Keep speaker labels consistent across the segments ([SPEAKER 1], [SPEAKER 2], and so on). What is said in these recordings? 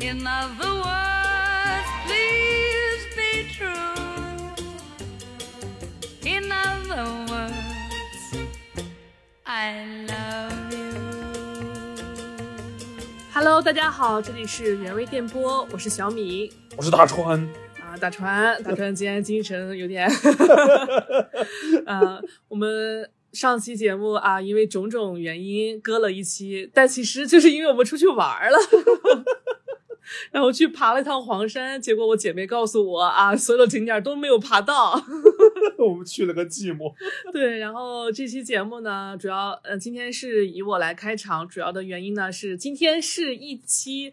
[SPEAKER 1] In other words, please be true. In other words, I love you.
[SPEAKER 2] Hello，大家好，这里是原味电波，我是小米
[SPEAKER 3] 我是大川，
[SPEAKER 2] 啊，大川，大川今天精神有点，啊，我们上期节目啊，因为种种原因搁了一期，但其实就是因为我们出去玩儿了。 然后去爬了一趟黄山，结果我姐妹告诉我啊，所有的景点儿都没有爬到。
[SPEAKER 3] 我们去了个寂寞。
[SPEAKER 2] 对，然后这期节目呢，主要呃，今天是以我来开场，主要的原因呢是今天是一期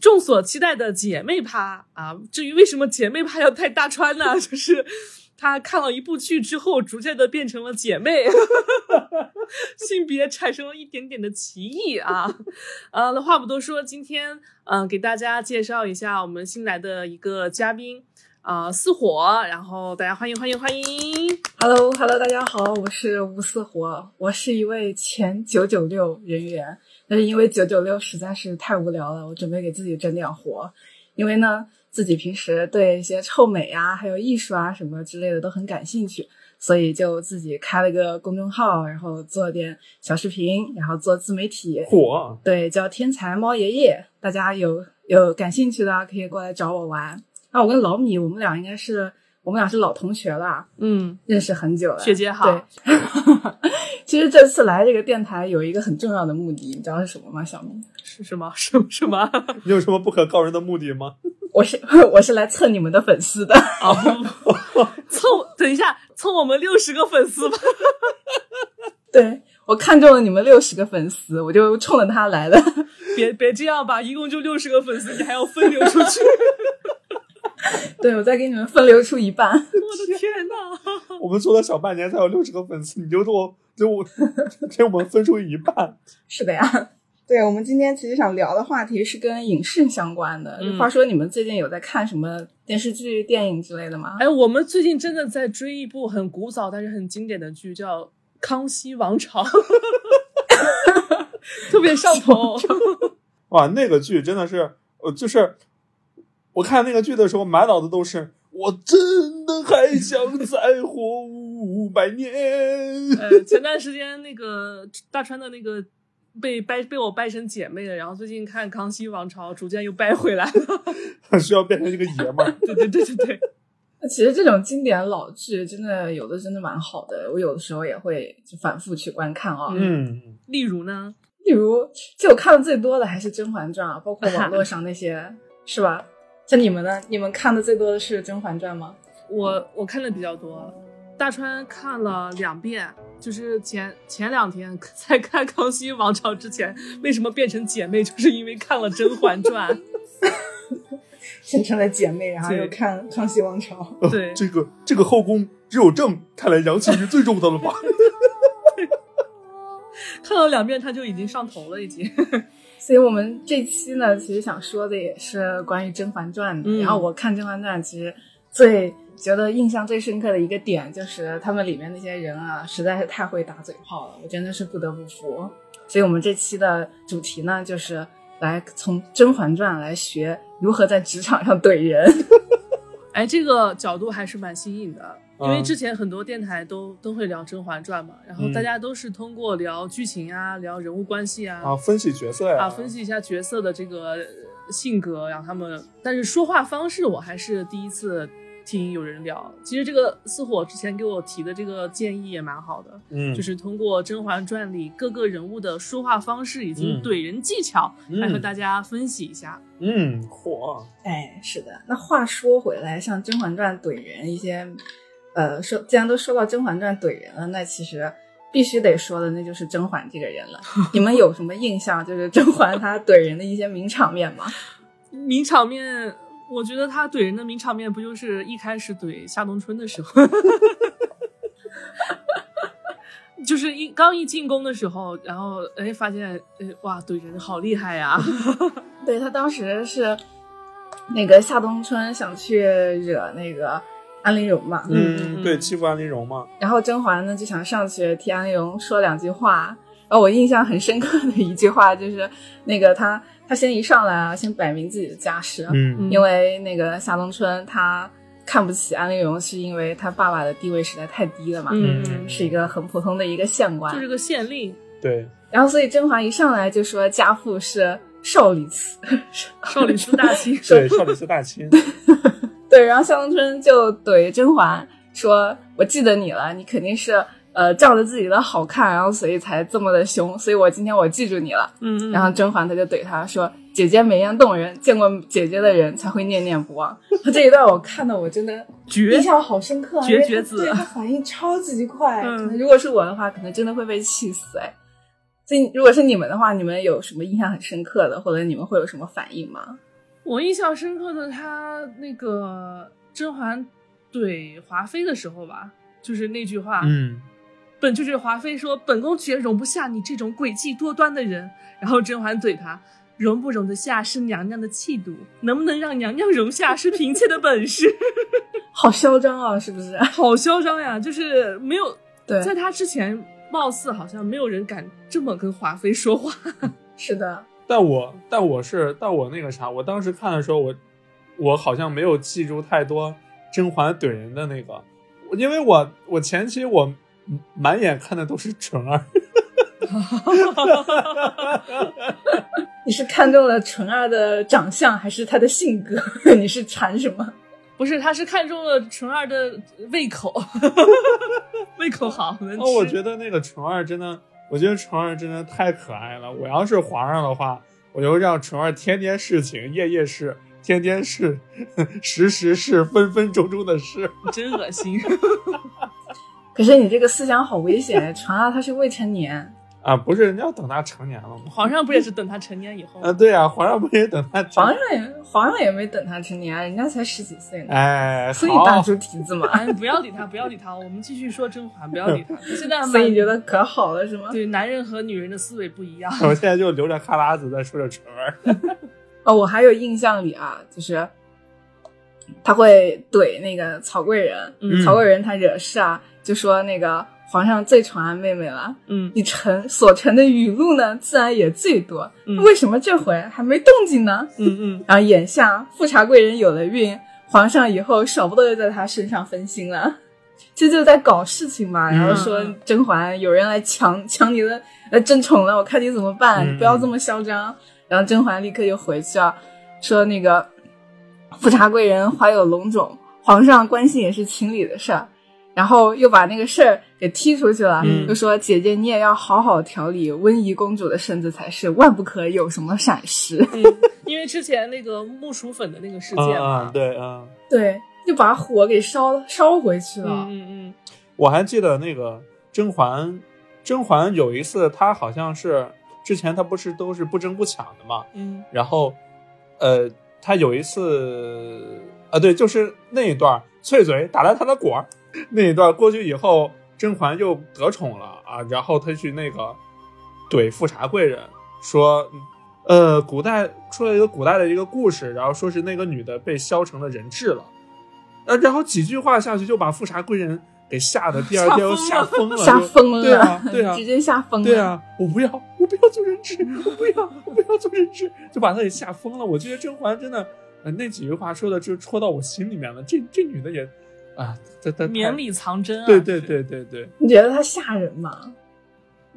[SPEAKER 2] 众所期待的姐妹趴啊。至于为什么姐妹趴要带大川呢， 就是她看了一部剧之后，逐渐的变成了姐妹， 性别产生了一点点的歧义啊。呃，那话不多说，今天嗯、呃给大家介绍一下我们新来的一个嘉宾。啊、四火，然后大家欢迎欢迎欢迎！
[SPEAKER 4] Hello，Hello，大家好，我是吴思活，我是一位前九九六人员，但是因为九九六实在是太无聊了，我准备给自己整点活，因为呢，自己平时对一些臭美啊，还有艺术啊什么之类的都很感兴趣，所以就自己开了个公众号，然后做点小视频，然后做自媒体，
[SPEAKER 3] 嚯，
[SPEAKER 4] 对，叫天才猫爷爷，大家有有感兴趣的啊可以过来找我玩。啊那我跟老米，我们俩应该是我们俩是老同学了，啊
[SPEAKER 2] 嗯，
[SPEAKER 4] 认识很久了，
[SPEAKER 2] 学姐好
[SPEAKER 4] 对， 其实这次来这个电台有一个很重要的目的，你知道是什么吗？小明，
[SPEAKER 2] 是什么 什么什么？
[SPEAKER 3] 你有什么不可告人的目的吗？
[SPEAKER 4] 我是 我是来蹭你们的粉丝的。
[SPEAKER 2] 啊蹭等一下，蹭我们六十个粉丝吧。
[SPEAKER 4] 对我看中了你们六十个粉丝，我就冲着他来的。
[SPEAKER 2] 别别这样吧，一共就六十个粉丝，你还要分流出 去？
[SPEAKER 4] 对，我再给你们分流出一半。
[SPEAKER 2] 我的天哪！
[SPEAKER 3] 我们做了小半年才有六十个粉丝，你就给我就我 给我们分出一半，
[SPEAKER 4] 是的呀。对，我们今天其实想聊的话题是跟影视相关的。
[SPEAKER 2] 嗯
[SPEAKER 4] 话说，你们最近有在看什么电视剧、电影之类的吗？
[SPEAKER 2] 哎，我们最近真的在追一部很古早但是很经典的剧，叫《康熙王朝》， 特别上头。
[SPEAKER 3] 哇，那个剧真的是，呃，就是我看那个剧的时候，满脑子都是我真的还想再活五百年。
[SPEAKER 2] 呃，前段时间那个大川的那个。被掰被我掰成姐妹了，然后最近看《康熙王朝》，逐渐又掰回来了。
[SPEAKER 3] 需要变成一个爷们儿，
[SPEAKER 2] 对对对对对，
[SPEAKER 4] 其实这种经典老剧，真的有的真的蛮好的，我有的时候也会就反复去观看啊、
[SPEAKER 3] 嗯，
[SPEAKER 2] 例如呢，
[SPEAKER 4] 例如，其实我看的最多的还是《甄嬛传》啊，包括网络上那些，是吧？像你们呢？你们看的最多的是《甄嬛传》 吗？
[SPEAKER 2] 我我看的比较多，大川看了两遍，就是前前两天 在看《康熙王朝》之前，为什么变成姐妹，就是因为看了《甄嬛传》
[SPEAKER 4] 先成了姐妹，然啊
[SPEAKER 2] 后又
[SPEAKER 4] 看《康熙王朝》。
[SPEAKER 3] 呃
[SPEAKER 2] 对
[SPEAKER 3] 这个这个后宫只有正，看来杨奇祺最重 的了吧？
[SPEAKER 2] 看了两遍他就已经上头了，已经。
[SPEAKER 4] 所以我们这期呢，其实想说的也是关于《甄嬛传》的。
[SPEAKER 2] 嗯
[SPEAKER 4] 然后我看《甄嬛传》，其实最觉得印象最深刻的一个点，就是他们里面那些人啊，实在是太会打嘴炮了，我真的是不得不服。所以我们这期的主题呢，就是来从《甄嬛传》来学如何在职场上怼人。
[SPEAKER 2] 哎，这个角度还是蛮新颖的，因为
[SPEAKER 3] 嗯
[SPEAKER 2] 之前很多电台都都会聊《甄嬛传》嘛，然后
[SPEAKER 3] 嗯
[SPEAKER 2] 大家都是通过聊剧情啊、聊人物关系啊、
[SPEAKER 3] 啊，分析角色呀，
[SPEAKER 2] 啊，分析一下角色的这个呃性格，然后他们，但是说话方式我还是第一次听有人聊。其实这个似火之前给我提的这个建议也蛮好的，
[SPEAKER 3] 嗯，
[SPEAKER 2] 就是通过《甄嬛传》里各个人物的说话方式以及
[SPEAKER 3] 嗯
[SPEAKER 2] 怼人技巧，来和
[SPEAKER 3] 嗯
[SPEAKER 2] 大家分析一下。
[SPEAKER 3] 嗯，嚯，
[SPEAKER 4] 哎，是的。那话说回来，像《甄嬛传》怼人一些，呃，说既然都说到《甄嬛传》怼人了，那其实必须得说的那就是甄嬛这个人了。 你们有什么印象？就是甄嬛她怼人的一些名场面吗？
[SPEAKER 2] 名场面，我觉得他怼人的名场面不就是一开始怼夏冬春的时候， 就是一刚一进宫的时候，然后哎发现哎哇怼人好厉害呀、
[SPEAKER 4] 对她当时是那个夏冬春想去惹那个安陵容嘛，
[SPEAKER 2] 嗯嗯
[SPEAKER 3] 对，
[SPEAKER 2] 嗯
[SPEAKER 3] 欺负安陵容嘛，
[SPEAKER 4] 然后甄嬛呢就想上去替安陵容说两句话，呃，我印象很深刻的一句话就是，那个他他先一上来啊，先摆明自己的家世，
[SPEAKER 3] 嗯
[SPEAKER 4] 因为那个夏冬春他看不起安陵容，是因为他爸爸的地位实在太低了嘛，
[SPEAKER 2] 嗯，
[SPEAKER 3] 嗯
[SPEAKER 4] 是一个很普通的一个县官，
[SPEAKER 2] 就是个县令，
[SPEAKER 3] 对，
[SPEAKER 4] 然后所以甄嬛一上来就说家父是少李斯，
[SPEAKER 2] 少林寺大清
[SPEAKER 3] 对，少李斯大清，
[SPEAKER 4] 对，然后夏冬春就怼甄嬛说：“我记得你了，你肯定是呃仗着自己的好看，然后所以才这么的凶，所以我今天我记住你了。”
[SPEAKER 2] 嗯嗯，
[SPEAKER 4] 然后甄嬛她就怼他说：“姐姐美艳动人，见过姐姐的人才会念念不忘。”这一段我看的我真的
[SPEAKER 2] 绝
[SPEAKER 4] 印象好深刻、啊，
[SPEAKER 2] 绝
[SPEAKER 4] 因为
[SPEAKER 2] 绝
[SPEAKER 4] 她
[SPEAKER 2] 子
[SPEAKER 4] 对他反应超级快。
[SPEAKER 2] 嗯
[SPEAKER 4] 真的如果是我的话，可能真的会被气死哎。所以如果是你们的话，你们有什么印象很深刻的，或者你们会有什么反应吗？
[SPEAKER 2] 我印象深刻的他那个甄嬛怼华妃的时候吧，就是那句话，
[SPEAKER 3] 嗯，
[SPEAKER 2] 本就是华妃说本宫绝容不下你这种诡计多端的人，然后甄嬛怼他。容不容得下是娘娘的气度，能不能让娘娘容下是嫔妾的本事。
[SPEAKER 4] 好嚣张啊， 是不是？
[SPEAKER 2] 好嚣张呀！就是没有
[SPEAKER 4] 对，
[SPEAKER 2] 在他之前，貌似好像没有人敢这么跟华妃说话。
[SPEAKER 4] 是的，
[SPEAKER 3] 但我但我是但我那个啥，我当时看的时候，我我好像没有记住太多甄嬛怼人的那个，因为我我前期我满眼看的都是纯儿，
[SPEAKER 4] 你是看中了纯儿的长相，还是她的性格？ 你是馋什么？
[SPEAKER 2] 不是，他是看中了纯儿的胃口， 胃口好，能吃。
[SPEAKER 3] 哦，我觉得那个纯儿真的，我觉得纯儿真的太可爱了。我要是皇上的话，我就让纯儿天天侍寝，夜夜侍，天天侍， 时时侍，分分钟钟的侍。
[SPEAKER 2] 真恶心。
[SPEAKER 4] 可是你这个思想好危险，纯儿她是未成年，
[SPEAKER 3] 啊，不是，你要等他成年了吗？
[SPEAKER 2] 皇上不也是等他成年以后？
[SPEAKER 3] 啊，对啊，皇上不也等他成
[SPEAKER 4] 皇？上也皇上也没等她成年，啊人家才十几岁呢，
[SPEAKER 3] 哎，
[SPEAKER 4] 所以大
[SPEAKER 3] 好，
[SPEAKER 4] 猪蹄 子嘛。
[SPEAKER 2] 哎，不要理他，不要理他，我们继续说甄嬛，不要理他。现在
[SPEAKER 4] 所以你觉得可好了是吗？
[SPEAKER 2] 对男人和女人的思维不一样。
[SPEAKER 3] 我现在就留着哈喇子在说着纯 儿。
[SPEAKER 4] 哦，我还有印象里啊，就是他会怼那个曹贵人，
[SPEAKER 2] 嗯
[SPEAKER 4] 曹贵人他惹事啊，就说那个皇上最宠爱妹妹了，
[SPEAKER 2] 嗯，
[SPEAKER 4] 你臣所臣的语录呢，自然也最多。
[SPEAKER 2] 嗯
[SPEAKER 4] 为什么这回还没动静呢？
[SPEAKER 2] 嗯嗯，
[SPEAKER 4] 然后啊眼下富察贵人有了孕，皇上以后少不得又在她身上分心了。这就在搞事情嘛，
[SPEAKER 3] 嗯
[SPEAKER 4] 然后说甄嬛有人来抢抢你的呃争宠了，我看你怎么办，
[SPEAKER 3] 嗯
[SPEAKER 4] 不要这么嚣张。然后甄嬛立刻就回去啊，说那个富察贵人怀有龙种，皇上关心也是情理的事儿，然后又把那个事儿给踢出去了，
[SPEAKER 3] 嗯
[SPEAKER 4] 就说姐姐你也要好好调理温宜公主的身子才是，万不可有什么闪失。
[SPEAKER 2] 嗯 因为之前那个木薯粉的那个事件
[SPEAKER 3] 嗯
[SPEAKER 2] 嘛
[SPEAKER 3] 嗯，。对嗯。
[SPEAKER 4] 对，就把火给烧烧回去了。
[SPEAKER 2] 嗯嗯
[SPEAKER 3] 我还记得那个甄嬛，甄嬛有一次她好像是之前她不是都是不争不抢的嘛，
[SPEAKER 2] 嗯
[SPEAKER 3] 然后，呃，她有一次啊，对，就是那一段儿翠嘴打烂她的果儿那一段儿过去以后，甄嬛又得宠了啊，然后她去那个怼富察贵人说。呃，古代出了一个古代的一个故事，然后说是那个女的被削成了人质了，呃，然后几句话下去就把富察贵人给吓得第二天又吓
[SPEAKER 2] 吓
[SPEAKER 3] 疯了，
[SPEAKER 4] 吓
[SPEAKER 3] 就
[SPEAKER 4] 疯了，
[SPEAKER 3] 对啊，对啊，
[SPEAKER 4] 直接吓疯了。
[SPEAKER 3] 对啊，我不要，我不要做人 质，我不要，我不要做人质，就把他给吓疯了。我觉得甄嬛真的，呃，那几句话说的，就戳到我心里面了。这这女的也，啊，她她
[SPEAKER 2] 嗯，绵，里藏针啊。
[SPEAKER 3] 她对对
[SPEAKER 2] 就是
[SPEAKER 3] 对对对，
[SPEAKER 4] 你觉得他吓人吗？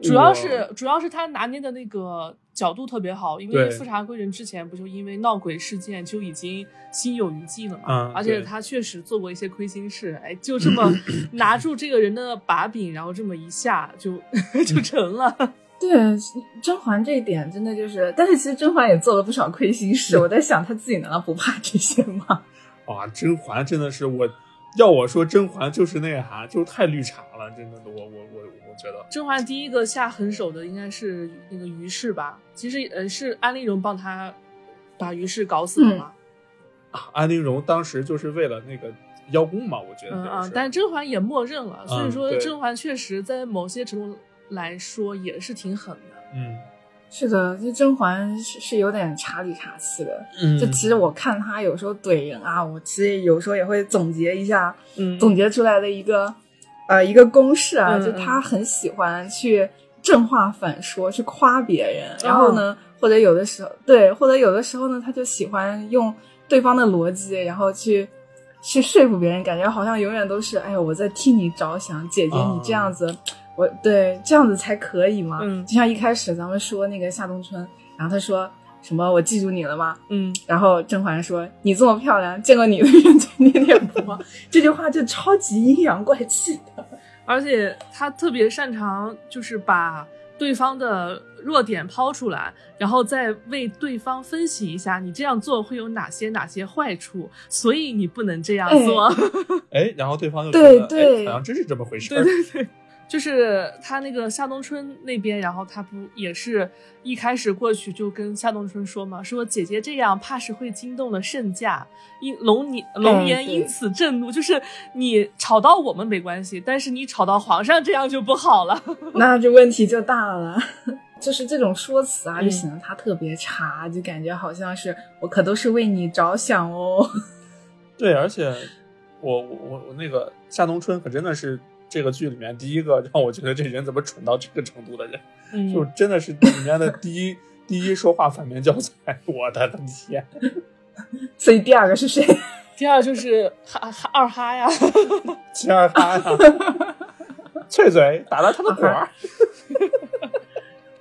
[SPEAKER 2] 主要
[SPEAKER 3] 我
[SPEAKER 2] 是主要是他拿捏的那个角度特别好，因
[SPEAKER 3] 对
[SPEAKER 2] 为富察贵人之前不就因为闹鬼事件就已经心有余悸了嘛，
[SPEAKER 3] 嗯
[SPEAKER 2] 而且
[SPEAKER 3] 对
[SPEAKER 2] 他确实做过一些亏心事，哎，就这 么拿住这个人的把柄，然后这么一下就 就成了。
[SPEAKER 4] 对，啊甄嬛这一点真的就是，但是其实甄嬛也做了不少亏心 事。我在想，她自己难道不怕这些吗？
[SPEAKER 3] 啊，甄嬛真的是我，要我说甄嬛就是那个啥，就是太绿茶了，真的，我我我我觉得，
[SPEAKER 2] 甄嬛第一个下狠手的应该是那个于氏吧，其实呃是安陵容帮他把于氏搞死了嘛，
[SPEAKER 3] 啊安陵容当时就是为了那个邀功嘛，我觉得
[SPEAKER 2] 嗯
[SPEAKER 3] 这个
[SPEAKER 2] 啊
[SPEAKER 3] 事，
[SPEAKER 2] 但甄嬛也默认了，所以
[SPEAKER 3] 嗯
[SPEAKER 2] 说
[SPEAKER 3] 对
[SPEAKER 2] 甄嬛确实在某些程度来说也是挺狠的。
[SPEAKER 3] 嗯
[SPEAKER 4] 是的，就甄嬛是是有点茶里茶气的。
[SPEAKER 3] 嗯，
[SPEAKER 4] 就其实我看她有时候怼人啊，我其实有时候也会总结一下，
[SPEAKER 2] 嗯
[SPEAKER 4] 总结出来的一个呃一个公式啊，
[SPEAKER 2] 嗯
[SPEAKER 4] 就他很喜欢去正话反说，去夸别人，然后
[SPEAKER 2] 哦
[SPEAKER 4] 呢，或者有的时候对，或者有的时候呢，他就喜欢用对方的逻辑，然后去去说服别人，感觉好像永远都是，哎呀，我在替你着想，姐姐，
[SPEAKER 3] 啊
[SPEAKER 4] 你这样子，我对这样子才可以嘛。
[SPEAKER 2] 哦嗯
[SPEAKER 4] 就像一开始咱们说那个夏冬春，然后他说什么，我记住你了吗？
[SPEAKER 2] 嗯，
[SPEAKER 4] 然后甄嬛说：“你这么漂亮，见过你的人就念念不忘。”这句话就超级阴阳怪气的。
[SPEAKER 2] 而且他特别擅长就是把对方的弱点抛出来，然后再为对方分析一下你这样做会有哪些哪些坏处，所以你不能这样做。
[SPEAKER 3] 哎，然后对方就
[SPEAKER 4] 对
[SPEAKER 3] 觉得
[SPEAKER 4] 对
[SPEAKER 3] 哎，好像真是这么回事
[SPEAKER 2] 对
[SPEAKER 3] 儿。
[SPEAKER 2] 对对，就是他那个夏冬春那边，然后他不也是一开始过去就跟夏冬春说嘛，说姐姐这样怕是会惊动了圣驾，因龙年龙
[SPEAKER 4] 哎
[SPEAKER 2] 颜
[SPEAKER 4] 对
[SPEAKER 2] 因此震怒，就是你吵到我们没关系，但是你吵到皇上这样就不好了。
[SPEAKER 4] 那这问题就大了。 就是这种说辞啊，
[SPEAKER 2] 嗯
[SPEAKER 4] 就显得他特别差，就感觉好像是我可都是为你着想哦。
[SPEAKER 3] 对，而且我我我我那个夏冬春可真的是这个剧里面第一个让我觉得这人怎么蠢到这个程度的人，
[SPEAKER 2] 嗯
[SPEAKER 3] 就真的是里面的第一第一说话反面教材。我的天，
[SPEAKER 4] 所以第二个是谁？
[SPEAKER 2] 第二就是哈哈二哈呀，
[SPEAKER 3] 七二八呀，脆嘴打了他的果儿。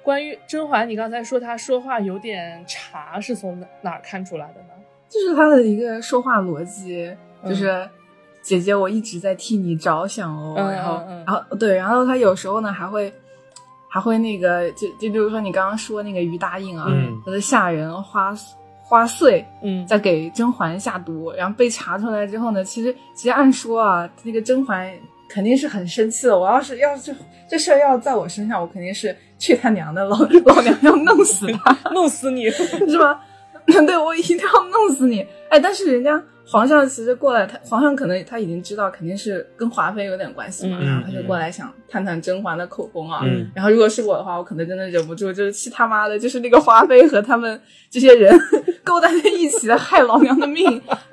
[SPEAKER 2] 关于甄嬛，你刚才说她说话有点茶，是从哪哪儿看出来的呢？
[SPEAKER 4] 就是他的一个说话逻辑，
[SPEAKER 2] 嗯
[SPEAKER 4] 就是、姐姐，我一直在替你着想哦。
[SPEAKER 2] 嗯
[SPEAKER 4] 然后，
[SPEAKER 2] 嗯嗯
[SPEAKER 4] 然后对，然后他有时候呢还会还会那个，就就比如说你刚刚说那个于答应啊，
[SPEAKER 3] 嗯
[SPEAKER 4] 他的下人花花穗
[SPEAKER 2] 嗯
[SPEAKER 4] 在给甄嬛下毒，然后被查出来之后呢，其实其实按说啊，那个甄嬛肯定是很生气的。我要是要是这事儿要在我身上，我肯定是去他娘的，老 老娘要弄死他，
[SPEAKER 2] 弄死你！
[SPEAKER 4] 是吧？对，我一定要弄死你！哎，但是人家皇上其实过来，他皇上可能他已经知道肯定是跟华妃有点关系嘛，
[SPEAKER 2] 嗯
[SPEAKER 4] 然后他就过来想探探甄嬛的口风啊。
[SPEAKER 3] 嗯
[SPEAKER 4] 然后如果是我的话，我可能真的忍不住，就是气他妈的，就是那个华妃和他们这些人 勾搭在一起的，害老娘的命。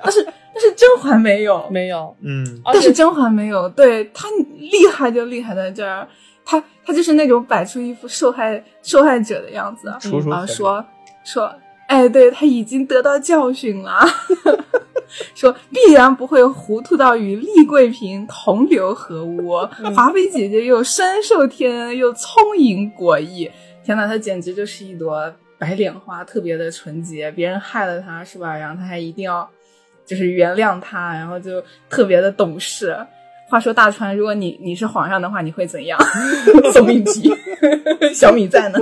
[SPEAKER 4] 但是但是甄嬛没有，
[SPEAKER 2] 没有，
[SPEAKER 3] 嗯，
[SPEAKER 2] 而
[SPEAKER 4] 但
[SPEAKER 2] 且
[SPEAKER 4] 是甄嬛没有，对她厉害就厉害在这儿，她她就是那种摆出一副受害受害者的样子，啊
[SPEAKER 3] 楚楚
[SPEAKER 4] 然后
[SPEAKER 3] 可怜
[SPEAKER 4] 说说，哎，对她已经得到教训了， 说必然不会糊涂到与丽贵嫔同流合污。华妃姐姐又深受天恩，又聪颖果毅，天呐，她简直就是一朵白莲花，特别的纯洁。别人害了她，是吧？然后她还一定要就是原谅她，然后就特别的懂事。话说大川，如果你你是皇上的话，你会怎样？ 送一题， 小米在呢。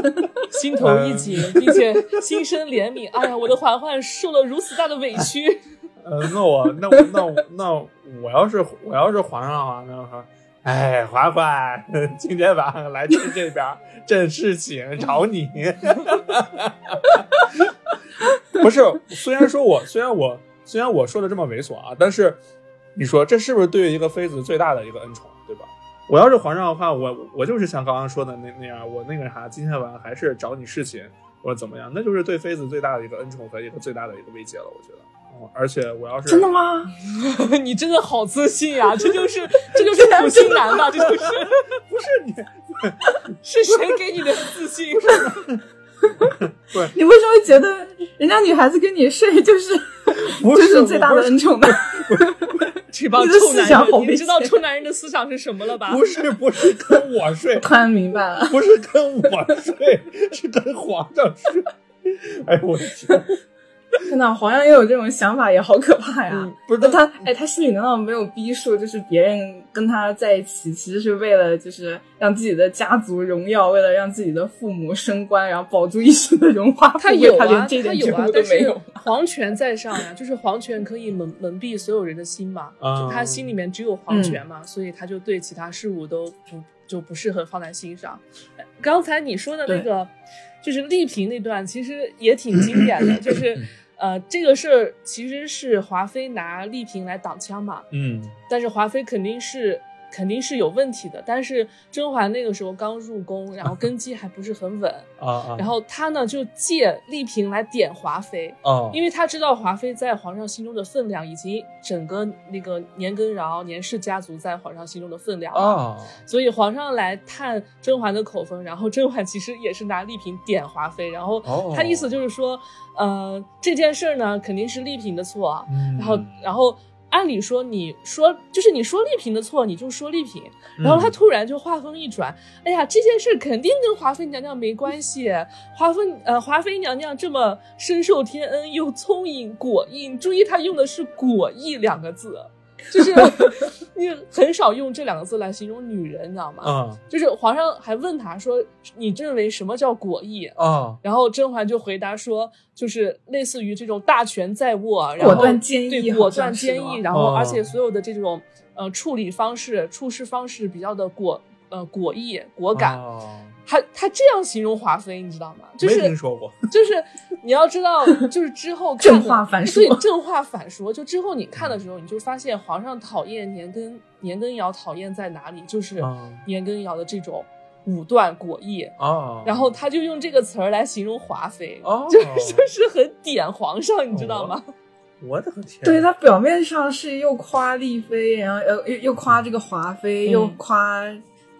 [SPEAKER 2] 心头一紧，
[SPEAKER 4] 嗯
[SPEAKER 2] 并且心生怜悯。哎呀，我的嬛嬛受了如此大的委 屈。
[SPEAKER 3] 呃，那我那我那我那我要是我要是皇上的话，那我说，哎，嬛嬛，今天晚上来朕这边儿朕事情找你。 不是，虽然说我虽然我虽然我说的这么猥琐啊，但是你说这是不是对于一个妃子最大的一个恩宠，对吧？我要是皇上的话，我我就是像刚刚说的那那样，我那个啥，今天晚上还是找你侍寝，或者怎么样，那就是对妃子最大的一个恩宠和一个最大的一个慰藉了，我觉得。嗯而且我要是
[SPEAKER 4] 真的吗？
[SPEAKER 2] 你真的好自信啊！这就是这就是普信男吧？这就是
[SPEAKER 3] 不是你，
[SPEAKER 2] 是谁给你的自信？
[SPEAKER 4] 你为什么会觉得人家女孩子跟你 睡就是
[SPEAKER 3] 不
[SPEAKER 4] 就是最大的恩宠呢？
[SPEAKER 2] 这帮
[SPEAKER 4] 你
[SPEAKER 2] 臭
[SPEAKER 4] 的思想
[SPEAKER 2] 男
[SPEAKER 4] 好
[SPEAKER 2] 人，
[SPEAKER 4] 危
[SPEAKER 2] 你知道
[SPEAKER 4] 险
[SPEAKER 2] 臭男人的思想是什么了吧？
[SPEAKER 3] 不是不是跟我睡，
[SPEAKER 4] 突然明白了，
[SPEAKER 3] 不是跟我睡，是跟皇上睡。哎呦我的天！
[SPEAKER 4] 天呐，皇上也有这种想法，也好可怕呀！
[SPEAKER 3] 嗯不是
[SPEAKER 4] 那他哎，他心里难道没有逼数？就是别人跟他在一起，其实是为了就是让自己的家族荣耀，为了让自己的父母升官，然后保住一生的荣华富贵。
[SPEAKER 2] 他有
[SPEAKER 4] 他
[SPEAKER 2] 啊，
[SPEAKER 4] 连这
[SPEAKER 2] 他
[SPEAKER 4] 点觉
[SPEAKER 2] 有啊
[SPEAKER 4] 悟，都
[SPEAKER 2] 但
[SPEAKER 4] 没
[SPEAKER 2] 是
[SPEAKER 4] 有。
[SPEAKER 2] 皇权在上呀、就是皇权可以蒙蒙蔽所有人的心嘛，
[SPEAKER 3] 嗯
[SPEAKER 2] 就他心里面只有皇权嘛，所以他就对其他事物都不就不适合放在心上。呃刚才你说的那个，就是丽嫔那段，其实也挺经典 的，就是呃，这个事儿其实是华妃拿丽嫔来挡枪嘛，
[SPEAKER 3] 嗯
[SPEAKER 2] 但是华妃肯定是肯定是有问题的。但是甄嬛那个时候刚入宫，然后根基还不是很稳，
[SPEAKER 3] 啊啊，
[SPEAKER 2] 然后她呢就借丽嫔来点华妃，
[SPEAKER 3] 哦，
[SPEAKER 2] 因为她知道华妃在皇上心中的分量，以及整个那个年羹尧年氏家族在皇上心中的分量嘛
[SPEAKER 3] 啊，
[SPEAKER 2] 所以皇上来探甄嬛的口风，然后甄嬛其实也是拿丽嫔点华妃，然后
[SPEAKER 3] 哦
[SPEAKER 2] 她意思就是说，呃，这件事儿呢肯定是丽嫔的错啊，
[SPEAKER 3] 嗯
[SPEAKER 2] 然后然后按理说你说就是你说丽嫔的错，你就说丽嫔，然
[SPEAKER 3] 嗯
[SPEAKER 2] 后她突然就话锋一转，哎呀，这件事儿肯定跟华妃娘娘没关系，华妃呃华妃娘娘这么深受天恩又聪颖果毅，注意她用的是果毅两个字。就是 你很少用这两个字来形容女人，你知道吗？
[SPEAKER 3] 嗯
[SPEAKER 2] 就是皇上还问他说：“你认为什么叫果毅
[SPEAKER 3] 啊？”
[SPEAKER 2] 然后甄嬛就回答说：“就是类似于这种大权在握，然后
[SPEAKER 4] 果断坚毅，
[SPEAKER 2] 对果断坚毅，然后
[SPEAKER 3] 哦
[SPEAKER 2] 而且所有的这种呃处理方式、处事方式比较的果呃果毅、果敢。
[SPEAKER 3] 哦
[SPEAKER 2] 他他这样形容华妃，你知道吗？就
[SPEAKER 3] 没听
[SPEAKER 2] 是
[SPEAKER 3] 说过，
[SPEAKER 2] 就是你要知道，就是之 后看了
[SPEAKER 4] 正话反说
[SPEAKER 2] 对正话反说。就之后你看
[SPEAKER 3] 嗯
[SPEAKER 2] 的时候，你就发现皇上讨厌年羹年羹尧讨厌在哪里，就是
[SPEAKER 3] 嗯
[SPEAKER 2] 年羹尧的这种武断果毅。
[SPEAKER 3] 啊，
[SPEAKER 2] 然后他就用这个词儿来形容华妃，
[SPEAKER 3] 哦，
[SPEAKER 2] 就 就是很点皇上，你知道吗？
[SPEAKER 3] 我的天，
[SPEAKER 4] 对他表面上是又夸丽妃，然后呃又又又夸这个华
[SPEAKER 2] 嗯
[SPEAKER 4] 妃，又夸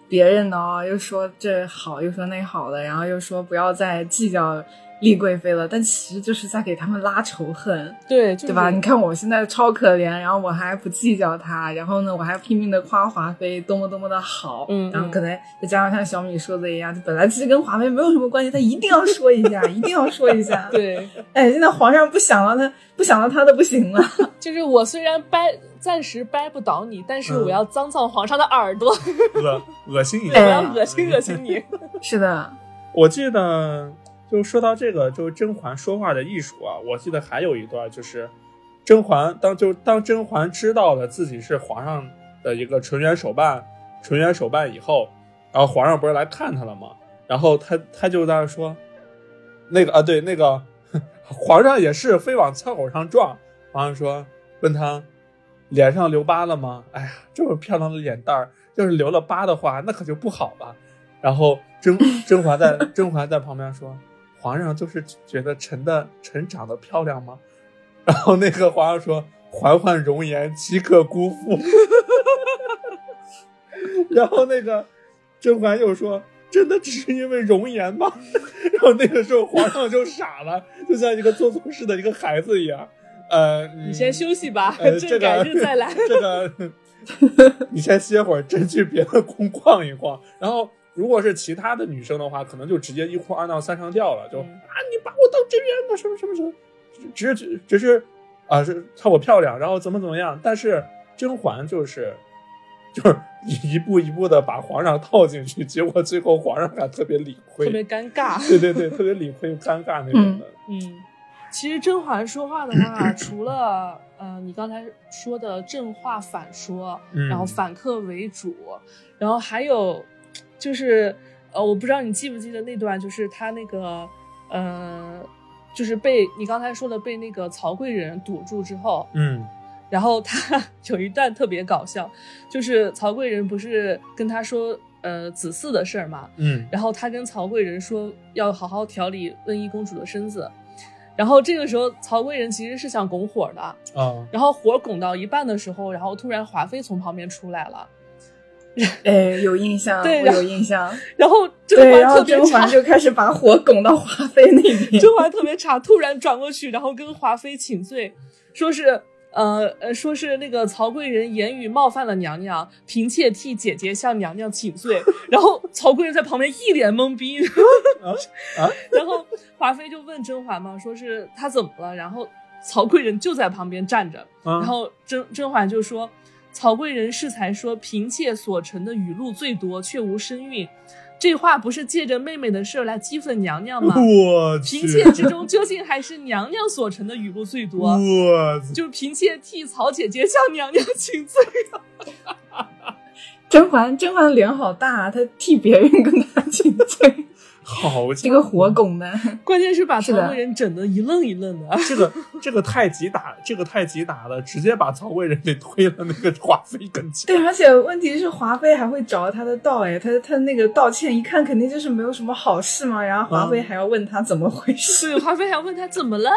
[SPEAKER 4] 别人的哦，又说这好，又说那好的，然后又说不要再计较丽贵妃了，但其实就是在给他们拉仇恨，
[SPEAKER 2] 对，就是、
[SPEAKER 4] 对吧？你看我现在超可怜，然后我还不计较她，然后呢，我还拼命的夸华妃多么多么的好，
[SPEAKER 2] 嗯
[SPEAKER 4] 然后可能再加上像小米说的一样，就本来其实跟华妃没有什么关系，他一定要说一下，一定要说一下，。
[SPEAKER 2] 对，
[SPEAKER 4] 哎，现在皇上不想了，他不想了，他都不行了。
[SPEAKER 2] 就是我虽然掰暂时掰不倒你，但是我
[SPEAKER 3] 嗯
[SPEAKER 2] 要脏脏皇上的耳朵，
[SPEAKER 4] 嗯
[SPEAKER 3] 恶恶心 一
[SPEAKER 2] 我
[SPEAKER 3] 下，啊
[SPEAKER 4] 对
[SPEAKER 2] 要恶心恶心你。
[SPEAKER 3] 嗯
[SPEAKER 4] 是的，
[SPEAKER 3] 我记得，就说到这个，就是甄嬛说话的艺术啊。我记得还有一段，就是甄嬛当就当甄嬛知道了自己是皇上的一个纯元手办，纯元手办以后，然后皇上不是来看她了吗？然后她她就在那说， 那个啊，对，那个 皇上也是非往枪口上撞。皇上说，问她脸上留疤了吗？哎呀，这么漂亮的脸蛋儿，要是留了疤的话，那可就不好了。然后甄 甄嬛在甄嬛在旁边说：“皇上就是觉得臣的臣长得漂亮吗？”然后那个皇上说：“嬛嬛容颜岂可辜负。” 然后那个甄嬛又说：“真的只是因为容颜吗？” 然后那个时候皇上就傻了，就像一个做错事的一个孩子一样。呃，
[SPEAKER 2] 你先休息 吧，
[SPEAKER 3] 呃，
[SPEAKER 2] 朕
[SPEAKER 3] 这
[SPEAKER 2] 改
[SPEAKER 3] 个
[SPEAKER 2] 日再 来。
[SPEAKER 3] 这个 你先歇会儿，朕去别的宫逛一逛。然后，如果是其他的女生的话，可能就直接一哭二闹三上吊了，就、
[SPEAKER 2] 嗯
[SPEAKER 3] 啊，你把我当真人了，什么什么什么，只只只是啊，是看我漂亮，然后怎么怎么样。但是甄嬛就是就是 一步一步的把皇上套进去，结果最后皇上还特别理亏，
[SPEAKER 2] 特别尴 尬，
[SPEAKER 3] 对对对，特别理亏尴尬那种的。
[SPEAKER 2] 嗯。其实甄嬛说话的话，除了呃你刚才说的正话反说，
[SPEAKER 3] 嗯
[SPEAKER 2] 然后反客为主，然后还有就是呃，我不知道你记不记得那段，就是他那个呃，就是被你刚才说的被那个曹贵人堵住之后，
[SPEAKER 3] 嗯
[SPEAKER 2] 然后他 有一段特别搞笑，就是曹贵人不是跟他说呃子嗣的事儿嘛，
[SPEAKER 3] 嗯
[SPEAKER 2] 然后他跟曹贵人说要好好调理温宜公主的身子，然后这个时候曹贵人其实是想拱火的，
[SPEAKER 3] 啊
[SPEAKER 2] 然后火拱到一半的时候，然后突然华妃从旁边出来了，
[SPEAKER 4] 哎，有印象，
[SPEAKER 2] 对
[SPEAKER 4] 我
[SPEAKER 2] 然后
[SPEAKER 4] 有印象。
[SPEAKER 2] 然后甄
[SPEAKER 4] 对，
[SPEAKER 2] 嬛
[SPEAKER 4] 然后
[SPEAKER 2] 特别
[SPEAKER 4] 甄
[SPEAKER 2] 差
[SPEAKER 4] 嬛，就开始把火拱到华妃那 边。
[SPEAKER 2] 甄嬛特别差，突然转过去，然后跟华妃请罪，说是。呃呃，说是那个曹贵人言语冒犯了娘娘，嫔妾替姐姐向娘娘请罪。然后曹贵人在旁边一脸懵逼，
[SPEAKER 3] 啊！
[SPEAKER 2] 然后华妃就问甄嬛嘛，说是她怎么了？然后曹贵人就在旁边站着，
[SPEAKER 3] 然
[SPEAKER 2] 然后甄甄嬛就说：“曹贵人适才说，嫔妾所承的语录最多，却无身孕。这话不是借着妹妹的事儿来激愤娘娘吗？
[SPEAKER 3] 我去，
[SPEAKER 2] 嫔妾之中究竟还是娘娘所承的语录最多。
[SPEAKER 3] 我操
[SPEAKER 2] 就嫔妾替曹姐姐向娘娘请罪，
[SPEAKER 4] 啊甄嬛，甄嬛脸好大，她替别人跟她请罪。
[SPEAKER 3] 好
[SPEAKER 4] 这
[SPEAKER 3] 家
[SPEAKER 4] 个
[SPEAKER 3] 伙
[SPEAKER 4] 活拱们，
[SPEAKER 2] 关键是把
[SPEAKER 4] 是
[SPEAKER 2] 曹
[SPEAKER 4] 的
[SPEAKER 2] 贵人整的一愣一愣的。
[SPEAKER 3] 这个这个太极打这个太极打的，直接把曹贵人给推了那个华妃跟前。
[SPEAKER 4] 对，而且问题是华妃还会找他的道，哎，他他那个道歉一看肯定就是没有什么好事嘛，然后华妃还要问他怎么回事，
[SPEAKER 2] 对，华妃还问他怎么了，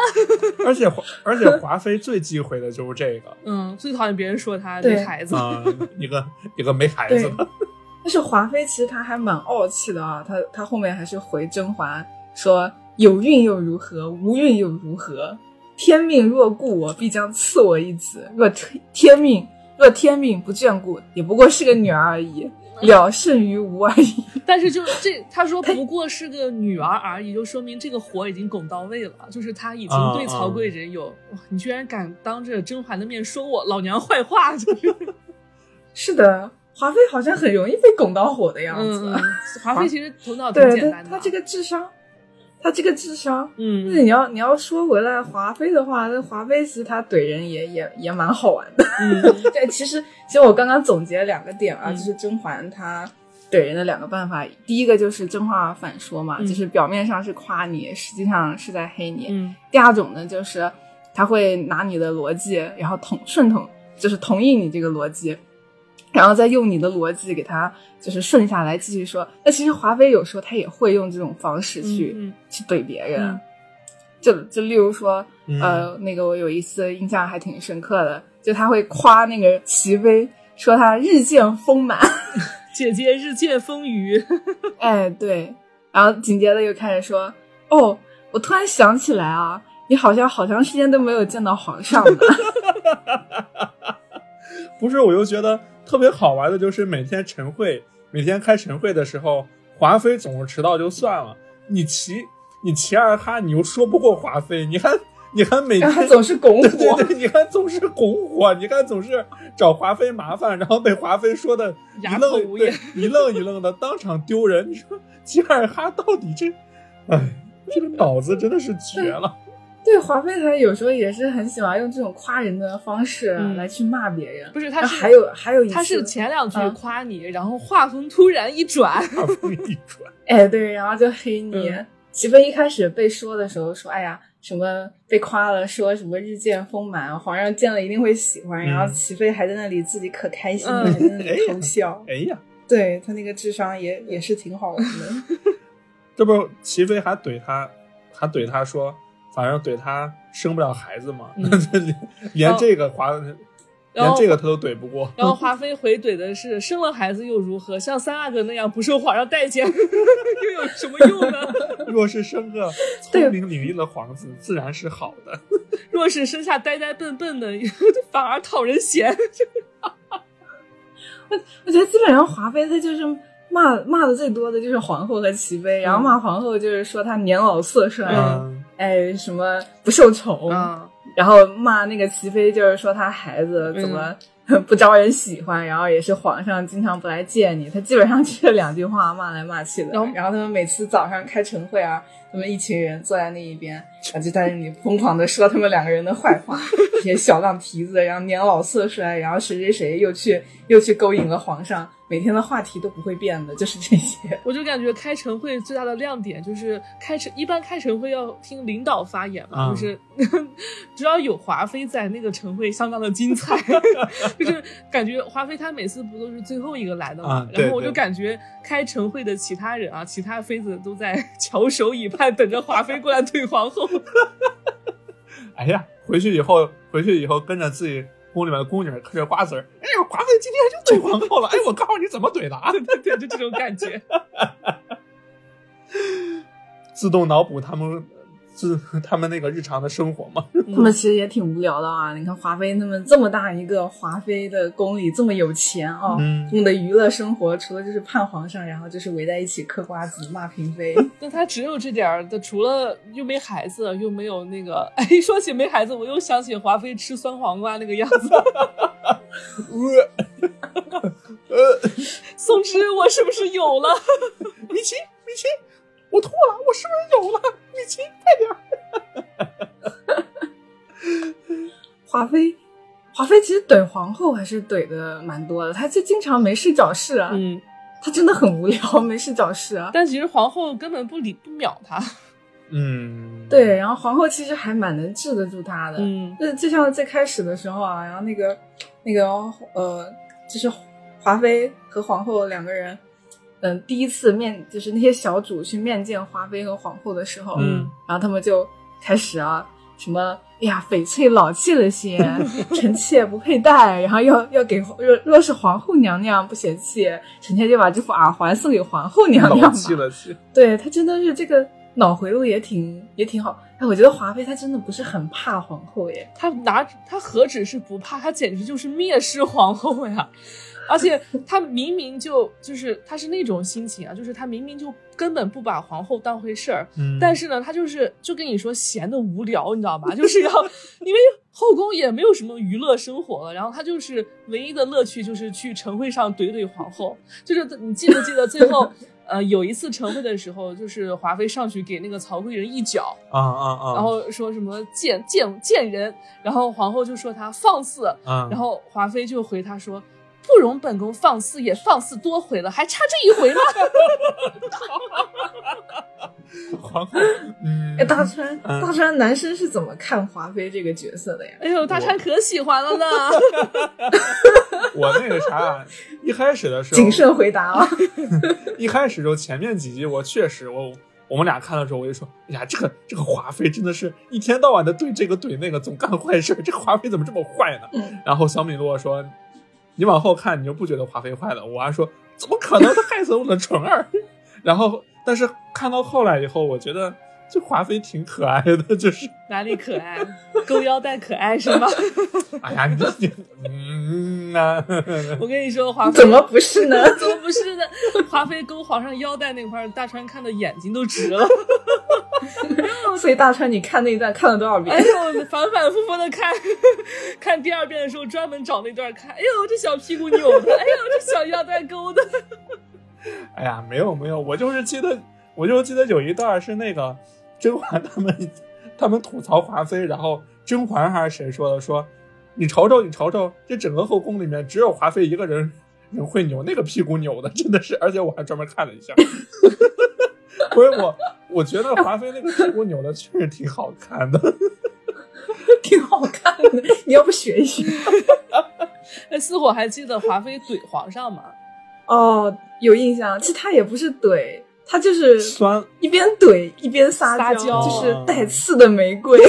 [SPEAKER 3] 而且华而且华妃最忌讳的就是这个
[SPEAKER 2] 嗯，最讨厌别人说他
[SPEAKER 4] 对
[SPEAKER 2] 这孩子，
[SPEAKER 3] 啊、一个一个没孩
[SPEAKER 4] 对
[SPEAKER 3] 子的，
[SPEAKER 4] 但是华妃其实她还蛮傲气的啊，她她后面还是回甄嬛说：“有孕又如何，无孕又如何？天命若顾我，必将赐我一子；若天天命若天命不眷顾，也不过是个女儿而已，
[SPEAKER 2] 嗯
[SPEAKER 4] 了胜于无而已。
[SPEAKER 2] 但是就这，他说不过是个女儿而已，就 说明这个活已经拱到位了，就是他已经对
[SPEAKER 3] 啊
[SPEAKER 2] 曹贵人有，哇，你居然敢当着甄嬛的面说我老娘坏话，就是，”
[SPEAKER 4] 是的，华妃好像很容易被拱到火的样子。
[SPEAKER 2] 嗯，嗯 华妃其实头脑挺
[SPEAKER 4] 对，
[SPEAKER 2] 简
[SPEAKER 4] 她
[SPEAKER 2] 单的，啊
[SPEAKER 4] 她这个智商，她这个智商。那
[SPEAKER 2] 嗯
[SPEAKER 4] 你要你要说回来华妃的话，那华妃其实她怼人也也也蛮好玩的。
[SPEAKER 2] 嗯
[SPEAKER 4] 对，其实其实我刚刚总结了两个点啊，
[SPEAKER 2] 嗯
[SPEAKER 4] 就是甄嬛她怼人的两个办法，第一个就是正话反说嘛，
[SPEAKER 2] 嗯
[SPEAKER 4] 就是表面上是夸你，实际上是在黑你；
[SPEAKER 2] 嗯
[SPEAKER 4] 第二种呢，就是他会拿你的逻辑，然后同顺同就是同意你这个逻辑。然后再用你的逻辑给他就是顺下来，继续说。那其实华妃有时候她也会用这种方式去、
[SPEAKER 2] 嗯嗯
[SPEAKER 4] 去怼别人，
[SPEAKER 2] 嗯
[SPEAKER 4] 就就例如说，
[SPEAKER 3] 嗯
[SPEAKER 4] 呃，那个我有一次印象还挺深刻的，就他会夸那个齐薇，说她日渐丰满，
[SPEAKER 2] 姐姐日渐丰腴，
[SPEAKER 4] 哎，对，然后紧接着又开始说，哦，我突然想起来啊，你好像好长时间都没有见到皇上了，
[SPEAKER 3] 不是，我又觉得特别好玩的就是每天晨会，每天开晨会的时候，华妃总是迟到就算了，你齐你齐二哈，你又说不过华妃，你还你还每
[SPEAKER 4] 然后他
[SPEAKER 3] 天
[SPEAKER 4] 总是 拱
[SPEAKER 3] 对对
[SPEAKER 4] 火，
[SPEAKER 3] 对，你看总是拱火，你看总是找华妃麻烦，然后被华妃说的一
[SPEAKER 2] 哑口
[SPEAKER 3] 愣，
[SPEAKER 2] 无
[SPEAKER 3] 对
[SPEAKER 2] 言，
[SPEAKER 3] 一愣一愣的，当场丢人。你说吉尔哈到底这，哎，这个脑子真的是绝了。
[SPEAKER 4] 对华妃她有时候也是很喜欢用这种夸人的方式
[SPEAKER 2] 嗯
[SPEAKER 4] 来去骂别人，
[SPEAKER 2] 不是
[SPEAKER 4] 然
[SPEAKER 2] 他
[SPEAKER 4] 后
[SPEAKER 2] 是
[SPEAKER 4] 还有还有一次，
[SPEAKER 2] 他是前两句
[SPEAKER 4] 嗯
[SPEAKER 2] 夸你，然后画风突然一转，
[SPEAKER 3] 大风一转，
[SPEAKER 4] 哎，对，然后就黑你
[SPEAKER 2] 嗯。
[SPEAKER 4] 齐飞一开始被说的时候说，哎呀，什么被夸了，说什么日渐丰满，皇上见了一定会喜欢。
[SPEAKER 3] 嗯
[SPEAKER 4] 然后齐飞还在那里自己可开心了，
[SPEAKER 2] 嗯
[SPEAKER 4] 还在那里偷 笑。
[SPEAKER 3] 哎呀，
[SPEAKER 4] 对他那个智商也也是挺好玩的。
[SPEAKER 3] 这不齐飞还怼他，还怼他说，反正怼他生不了孩子嘛，
[SPEAKER 2] 嗯
[SPEAKER 3] 连这个华，
[SPEAKER 2] 然
[SPEAKER 3] 连
[SPEAKER 2] 后
[SPEAKER 3] 这个他都怼不过。
[SPEAKER 2] 然后华妃回怼的是：“ 生了孩子又如何？像三阿哥那样不受皇上待见， 又有什么用呢？
[SPEAKER 3] 若是生个
[SPEAKER 4] 对
[SPEAKER 3] 聪明伶俐的皇子，自然是好的。
[SPEAKER 2] 若是生下呆呆笨笨的， 反而讨人嫌。
[SPEAKER 4] 我觉得基本上华妃她就是骂骂的最多的就是皇后和齐飞，然后骂皇后就是说她年老色衰，
[SPEAKER 3] 嗯，
[SPEAKER 4] 哎，什么不受宠，
[SPEAKER 2] 啊，
[SPEAKER 4] 然后骂那个齐飞，就是说他孩子怎么
[SPEAKER 2] 嗯
[SPEAKER 4] 不招人喜欢，然后也是皇上经常不来见你。他基本上就 这两句话骂来骂去的。
[SPEAKER 2] 然后
[SPEAKER 4] 然后他们每次早上开晨会啊，他们一群人坐在那一边，然后就在那里疯狂的说他们两个人的坏话， 一些小浪蹄子，然后年老色衰，然后谁谁谁又去又去勾引了皇上，每天的话题都不会变的，就是这些。
[SPEAKER 2] 我就感觉开晨会最大的亮点就是开晨，一般开晨会要听领导发言嘛，
[SPEAKER 3] 啊
[SPEAKER 2] 就是 只要有华妃在，那个晨会相当的精 彩。就是感觉华妃她每次不都是最后一个来的嘛，
[SPEAKER 3] 啊对
[SPEAKER 2] 然后我就
[SPEAKER 3] 对
[SPEAKER 2] 感觉开晨会的其他人啊，其他妃子都在 翘首以盼，等着华妃过来怼皇后。
[SPEAKER 3] 哎呀，回去以后，回去以后跟着自己宫里面的宫女儿嗑着瓜子儿。哎呀，华妃今天就怼皇后了。哎，我告诉你怎么怼的啊！
[SPEAKER 2] 对，就这种感觉。
[SPEAKER 3] 自动脑补他们自他们那个日常的生活嘛。
[SPEAKER 4] 他们其实也挺无聊的啊！你看华妃他们这么大一个华妃的宫里这么有钱啊，
[SPEAKER 3] 嗯
[SPEAKER 4] 他们的娱乐生活除了就是盼皇上，然后就是围在一起嗑瓜子、骂嫔妃。
[SPEAKER 2] 那他只有这点儿，他除了又没孩子，又没有那个…… 哎，说起没孩子，我又想起华妃吃酸黄瓜那个样子。
[SPEAKER 3] 呃，呃，
[SPEAKER 2] 宋芝，我是不是有了？
[SPEAKER 3] 米奇，米奇，我吐了，我是不是有了？米奇，快点儿！
[SPEAKER 4] 华妃，华妃其实怼皇后还是怼的蛮多的，她就经常没事找事啊。
[SPEAKER 2] 嗯，
[SPEAKER 4] 他真的很无聊，没事找事啊。
[SPEAKER 2] 但其实皇后根本不理不秒他。
[SPEAKER 3] 嗯，
[SPEAKER 4] 对，，然后皇后其实还蛮能治得住他的，
[SPEAKER 2] 嗯
[SPEAKER 4] 那就像最开始的时候啊，然后那个那个呃，就是华妃和皇后两个人，嗯、第一次面就是那些小主去面见华妃和皇后的时候，
[SPEAKER 3] 嗯
[SPEAKER 4] 然后他们就开始啊，什么哎呀，翡翠老气 了些，臣妾不佩戴，然后要要给若若是皇后娘娘不嫌弃，臣妾就把这副耳环送给皇 后娘娘
[SPEAKER 3] 老
[SPEAKER 4] 吧。
[SPEAKER 3] 气了气，
[SPEAKER 4] 对他真的是这个脑回路也挺也挺好。哎，我觉得华妃她真的不是很怕皇后耶，
[SPEAKER 2] 他哪他何止是不怕，他简直就是蔑视皇后呀！ 而且他明明就就是他是那种心情啊，就是他明明就根本不把皇后当回事儿，
[SPEAKER 3] 嗯，
[SPEAKER 2] 但是呢，他就是就跟你说闲的无聊，你知道吗？ 就是要因为后宫也没有什么娱乐生活了，然后他就是唯一的乐趣就是去晨会上怼怼皇后。就是你记不记得最后呃有一次晨会的时候，就是华妃上去给那个曹贵人一脚，
[SPEAKER 3] 啊啊啊，
[SPEAKER 4] 嗯
[SPEAKER 2] 然后说什么贱贱贱人，然后皇后就说她放肆，
[SPEAKER 3] 嗯，
[SPEAKER 2] 然后华妃就回她说。不容本宫放肆，也放肆多回了，还差这一回吗？
[SPEAKER 3] 皇后，嗯，
[SPEAKER 4] 哎，大川，
[SPEAKER 3] 嗯
[SPEAKER 4] 大川男生是怎么看华妃这个角色的呀？
[SPEAKER 2] 哎呦，大川可喜欢了呢。
[SPEAKER 3] 我那个啥，一开始的时候
[SPEAKER 4] 谨，慎回答 啊，
[SPEAKER 3] 一开始就前面几集，我确实我。我们俩看的时候，我就说：“哎呀，这个这个华妃真的是一天到晚的对这个对那个，总干坏事儿。这个华妃怎么这么坏呢？”
[SPEAKER 4] 嗯
[SPEAKER 3] 然后小米洛说：“你往后看，你就不觉得华妃坏了。”我还说：“怎么可能？她害死了我的纯儿。” 然后，但是看到后来以后，我觉得这华妃挺可爱的，就是
[SPEAKER 2] 哪里可爱？勾腰带可爱是吗？
[SPEAKER 3] 哎呀，你这 你嗯啊，
[SPEAKER 2] 我跟你说，华妃
[SPEAKER 4] 怎么不是呢？
[SPEAKER 2] 怎么不是呢？华妃勾皇上腰带那块儿，大川看的眼睛都直 了。
[SPEAKER 4] 所以大川，你看那一段看了多少遍？
[SPEAKER 2] 哎呦，反反复复的看， 看第二遍的时候专门找那段看。哎呦，这小屁股扭的，哎呦，这小腰带勾的。
[SPEAKER 3] 哎呀，没有没有，我就是记得，我就记得有一段是那个甄嬛他们他们吐槽华妃，然后甄嬛还是谁说的说，你瞅瞅你瞅瞅，这整个后宫里面只有华妃一个人人会扭那个屁股扭的，真的是，而且我还专门看了一下。 不是我，我觉得华妃那个屁股扭的确实挺好看的。
[SPEAKER 4] 挺好看的，你要不学一学？
[SPEAKER 2] 哎，似火还记得华妃怼皇上吗？
[SPEAKER 4] 哦，有印象。其实他也不是怼，他就是
[SPEAKER 3] 酸，哦
[SPEAKER 4] 一边怼一边撒
[SPEAKER 2] 撒娇
[SPEAKER 4] 就是带刺的玫瑰，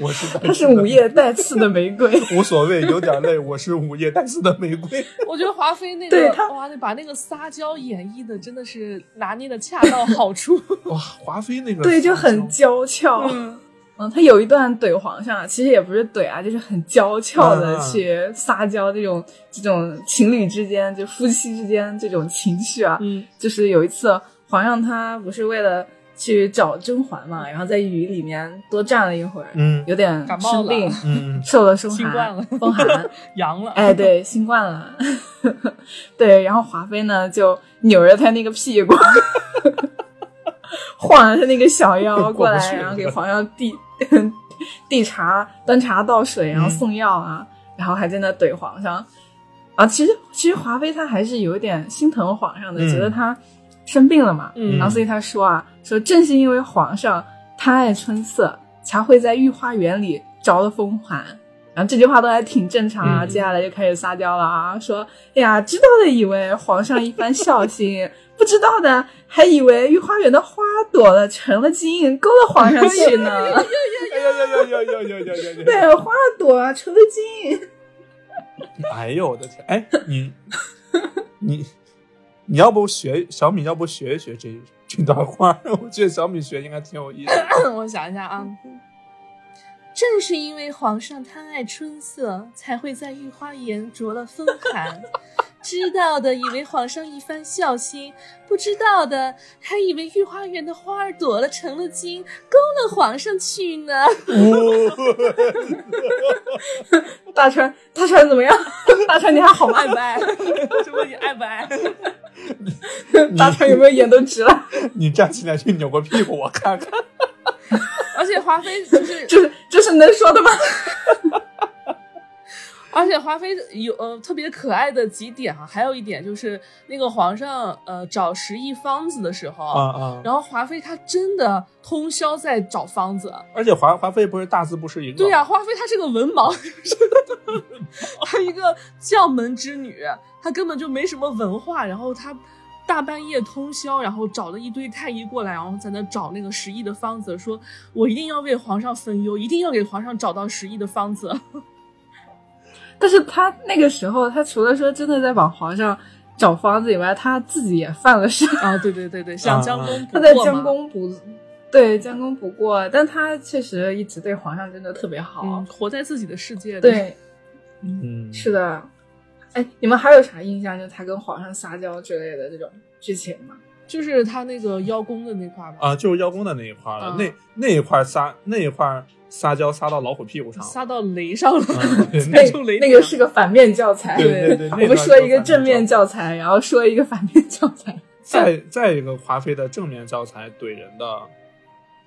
[SPEAKER 3] 我是单
[SPEAKER 4] 他是
[SPEAKER 3] 身的
[SPEAKER 4] 午夜带刺的玫瑰。
[SPEAKER 3] 无所谓，有点累。我是午夜单丝的玫瑰。
[SPEAKER 2] 我觉得华妃那
[SPEAKER 4] 对
[SPEAKER 2] 个
[SPEAKER 4] 她
[SPEAKER 2] 哇，那把那个撒娇演绎的真的是拿捏的恰到好处。
[SPEAKER 3] 哇，华妃那个
[SPEAKER 4] 对，就
[SPEAKER 3] 撒娇
[SPEAKER 4] 很娇俏。
[SPEAKER 2] 嗯
[SPEAKER 4] 嗯，他有一段怼皇上，其实也不是怼啊，就是很娇俏的
[SPEAKER 3] 嗯嗯
[SPEAKER 4] 去撒娇这种、这种情侣之间，就夫妻之间这种情绪啊。
[SPEAKER 2] 嗯
[SPEAKER 4] 就是有一次，皇上他不是为了去找甄嬛嘛，然后在雨里面多站了一会儿，
[SPEAKER 3] 嗯
[SPEAKER 4] 有点
[SPEAKER 2] 感冒
[SPEAKER 4] 生
[SPEAKER 2] 了
[SPEAKER 4] 病，
[SPEAKER 3] 嗯
[SPEAKER 4] 受了风寒，
[SPEAKER 2] 新冠了
[SPEAKER 4] 风寒。
[SPEAKER 2] 阳了。
[SPEAKER 4] 哎，对，新冠了。 对，然后华妃呢就扭着她那个屁股， 晃着她那个小腰过
[SPEAKER 3] 过不
[SPEAKER 4] 来，
[SPEAKER 3] 去
[SPEAKER 4] 然后给皇上递 递茶、端茶倒水，然后
[SPEAKER 3] 嗯
[SPEAKER 4] 送药啊，然后还在那怼皇上。啊，其实其实华妃她还是有点心疼皇上的，
[SPEAKER 3] 嗯
[SPEAKER 4] 觉得他生病了嘛，
[SPEAKER 2] 嗯
[SPEAKER 4] 然后所以她说啊，说正是因为皇上贪爱春色，才会在御花园里着了风寒。然后这句话都还挺正常啊，
[SPEAKER 3] 嗯
[SPEAKER 4] 接下来就开始撒娇了啊，说哎呀，知道的以为皇上一番孝心，不知道的还以为御花园的花朵了成了精，勾了皇上去 呢。
[SPEAKER 3] 哎 呀呀呀呀呀呀呀呀！
[SPEAKER 4] 对，花朵啊成了精，
[SPEAKER 3] 哎呦我的天！哎，你你你要不学小米，要不学一学这这段话？我觉得小米学应该挺有意思的。
[SPEAKER 2] 我想一下啊，正是因为皇上贪爱春色，才会在御花园着了风寒。知道的以为皇上一番孝心，不知道的还以为御花园的花儿朵了成了精，勾了皇上去呢。
[SPEAKER 4] 大川，大川怎么样？ 大川你还好 吗？
[SPEAKER 2] 爱不爱？ 这问你爱不 爱？
[SPEAKER 4] 大川有没有眼都直了？
[SPEAKER 3] 你站起来去扭个屁股，我看看。
[SPEAKER 2] 而且华妃就是
[SPEAKER 4] 这这是能说的吗？
[SPEAKER 2] 而且华妃有呃特别可爱的几点哈、还有一点就是那个皇上呃找十亿方子的时候，
[SPEAKER 3] 啊啊！
[SPEAKER 2] 然后华妃她真的通宵在找方子。啊
[SPEAKER 3] 而且华华妃不是大字不识一个，
[SPEAKER 2] 对呀、华妃她是个文盲， 她一个将门之女，她根本就没什么文化，然后她。大半夜通宵，然后找了一堆太医过来，然后在那找那个十亿的方子，说我一定要为皇上分忧，一定要给皇上找到十亿的方子。
[SPEAKER 4] 但是他那个时候，他除了说真的在往皇上找方子以外，他自己也犯了事，
[SPEAKER 2] 啊，对对对对，像江
[SPEAKER 3] 啊
[SPEAKER 2] 公不
[SPEAKER 4] 他在
[SPEAKER 2] 过嘛
[SPEAKER 4] 将功补，对将功补过，但他确实一直对皇上真的特别好。
[SPEAKER 2] 嗯，活在自己的世界里。
[SPEAKER 4] 对，
[SPEAKER 3] 嗯，
[SPEAKER 4] 是的。哎，你们还有啥印象？就他跟皇上撒娇之类的这种剧情吗？
[SPEAKER 2] 就是他那个邀功的那块儿吧，
[SPEAKER 3] 啊，就是邀功的那一块儿了，
[SPEAKER 2] 啊
[SPEAKER 3] 那那一块儿撒那一块儿撒娇撒到老虎屁股上了，
[SPEAKER 2] 撒到雷上了，
[SPEAKER 3] 嗯 对
[SPEAKER 2] 踩出雷
[SPEAKER 4] 那个
[SPEAKER 2] 点
[SPEAKER 4] 是个反面教材，
[SPEAKER 3] 对对对 那
[SPEAKER 4] 我们
[SPEAKER 3] 段
[SPEAKER 4] 说
[SPEAKER 3] 是
[SPEAKER 4] 一个
[SPEAKER 3] 反面
[SPEAKER 4] 正面
[SPEAKER 3] 教
[SPEAKER 4] 教材，然后说一个反面教材。
[SPEAKER 3] 再再一个，华妃的正面教材怼人的，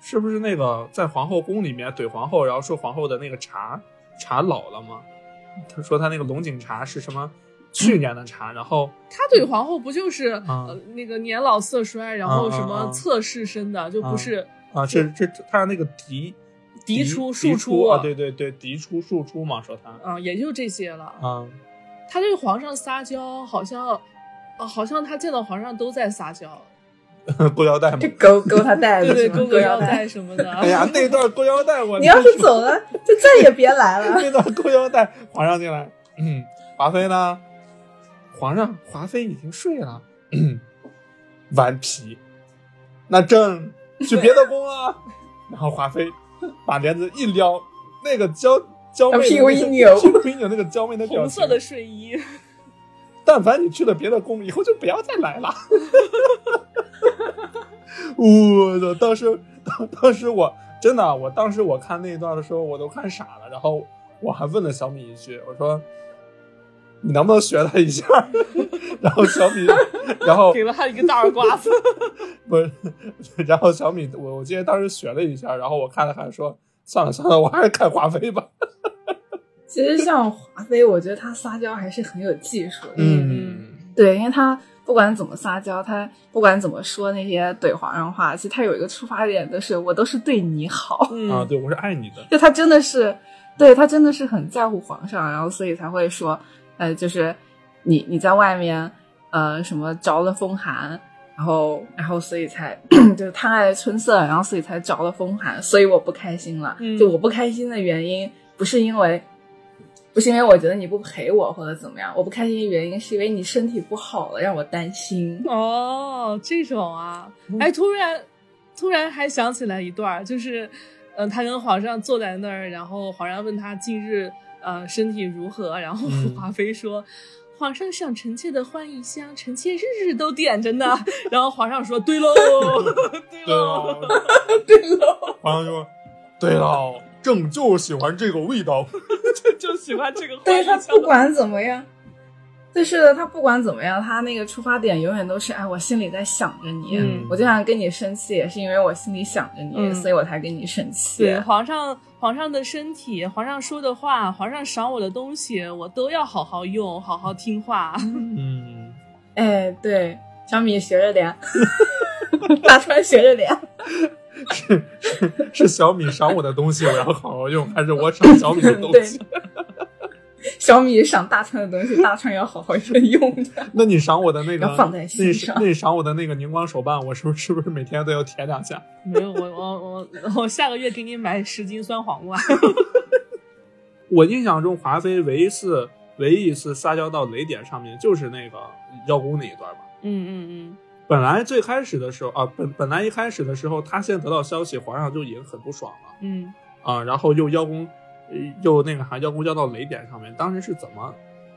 [SPEAKER 3] 是不是那个在皇后宫里面怼皇后，然后说皇后的那个茶茶老了吗？他说他那个龙井茶是什么去年的茶，然后
[SPEAKER 2] 他对皇后不就是、
[SPEAKER 3] 啊
[SPEAKER 2] 呃那个年老色衰，然后什
[SPEAKER 3] 啊啊
[SPEAKER 2] 么
[SPEAKER 3] 啊
[SPEAKER 2] 测试生的，就不是
[SPEAKER 3] 啊，这这他那个嫡
[SPEAKER 2] 嫡出庶
[SPEAKER 3] 嫡
[SPEAKER 2] 出
[SPEAKER 3] 啊，对对对，嫡出庶出嘛，说他
[SPEAKER 2] 啊、也就这些了。
[SPEAKER 3] 啊，
[SPEAKER 2] 他对皇上撒娇，好像，呃，好像他见到皇上都在撒娇，
[SPEAKER 3] 勾啊腰带嘛
[SPEAKER 4] 这，勾勾他带
[SPEAKER 2] 对哎对，
[SPEAKER 4] 子，
[SPEAKER 2] 啊
[SPEAKER 4] 什么
[SPEAKER 2] 勾个腰
[SPEAKER 4] 带。
[SPEAKER 2] 带什么的。
[SPEAKER 3] 哎呀，那段勾腰带我，
[SPEAKER 4] 你要是走了，就再也别来 了。
[SPEAKER 3] 那段勾腰带，皇上进来，嗯，华妃呢？皇上，华妃已经睡了，嗯顽皮，那朕去别的宫啊。然后华妃把帘子一撩，那个娇娇媚的
[SPEAKER 4] 屁股一
[SPEAKER 3] 那个
[SPEAKER 4] 扭
[SPEAKER 3] 屁股一扭那个娇媚的表情，
[SPEAKER 2] 红色的睡衣，
[SPEAKER 3] 但凡你去了别的宫，以后就不要再来了。 我操！当时，当当时我真的，啊我当时我看那一段的时候，我都看傻了。然后我还问了小米一句，我说：“你能不能学他一下？” 然后小米，然后
[SPEAKER 2] 给了他一个大耳刮 子。
[SPEAKER 3] 不是，然后小米，我我记得当时学了一下，然后我看了看，说：“算了算了，我还是看华妃吧。
[SPEAKER 4] 其实像华妃，我觉得她撒娇还是很有技术的。
[SPEAKER 2] 嗯
[SPEAKER 4] 对，因为她不管怎么撒娇，她不管怎么说那些怼皇上话，其实她有一个出发点，就是我都是对你好。
[SPEAKER 2] 嗯
[SPEAKER 3] 啊，对，我是爱你的。
[SPEAKER 4] 就她真的是，对她真的是很在乎皇上，然后所以才会说，呃，就是你你在外面，呃，什么着了风寒。然后，然后，所以才 就是贪爱春色，然后所以才着了风寒，所以我不开心了。
[SPEAKER 2] 嗯
[SPEAKER 4] 就我不开心的原因，不是因为，不是因为我觉得你不陪我或者怎么样，我不开心的原因是因为你身体不好了，让我担心。
[SPEAKER 2] 哦，这种啊，哎，突然突然还想起来一段儿，就是，嗯、他跟皇上坐在那儿，然后皇上问他近日呃身体如何，然后
[SPEAKER 3] 嗯
[SPEAKER 2] 华妃说。皇上想臣妾的欢宜香，臣妾日日都点着呢。 然后皇上说：“对喽，对
[SPEAKER 3] 对哦
[SPEAKER 2] 喽。
[SPEAKER 3] 喽，对喽。皇上就说：“对喽，朕就喜欢这个味道。
[SPEAKER 2] 就喜欢这个 欢
[SPEAKER 4] 对
[SPEAKER 2] 宜
[SPEAKER 4] 他
[SPEAKER 2] 香。
[SPEAKER 4] 不管怎么样，对，是的，他不管怎么样，他那个出发点永远都是，哎，我心里在想着你，
[SPEAKER 2] 嗯
[SPEAKER 4] 我就想跟你生气，也是因为我心里想着你，
[SPEAKER 2] 嗯
[SPEAKER 4] 所以我才跟你生气。
[SPEAKER 2] 对皇上，皇上的身体，皇上说的话，皇上赏我的东西，我都要好好用，好好听话。
[SPEAKER 3] 嗯，
[SPEAKER 4] 哎，对，小米学着点， 大川学着点。
[SPEAKER 3] 是是是小米赏我的东西，我要好好用，还是我赏小米的东 西？
[SPEAKER 4] 小米赏大川的东西，大川要好好用的。
[SPEAKER 3] 那你赏我的那个，
[SPEAKER 4] 要放在心
[SPEAKER 3] 那
[SPEAKER 4] 上
[SPEAKER 3] 那你赏我的那个荧光手办，我是不是是不是每天都要舔两下？
[SPEAKER 2] 没有，我我我我 下个月给你买十斤酸黄瓜。
[SPEAKER 3] 我印象中，华妃唯一一次唯一一次撒娇到雷点上面，就是那个邀功那一段吧。
[SPEAKER 2] 嗯嗯
[SPEAKER 3] 本来最开始的时候啊，本本来一开始的时候，她先得到消息，皇上就已经很不爽了。
[SPEAKER 2] 嗯
[SPEAKER 3] 啊，然后又邀功，呃又那个啥，邀功邀到雷点上面，当时是怎么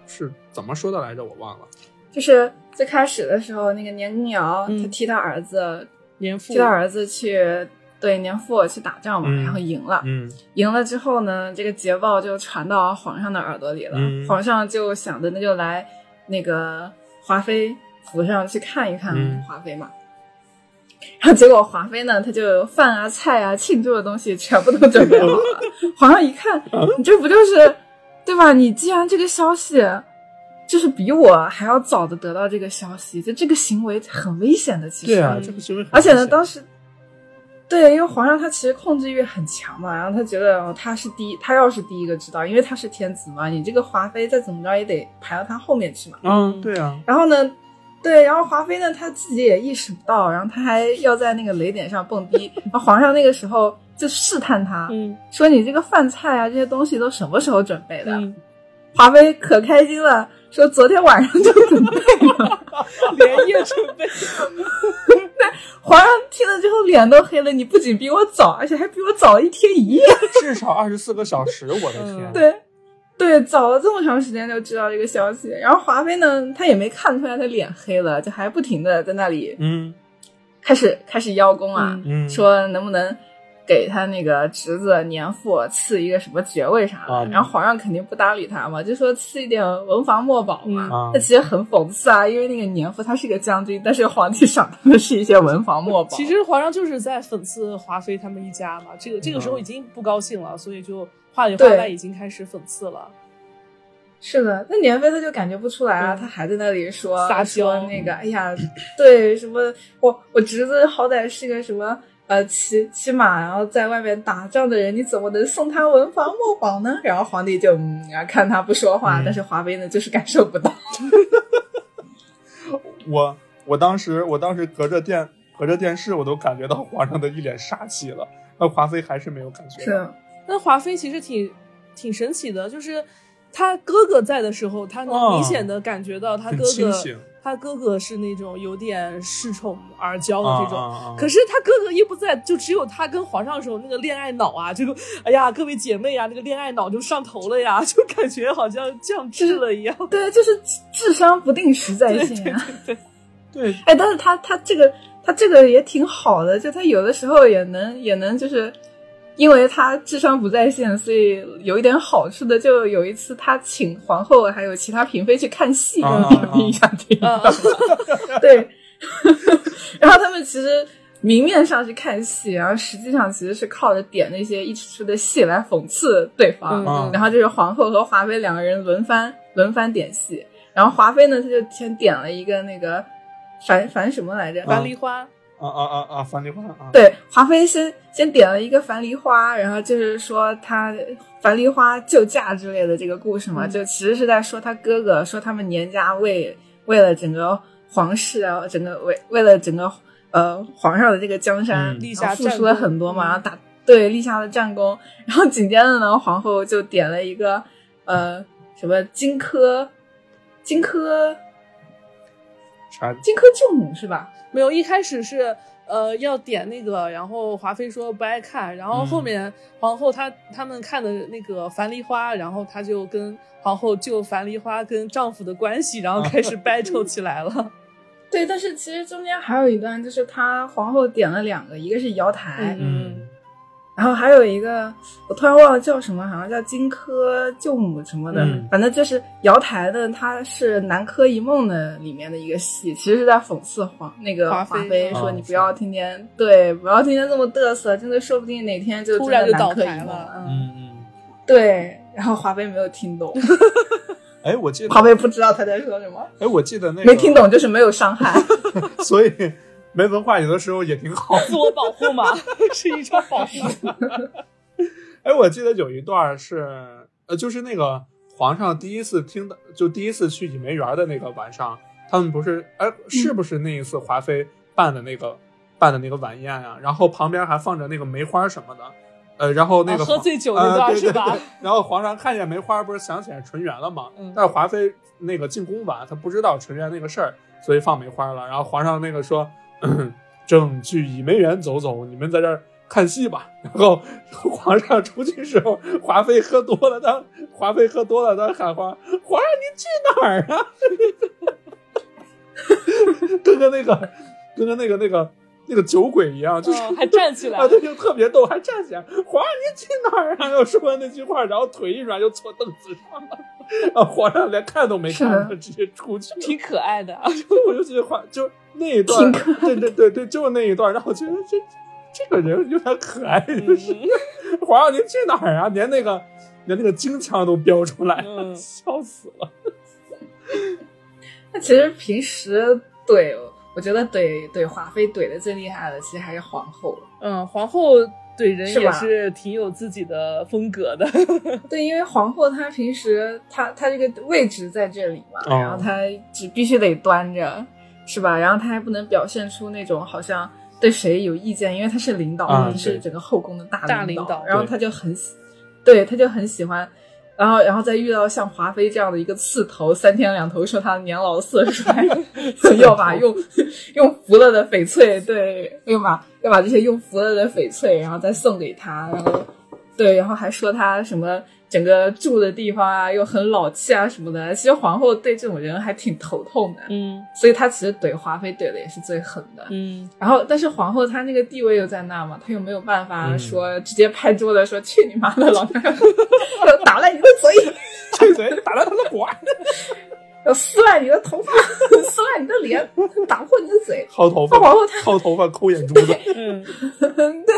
[SPEAKER 3] 是怎么说的来着？我忘了。
[SPEAKER 4] 就是最开始的时候，那个年羹尧
[SPEAKER 2] 嗯
[SPEAKER 4] 他替他儿子，
[SPEAKER 2] 嗯，年父
[SPEAKER 4] 替他儿子去对年父去打仗嘛，
[SPEAKER 3] 嗯
[SPEAKER 4] 然后赢了。
[SPEAKER 3] 嗯
[SPEAKER 4] 赢了之后呢，这个捷报就传到皇上的耳朵里了。
[SPEAKER 3] 嗯
[SPEAKER 4] 皇上就想着那就来那个华妃府上去看一看
[SPEAKER 3] 嗯
[SPEAKER 4] 华妃嘛。然后结果华妃呢，她就饭啊、菜啊、庆祝的东西全部都准备好了。皇上一看，你这不就是对吧？你既然这个消息，就是比我还要早的得到这个消息，就这个行为很危险的，其实。
[SPEAKER 3] 对啊，
[SPEAKER 2] 嗯
[SPEAKER 3] 这个行为很
[SPEAKER 4] 而且
[SPEAKER 3] 危
[SPEAKER 4] 呢，
[SPEAKER 3] 险
[SPEAKER 4] 当时，对，因为皇上他其实控制欲很强嘛，然后他觉得、哦、他是第一，他要是第一个知道，因为他是天子嘛，你这个华妃再怎么着也得排到他后面去嘛。
[SPEAKER 3] 嗯，对啊，
[SPEAKER 4] 然后呢，对，然后华妃呢，她自己也意识不到，然后她还要在那个雷点上蹦迪。然后皇上那个时候就试探
[SPEAKER 3] 啊
[SPEAKER 4] 她，
[SPEAKER 2] 嗯
[SPEAKER 4] 说：“你这个饭菜啊，这些东西都什么时候准备的？”
[SPEAKER 2] 嗯，
[SPEAKER 4] 华妃可开心了，说：“昨天晚上就 准备了。
[SPEAKER 2] 连夜准备，”
[SPEAKER 4] 皇上听了之后脸都黑了，你不仅比我早，而且还比我早了一天一夜。
[SPEAKER 3] 至少二十四个小时，我的天，
[SPEAKER 2] 嗯
[SPEAKER 4] 对。对，早了这么长时间就知道这个消息，然后华妃呢，她也没看出来她脸黑了，就还不停的在那里
[SPEAKER 3] 嗯
[SPEAKER 4] 开始开始邀功啊，
[SPEAKER 2] 嗯
[SPEAKER 3] 嗯，
[SPEAKER 4] 说能不能给他那个侄子年父赐一个什么爵位啥的，
[SPEAKER 3] 啊
[SPEAKER 4] 然后皇上肯定不搭理他嘛，就说赐一点文房墨宝
[SPEAKER 2] 嗯
[SPEAKER 4] 嘛。
[SPEAKER 3] 啊
[SPEAKER 4] 那，其实很讽刺啊，因为那个年父他是个将军，但是皇帝赏他们是一些文房墨宝。
[SPEAKER 2] 其实皇上就是在讽刺华妃他们一家嘛，这个这个
[SPEAKER 3] 嗯
[SPEAKER 2] 时候已经不高兴了，所以就话里话
[SPEAKER 4] 对
[SPEAKER 2] 外已经开始讽刺了。
[SPEAKER 4] 是的，那年妃她就感觉不出来啊，
[SPEAKER 2] 嗯
[SPEAKER 4] 她还在那里说
[SPEAKER 2] 撒娇
[SPEAKER 4] 说那个，哎呀，对什么，我我侄子好歹是个什么呃骑骑马然后在外面打仗的人，你怎么能送他文房墨宝呢？然后皇帝就嗯，然后看他不说话，
[SPEAKER 3] 嗯
[SPEAKER 4] 但是华妃呢就是感受不到，
[SPEAKER 3] 我我当时我当时隔着电隔着电视，我都感觉到皇上的一脸杀气了，那华妃还是没有感觉。
[SPEAKER 4] 是
[SPEAKER 2] 那华妃其实挺挺神奇的，就是她哥哥在的时候，她能
[SPEAKER 3] 哦
[SPEAKER 2] 明显的感觉到她
[SPEAKER 3] 很
[SPEAKER 2] 哥
[SPEAKER 3] 清
[SPEAKER 2] 哥
[SPEAKER 3] 醒，
[SPEAKER 2] 她哥哥是那种有点恃宠而骄的这种。
[SPEAKER 3] 啊啊
[SPEAKER 2] 可是她哥哥一不在，就只有她跟皇上的时候那个恋爱脑啊，这个哎呀，各位姐妹啊，那个恋爱脑就上头了呀，就感觉好像降智了一 样。
[SPEAKER 4] 对，就是智商不定时在
[SPEAKER 2] 对
[SPEAKER 4] 线
[SPEAKER 2] 对
[SPEAKER 4] 啊。
[SPEAKER 2] 对对，
[SPEAKER 3] 对，
[SPEAKER 4] 哎，但是他他这个他这个也挺好的，就他有的时候也能也能就是，因为他智商不在线，所以有一点好处的。就有一次他请皇后还有其他嫔妃去看戏，
[SPEAKER 3] 啊啊啊
[SPEAKER 4] 我印象挺
[SPEAKER 2] 啊，
[SPEAKER 4] 对。 然后他们其实明面上是看戏，然后实际上其实是靠着点那些一出出的戏来讽刺对方。
[SPEAKER 2] 嗯
[SPEAKER 3] 啊
[SPEAKER 4] 然后就是皇后和华妃两个人轮番轮番点戏，然后华妃呢，她就先点了一个那个樊樊什么来着？
[SPEAKER 2] 樊梨花，
[SPEAKER 3] 啊啊啊啊！樊梨花啊，
[SPEAKER 4] 对，华妃先先点了一个樊梨花，然后就是说她樊梨花救驾之类的这个故事嘛，
[SPEAKER 2] 嗯
[SPEAKER 4] 就其实是在说她哥哥，说他们年家为为了整个皇室啊，整个为为了整个呃皇上的这个江山，
[SPEAKER 3] 嗯
[SPEAKER 2] 立
[SPEAKER 4] 然
[SPEAKER 2] 下
[SPEAKER 4] 后付
[SPEAKER 2] 战
[SPEAKER 4] 出了
[SPEAKER 2] 功
[SPEAKER 4] 很多嘛，
[SPEAKER 2] 嗯
[SPEAKER 4] 然后打对立下了战功，然后紧接着呢，皇后就点了一个呃什么荆轲，荆轲
[SPEAKER 3] 啥？
[SPEAKER 4] 荆轲救母是吧？
[SPEAKER 2] 没有，一开始是呃要点那个，然后华妃说不爱看，然后
[SPEAKER 3] 嗯
[SPEAKER 2] 后面皇后她他们看的那个樊梨花，然后她就跟皇后就樊梨花跟丈夫的关系，然后开 始 battle 起来了。
[SPEAKER 4] 对，但是其实中间还有一段，就是她皇后点了两个，一个是瑶台，
[SPEAKER 2] 嗯，
[SPEAKER 4] 然后还有一个我突然忘了叫什么，好像叫荆轲救母什么的，
[SPEAKER 3] 嗯
[SPEAKER 4] 反正就是瑶台的，它是《南柯一梦》的里面的一个戏，其实是在讽刺皇那个
[SPEAKER 2] 华
[SPEAKER 4] 华
[SPEAKER 2] 妃
[SPEAKER 4] 妃
[SPEAKER 2] 啊
[SPEAKER 3] 哦
[SPEAKER 4] 说你不要天天、对，不要天天这么嘚瑟，真的说不定哪天就
[SPEAKER 2] 突
[SPEAKER 4] 真
[SPEAKER 2] 然就
[SPEAKER 4] 的南
[SPEAKER 2] 倒
[SPEAKER 4] 柯一
[SPEAKER 2] 台
[SPEAKER 4] 梦
[SPEAKER 2] 了。。嗯，
[SPEAKER 3] 嗯嗯。
[SPEAKER 4] 对，然后华妃没有听 懂，
[SPEAKER 3] 哎，我记得
[SPEAKER 4] 华，妃不知道她在说什么，
[SPEAKER 3] 哎，我记得那个
[SPEAKER 4] 没听，懂就是没有伤害。
[SPEAKER 3] 所以没文化有的时候也挺好。
[SPEAKER 2] 自我保护嘛， 是一种保护。
[SPEAKER 3] 哎，我记得有一段是，呃，就是那个皇上第一次听到，就第一次去倚梅园的那个晚上，他们不是，哎，是
[SPEAKER 2] 嗯
[SPEAKER 3] 不是那一次华妃办的那个、办的那个晚宴啊？然后旁边还放着那个梅花什么的，呃，然后那个
[SPEAKER 2] 啊喝
[SPEAKER 3] 皇、
[SPEAKER 2] 醉酒那
[SPEAKER 3] 啊
[SPEAKER 2] 段
[SPEAKER 3] 对
[SPEAKER 2] 是吧
[SPEAKER 3] 对对然后皇上看见梅花，不是想起来纯元了吗？
[SPEAKER 2] 嗯
[SPEAKER 3] 但是华妃那个进宫晚，她不知道纯元那个事儿，所以放梅花了。然后皇上那个说， 嗯正去倚梅园走走，你们在这儿看戏吧。然后 皇上出去时候，华妃喝多了，他华妃喝多了，他喊皇上皇上您去哪儿啊？ 跟个那个跟个那个那个那个酒鬼一样，就是、
[SPEAKER 2] 嗯，还站起来
[SPEAKER 3] 啊，，对，就特别逗，还站起来，皇上您去哪儿啊？又 说完那句话，然后腿一软就坐凳子上了，啊，皇上连看都没看，
[SPEAKER 4] 是
[SPEAKER 3] 他直接出去了。
[SPEAKER 2] 挺可爱的。啊
[SPEAKER 3] 我就觉得皇就那一段，
[SPEAKER 4] 挺
[SPEAKER 3] 对对对对，就那一段，让我觉得这这个人有点可爱，就是、
[SPEAKER 2] 嗯
[SPEAKER 3] 皇上您去哪儿啊？连那个连那个京腔都飙出来了，
[SPEAKER 2] 嗯
[SPEAKER 3] 笑死了。
[SPEAKER 4] 那其实平时怼，我觉得怼怼华妃怼的最厉害的，其实还是皇后。
[SPEAKER 2] 嗯，皇后怼人
[SPEAKER 4] 是
[SPEAKER 2] 也
[SPEAKER 4] 吧
[SPEAKER 2] 是挺有自己的风格的。
[SPEAKER 4] 对，因为皇后她平时她她这个位置在这里嘛，
[SPEAKER 3] 哦
[SPEAKER 4] 然后她只必须得端着，是吧？然后她还不能表现出那种好像对谁有意见，因为她是领导，
[SPEAKER 3] 啊
[SPEAKER 4] 她
[SPEAKER 3] 对
[SPEAKER 4] 是整个后宫的大领
[SPEAKER 2] 大领导
[SPEAKER 4] 然后
[SPEAKER 3] 对
[SPEAKER 4] 她就很喜，对，她就很喜欢。然后，然后再遇到像华妃这样的一个刺头，三天两头说她年老色衰， 就要把用用服了的翡翠，对，要把要把这些用服了的翡翠，然后再送给她，然后对，然后还说她什么整个住的地方啊，又很老气啊什么的。其实皇后对这种人还挺头痛的，
[SPEAKER 2] 嗯
[SPEAKER 4] 所以她其实怼华妃怼的也是最狠的。
[SPEAKER 2] 嗯，
[SPEAKER 4] 然后，但是皇后她那个地位又在那嘛，她又没有办法
[SPEAKER 3] 嗯
[SPEAKER 4] 说直接拍桌子说“去你妈的，老娘 要打烂你的嘴”。
[SPEAKER 3] 吹嘴打烂他的管儿，
[SPEAKER 4] 要撕烂你的头发， 撕烂你的脸， 打破你的 嘴。
[SPEAKER 3] 薅头
[SPEAKER 4] 那
[SPEAKER 3] 发，
[SPEAKER 4] 皇后她
[SPEAKER 3] 薅头发，抠眼珠子。
[SPEAKER 2] 嗯，
[SPEAKER 4] 对，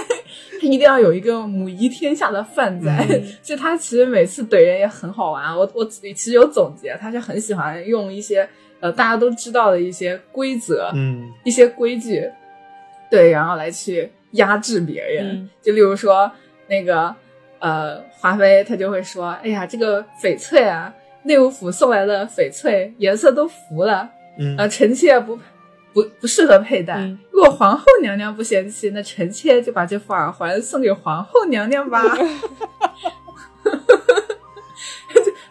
[SPEAKER 4] 她一定要有一个母仪天下的范在，所以她其实每次怼人也很好玩。我我其实有总结，她是很喜欢用一些呃大家都知道的一些规则、
[SPEAKER 3] 嗯，
[SPEAKER 4] 一些规矩，对，然后来去压制别人。
[SPEAKER 2] 嗯
[SPEAKER 4] 就例如说那个呃，华妃她就会说：“哎呀，这个翡翠啊，内务府送来的翡翠颜色都服了。”
[SPEAKER 3] 嗯
[SPEAKER 2] 啊
[SPEAKER 4] 呃，臣妾不不不适合佩戴。
[SPEAKER 2] 嗯
[SPEAKER 4] 如果皇后娘娘不嫌弃，那臣妾就把这副耳环送给皇后娘娘吧。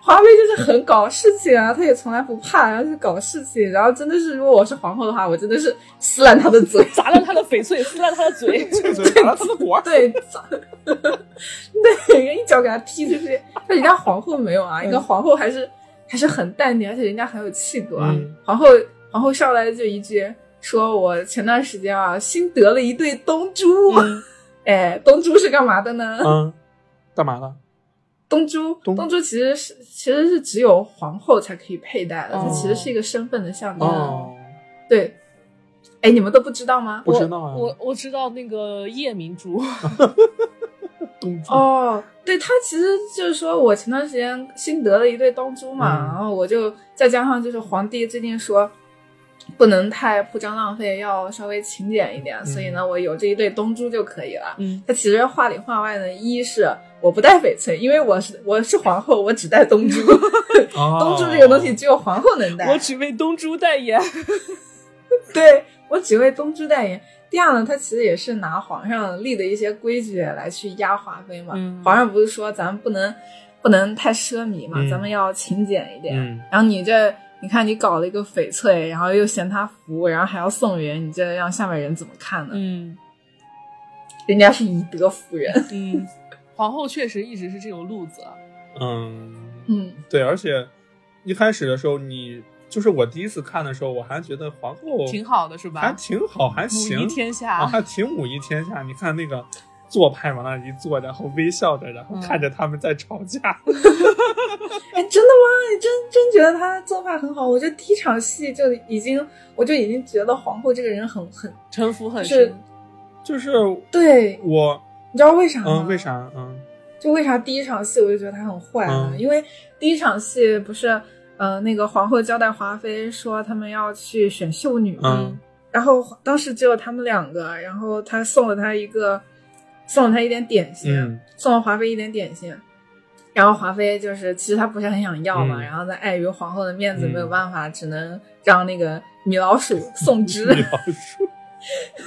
[SPEAKER 4] 华妃就是很搞事情啊，她也从来不怕，然后就搞事情，然后真的是，如果我是皇后的话，我真的是撕烂她的嘴。
[SPEAKER 2] 砸烂他的翡翠，撕烂他的嘴。
[SPEAKER 3] 吹嘴打烂他的管儿。
[SPEAKER 4] 对，砸对，一脚给她踢出去。但人家皇后没有啊，
[SPEAKER 3] 嗯
[SPEAKER 4] 人家皇后还是还是很淡定，而且人家很有气度啊。
[SPEAKER 3] 嗯
[SPEAKER 4] 皇后皇后上来就一句说：“我前段时间啊，新得了一对东珠。
[SPEAKER 2] 嗯
[SPEAKER 4] 哎，东珠是干嘛的呢？
[SPEAKER 3] 嗯，干嘛呢？
[SPEAKER 4] 东珠，
[SPEAKER 3] 东
[SPEAKER 4] 东珠其实是其实是只有皇后才可以佩戴的，
[SPEAKER 2] 哦
[SPEAKER 4] 它其实是一个身份的
[SPEAKER 2] 嗯
[SPEAKER 4] 象征。啊
[SPEAKER 3] 哦，
[SPEAKER 4] 对，哎，你们都不知道吗？
[SPEAKER 3] 不知道啊。
[SPEAKER 2] 我我知道那个夜明珠，
[SPEAKER 3] 东珠
[SPEAKER 4] 哦，对，它其实就是说我前段时间新得了一对东珠嘛，
[SPEAKER 3] 嗯
[SPEAKER 4] 然后我就再加上就是皇帝最近说不能太铺张浪费，要稍微勤俭一点，所以呢，我有这一对东珠就可以了。
[SPEAKER 2] 嗯
[SPEAKER 4] 它其实话里话外呢，一是我不戴翡翠，因为我是我是皇后，我只戴 东珠，东珠这个东西，只有皇后能 戴。
[SPEAKER 2] 哦我只为东珠代言。
[SPEAKER 4] 对我只为东珠代言。第二呢，他其实也是拿皇上立的一些规矩来去压华妃嘛。
[SPEAKER 2] 嗯
[SPEAKER 4] 皇上不是说咱们不能不能太奢靡嘛，
[SPEAKER 3] 嗯
[SPEAKER 4] 咱们要勤俭一点。
[SPEAKER 3] 嗯
[SPEAKER 4] 然后你这，你看你搞了一个翡翠，然后又嫌它服，然后还要送人，你这让下面人怎么看呢？
[SPEAKER 2] 嗯
[SPEAKER 4] 人家是以德服人。
[SPEAKER 2] 嗯， 皇后确实一直是这种路子。啊。
[SPEAKER 3] 嗯，
[SPEAKER 4] 嗯，
[SPEAKER 3] 对，而且一开始的时候，你就是我第一次看的时候，我还觉得皇后
[SPEAKER 2] 挺，好的是吧？
[SPEAKER 3] 哦还挺好，还
[SPEAKER 2] 母仪
[SPEAKER 3] 行，
[SPEAKER 2] 天下，
[SPEAKER 3] 啊，还挺母仪天下。你看那个做派往那一坐，然后微笑着，然后
[SPEAKER 2] 嗯
[SPEAKER 3] 看着他们在吵架。
[SPEAKER 4] 哎，真的吗？你真真觉得他做饭很好？我这第一场戏就已经，我就已经觉得皇后这个人很很
[SPEAKER 2] 城府很
[SPEAKER 4] 是
[SPEAKER 2] 深。
[SPEAKER 3] 就是
[SPEAKER 4] 对，
[SPEAKER 3] 我，
[SPEAKER 4] 你知道为啥吗？
[SPEAKER 3] 嗯，为啥？嗯
[SPEAKER 4] 就为啥第一场戏我就觉得他很坏呢？
[SPEAKER 3] 嗯
[SPEAKER 4] 因为第一场戏不是，呃，那个皇后交代华妃说他们要去选秀女嘛，
[SPEAKER 3] 嗯
[SPEAKER 4] 然后当时只有他们两个，然后他送了她一个，送了她一点点心，
[SPEAKER 3] 嗯
[SPEAKER 4] 送了华妃一点点心。然后华妃就是，其实她不是很想要嘛，
[SPEAKER 3] 嗯
[SPEAKER 4] 然后但碍于皇后的面子
[SPEAKER 3] 嗯
[SPEAKER 4] 没有办法，只能让那个米老鼠 宋芝
[SPEAKER 3] 米老鼠，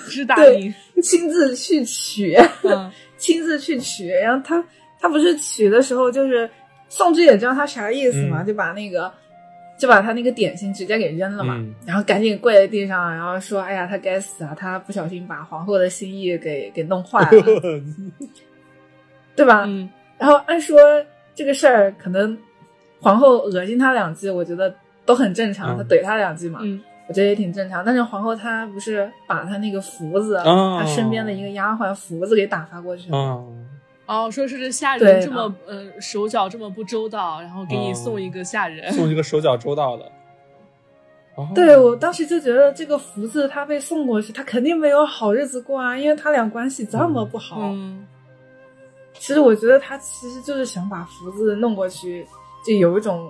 [SPEAKER 2] 知大
[SPEAKER 4] 对
[SPEAKER 2] 名。
[SPEAKER 4] 亲自去取。
[SPEAKER 2] 嗯
[SPEAKER 4] 亲自去取，然后他他不是取的时候，就是宋芝也知道他啥意思嘛，
[SPEAKER 3] 嗯
[SPEAKER 4] 就把那个就把他那个点心直接给扔了嘛，
[SPEAKER 3] 嗯
[SPEAKER 4] 然后赶紧跪在地上，然后说：“哎呀，他该死啊，他不小心把皇后的心意给给弄坏 了，对吧？”
[SPEAKER 2] 嗯
[SPEAKER 4] 然后按说这个事儿，可能皇后恶心他两句，我觉得都很正
[SPEAKER 3] 嗯
[SPEAKER 4] 常，他怼他两句嘛，
[SPEAKER 2] 嗯
[SPEAKER 4] 我觉得也挺正常。但是皇后她不是把她那个福子，
[SPEAKER 3] 哦
[SPEAKER 4] 她身边的一个丫鬟福子给打发过去了吗。
[SPEAKER 3] 嗯，
[SPEAKER 2] 哦，说是这下人
[SPEAKER 4] 对
[SPEAKER 2] 这么呃手脚这么不周到，然后给
[SPEAKER 3] 哦
[SPEAKER 2] 你送一个下人。
[SPEAKER 3] 嗯送一个手脚周到的。哦
[SPEAKER 4] 对我当时就觉得这个福字他被送
[SPEAKER 3] 嗯
[SPEAKER 4] 过去，他肯定没有好日子过啊，因为他俩关系这么不好。
[SPEAKER 2] 嗯
[SPEAKER 4] 其实我觉得他其实就是想把福子弄过去，就有一种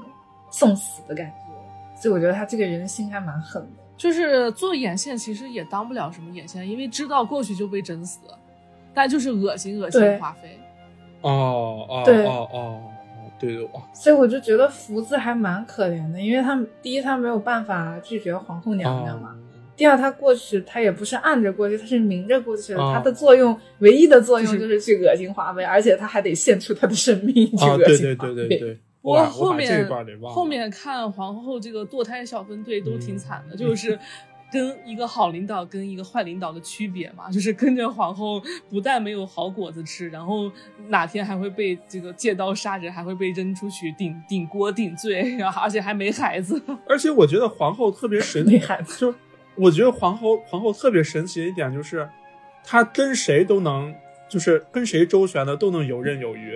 [SPEAKER 4] 送死的感觉。所以我觉得他这个人心还蛮狠的。
[SPEAKER 2] 就是做眼线，其实也当不了什么眼线，因为知道过去就被整死，但就是恶心恶心
[SPEAKER 4] 对
[SPEAKER 2] 华妃。
[SPEAKER 3] 哦哦
[SPEAKER 4] 对
[SPEAKER 3] 哦哦，对对哇，
[SPEAKER 4] 所以我就觉得福子还蛮可怜的，因为他第一他没有办法拒绝皇后娘娘嘛，
[SPEAKER 3] 哦
[SPEAKER 4] 第二他过去他也不是暗着过去，他是明着过去的，
[SPEAKER 3] 哦
[SPEAKER 4] 他的作用唯一的作用
[SPEAKER 2] 就是
[SPEAKER 4] 就是去恶心华妃，而且他还得献出他的生命去
[SPEAKER 3] 啊，
[SPEAKER 4] 恶
[SPEAKER 3] 对
[SPEAKER 4] 心
[SPEAKER 3] 对
[SPEAKER 4] 华妃。
[SPEAKER 3] 对对对，
[SPEAKER 2] 我
[SPEAKER 3] 哇
[SPEAKER 2] 后
[SPEAKER 3] 把这一
[SPEAKER 2] 面
[SPEAKER 3] 段给忘了。嗯
[SPEAKER 2] 后面看皇后这个堕胎小分队都挺惨的， 就是跟一个好领导跟一个坏领导的区别嘛，就是跟着皇后不但没有好果子吃，然后哪天还会被这个借刀杀人，还会被扔出去顶顶锅顶罪， 然后而且还没孩子。
[SPEAKER 3] 而且我觉得皇后特别神
[SPEAKER 4] 没孩子
[SPEAKER 3] 就是我觉得皇后皇后特别神奇的一点就是，她跟谁都能，就是跟谁周旋的都能游刃有余，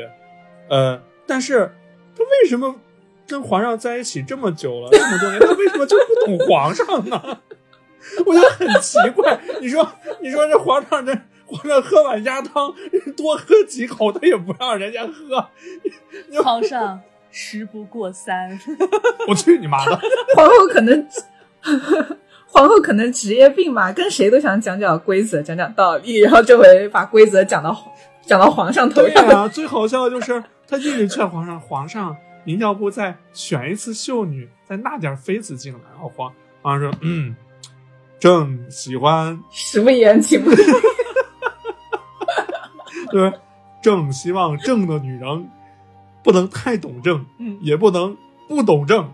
[SPEAKER 3] 呃，但是她为什么跟皇上在一起这么久了，这么多年，她为什么就不懂皇上呢？ 我觉得很奇怪。你说，你说这皇上这。皇上喝碗鸭汤，多喝几口，他也不让人家喝。
[SPEAKER 2] 皇上食不过三，
[SPEAKER 3] 我去你妈的！
[SPEAKER 4] 皇后可能，皇后可能职业病吧，跟谁都想讲讲规则，讲讲道理，然后这回把规则讲到讲到皇上头
[SPEAKER 3] 对啊
[SPEAKER 4] 上。
[SPEAKER 3] 呀、最好笑的就是他一直劝皇上，皇上，您要不再选一次秀女，再纳点妃子进来。然后皇皇上说，嗯，朕喜欢，
[SPEAKER 4] 食不言，寝不语。
[SPEAKER 3] 对，朕希望正的女人不能太懂朕，
[SPEAKER 2] 嗯
[SPEAKER 3] 也不能不懂朕。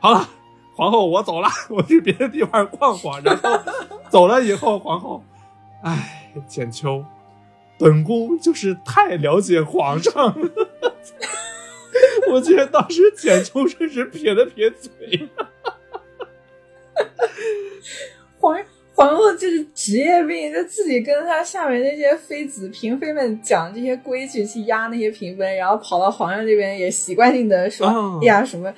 [SPEAKER 3] 好了，皇后，我走了， 我去别的地方逛逛。然后走了以后，皇后， 唉，简秋，本宫就是太了解皇上了。我记得当时简秋甚至撇了撇嘴，
[SPEAKER 4] 皇皇后就是职业病，就自己跟她下面那些妃子、嫔妃们讲这些规矩，去压那些嫔妃，然后跑到皇上这边也习惯性的说、
[SPEAKER 3] 嗯
[SPEAKER 4] 哎呀什么。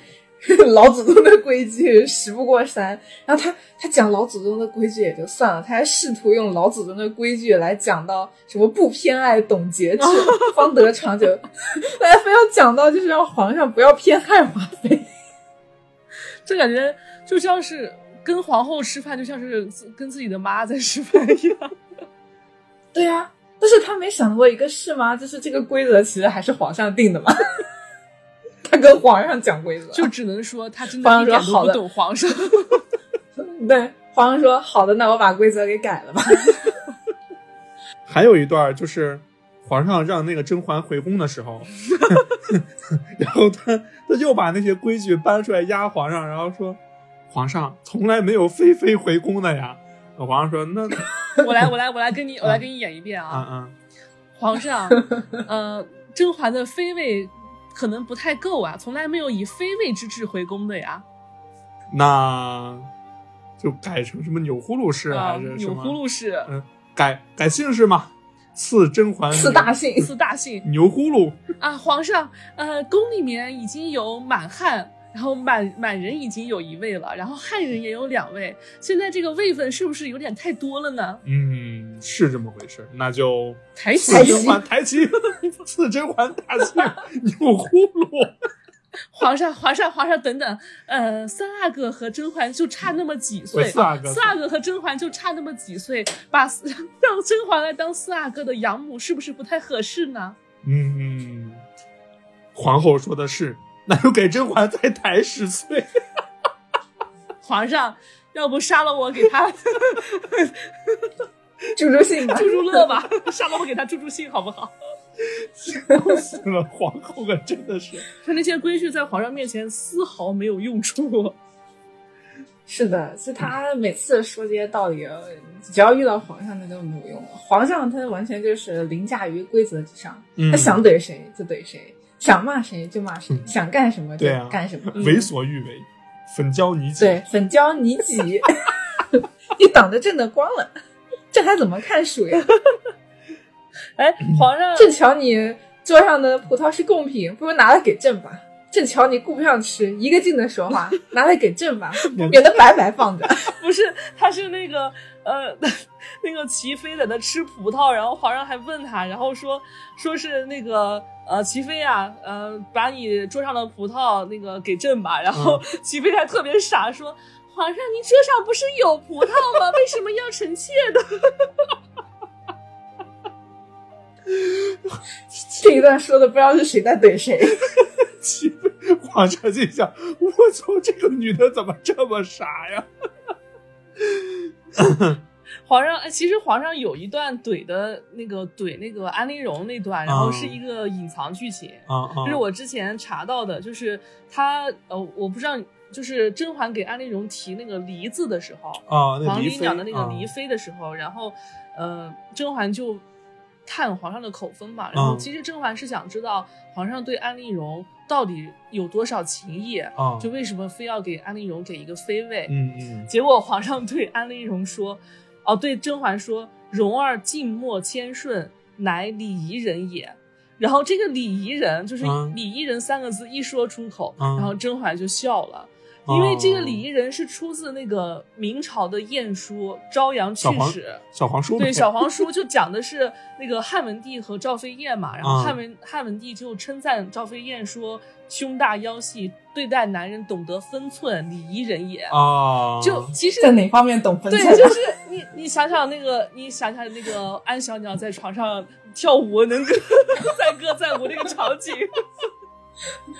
[SPEAKER 4] 老祖宗的规矩十不过三，然后他他讲老祖宗的规矩也就算了，他还试图用老祖宗的规矩来讲到什么不偏爱、懂节制、方得长久， 来非要讲到就是让皇上不要偏爱华妃。
[SPEAKER 2] 这感觉就像是跟皇后吃饭，就像是自跟自己的妈在吃饭一样。
[SPEAKER 4] 对呀、但是他没想过一个事吗？就是这个规则其实还是皇上定的嘛。 他跟皇上讲规则，
[SPEAKER 2] 就只能说他真的
[SPEAKER 4] 皇
[SPEAKER 2] 一
[SPEAKER 4] 上
[SPEAKER 2] 点
[SPEAKER 4] 说
[SPEAKER 2] 都
[SPEAKER 4] 好
[SPEAKER 2] 不
[SPEAKER 4] 的
[SPEAKER 2] 懂皇上。
[SPEAKER 4] 对皇上说好的，那我把规则给改了吧。
[SPEAKER 3] 还有一段就是皇上让那个甄嬛回宫的时候，然后他他又把那些规矩搬出来压皇上，然后说皇上从来没有妃妃回宫的呀。皇上说那
[SPEAKER 2] 我来，我来，我来跟你，我来给你演一遍
[SPEAKER 3] 啊
[SPEAKER 2] 啊，
[SPEAKER 3] 啊
[SPEAKER 2] 皇上，呃，甄嬛的妃位可能不太够啊，从来没有以妃位之制回宫的呀，
[SPEAKER 3] 那就改成什么钮祜禄氏
[SPEAKER 2] 啊
[SPEAKER 3] 还是，什
[SPEAKER 2] 钮
[SPEAKER 3] 么？
[SPEAKER 2] 祜禄氏
[SPEAKER 3] 嗯，改改姓氏嘛，赐甄
[SPEAKER 2] 嗯
[SPEAKER 3] 嬛
[SPEAKER 4] 赐大姓，
[SPEAKER 2] 赐大姓
[SPEAKER 3] 钮祜禄。
[SPEAKER 2] 啊，皇上，呃，宫里面已经有满汉。然后满满人已经有一位了，然后汉人也有两位，现在这个位分是不是有点太多了呢？
[SPEAKER 3] 嗯，是这么回事。那就
[SPEAKER 2] 抬起
[SPEAKER 3] 赐甄嬛抬旗， 赐甄嬛大姓 钮祜禄。
[SPEAKER 2] 皇上，皇上，皇上，等等，呃，三阿哥和甄嬛就差那么几岁，
[SPEAKER 3] 对四阿哥
[SPEAKER 2] 四阿哥和甄嬛就差那么几岁，把四 让甄嬛来当四阿哥的养母，是不是不太合适呢？
[SPEAKER 3] 嗯，皇后说的是，那就给甄嬛再抬十岁。
[SPEAKER 2] 皇上，要不杀了我给 他助
[SPEAKER 4] 助助姓吧。
[SPEAKER 2] 助乐吧，杀了我给他助助兴好不好？
[SPEAKER 3] 笑死了，皇后可真的是。
[SPEAKER 2] 他那些规矩在皇上面前丝毫没有用处。
[SPEAKER 4] 是的，是他每次说这些道理，啊只要遇到皇上那就没有用了。皇上他完全就是凌驾于规则之上，
[SPEAKER 3] 嗯
[SPEAKER 4] 他想怼谁就怼谁，想骂谁就骂谁，
[SPEAKER 2] 嗯
[SPEAKER 4] 想干什么就
[SPEAKER 3] 对啊
[SPEAKER 4] 干什么。嗯
[SPEAKER 3] 为所欲为，粉娇泥姐。
[SPEAKER 4] 对，粉胶你挤， 你挡着朕的光了，这还怎么看书呀？
[SPEAKER 2] 哎，皇上，
[SPEAKER 4] 朕瞧你桌上的葡萄是贡品，不如拿来给朕吧。
[SPEAKER 5] 这桥你顾不上吃，一个劲的说话，拿来给朕 吧，免得白白放着。
[SPEAKER 2] 不是，他是那个呃， 那个齐妃在那吃葡萄，然后皇上还问他，然后说说是那个呃齐妃啊，呃把你桌上的葡萄那个给朕吧，然后齐妃还特别傻说。皇上，您桌上不是有葡萄吗？为 什么要臣妾的？
[SPEAKER 5] 这一段说的不知道是谁在怼谁。
[SPEAKER 3] 气愤。皇上心想：我操，这个女的怎么这么傻呀？
[SPEAKER 2] 皇上，哎，其实皇上有一段怼的那个怼那个安陵容那段，然后是一个隐藏剧情。
[SPEAKER 3] 啊啊
[SPEAKER 2] 这是我之前查到的，就是他呃，我不知道你，就是甄嬛给安陵容提那个梨字的时候，
[SPEAKER 3] 啊，那
[SPEAKER 2] 皇
[SPEAKER 3] 离
[SPEAKER 2] 帝
[SPEAKER 3] 妃
[SPEAKER 2] 讲的那个
[SPEAKER 3] 啊
[SPEAKER 2] 离妃的时候，然后呃，甄嬛就探皇上的口风嘛，然后
[SPEAKER 3] 嗯
[SPEAKER 2] 其实甄嬛是想知道皇上对安陵容到底有多少情意，
[SPEAKER 3] 啊，
[SPEAKER 2] 就为什么非要给安陵容给一个妃位？
[SPEAKER 3] 嗯嗯
[SPEAKER 2] 结果皇上对安陵容说，哦，对甄嬛说，容儿静默谦顺，乃礼仪人也。然后这个礼仪人就是
[SPEAKER 3] 嗯
[SPEAKER 2] 礼仪人三个字一说出口，
[SPEAKER 3] 嗯
[SPEAKER 2] 然后甄嬛就笑了。
[SPEAKER 3] 哦
[SPEAKER 2] 因为这个礼仪人是出自那个明朝的晏殊《朝阳去
[SPEAKER 3] 小黄
[SPEAKER 2] 史》，
[SPEAKER 3] 小黄书
[SPEAKER 2] 对，小黄书就讲的是那个汉文帝和赵飞燕嘛，然
[SPEAKER 3] 啊
[SPEAKER 2] 后汉文、汉文帝就称赞赵飞燕说胸大腰细，对待男人懂得分寸，礼仪人也。
[SPEAKER 3] 啊，
[SPEAKER 2] 就其实
[SPEAKER 4] 在哪方面懂分 寸啊
[SPEAKER 2] 对，？就是你你想想那个，你想想那个安小鸟在床上跳舞能歌载歌载舞那个场景，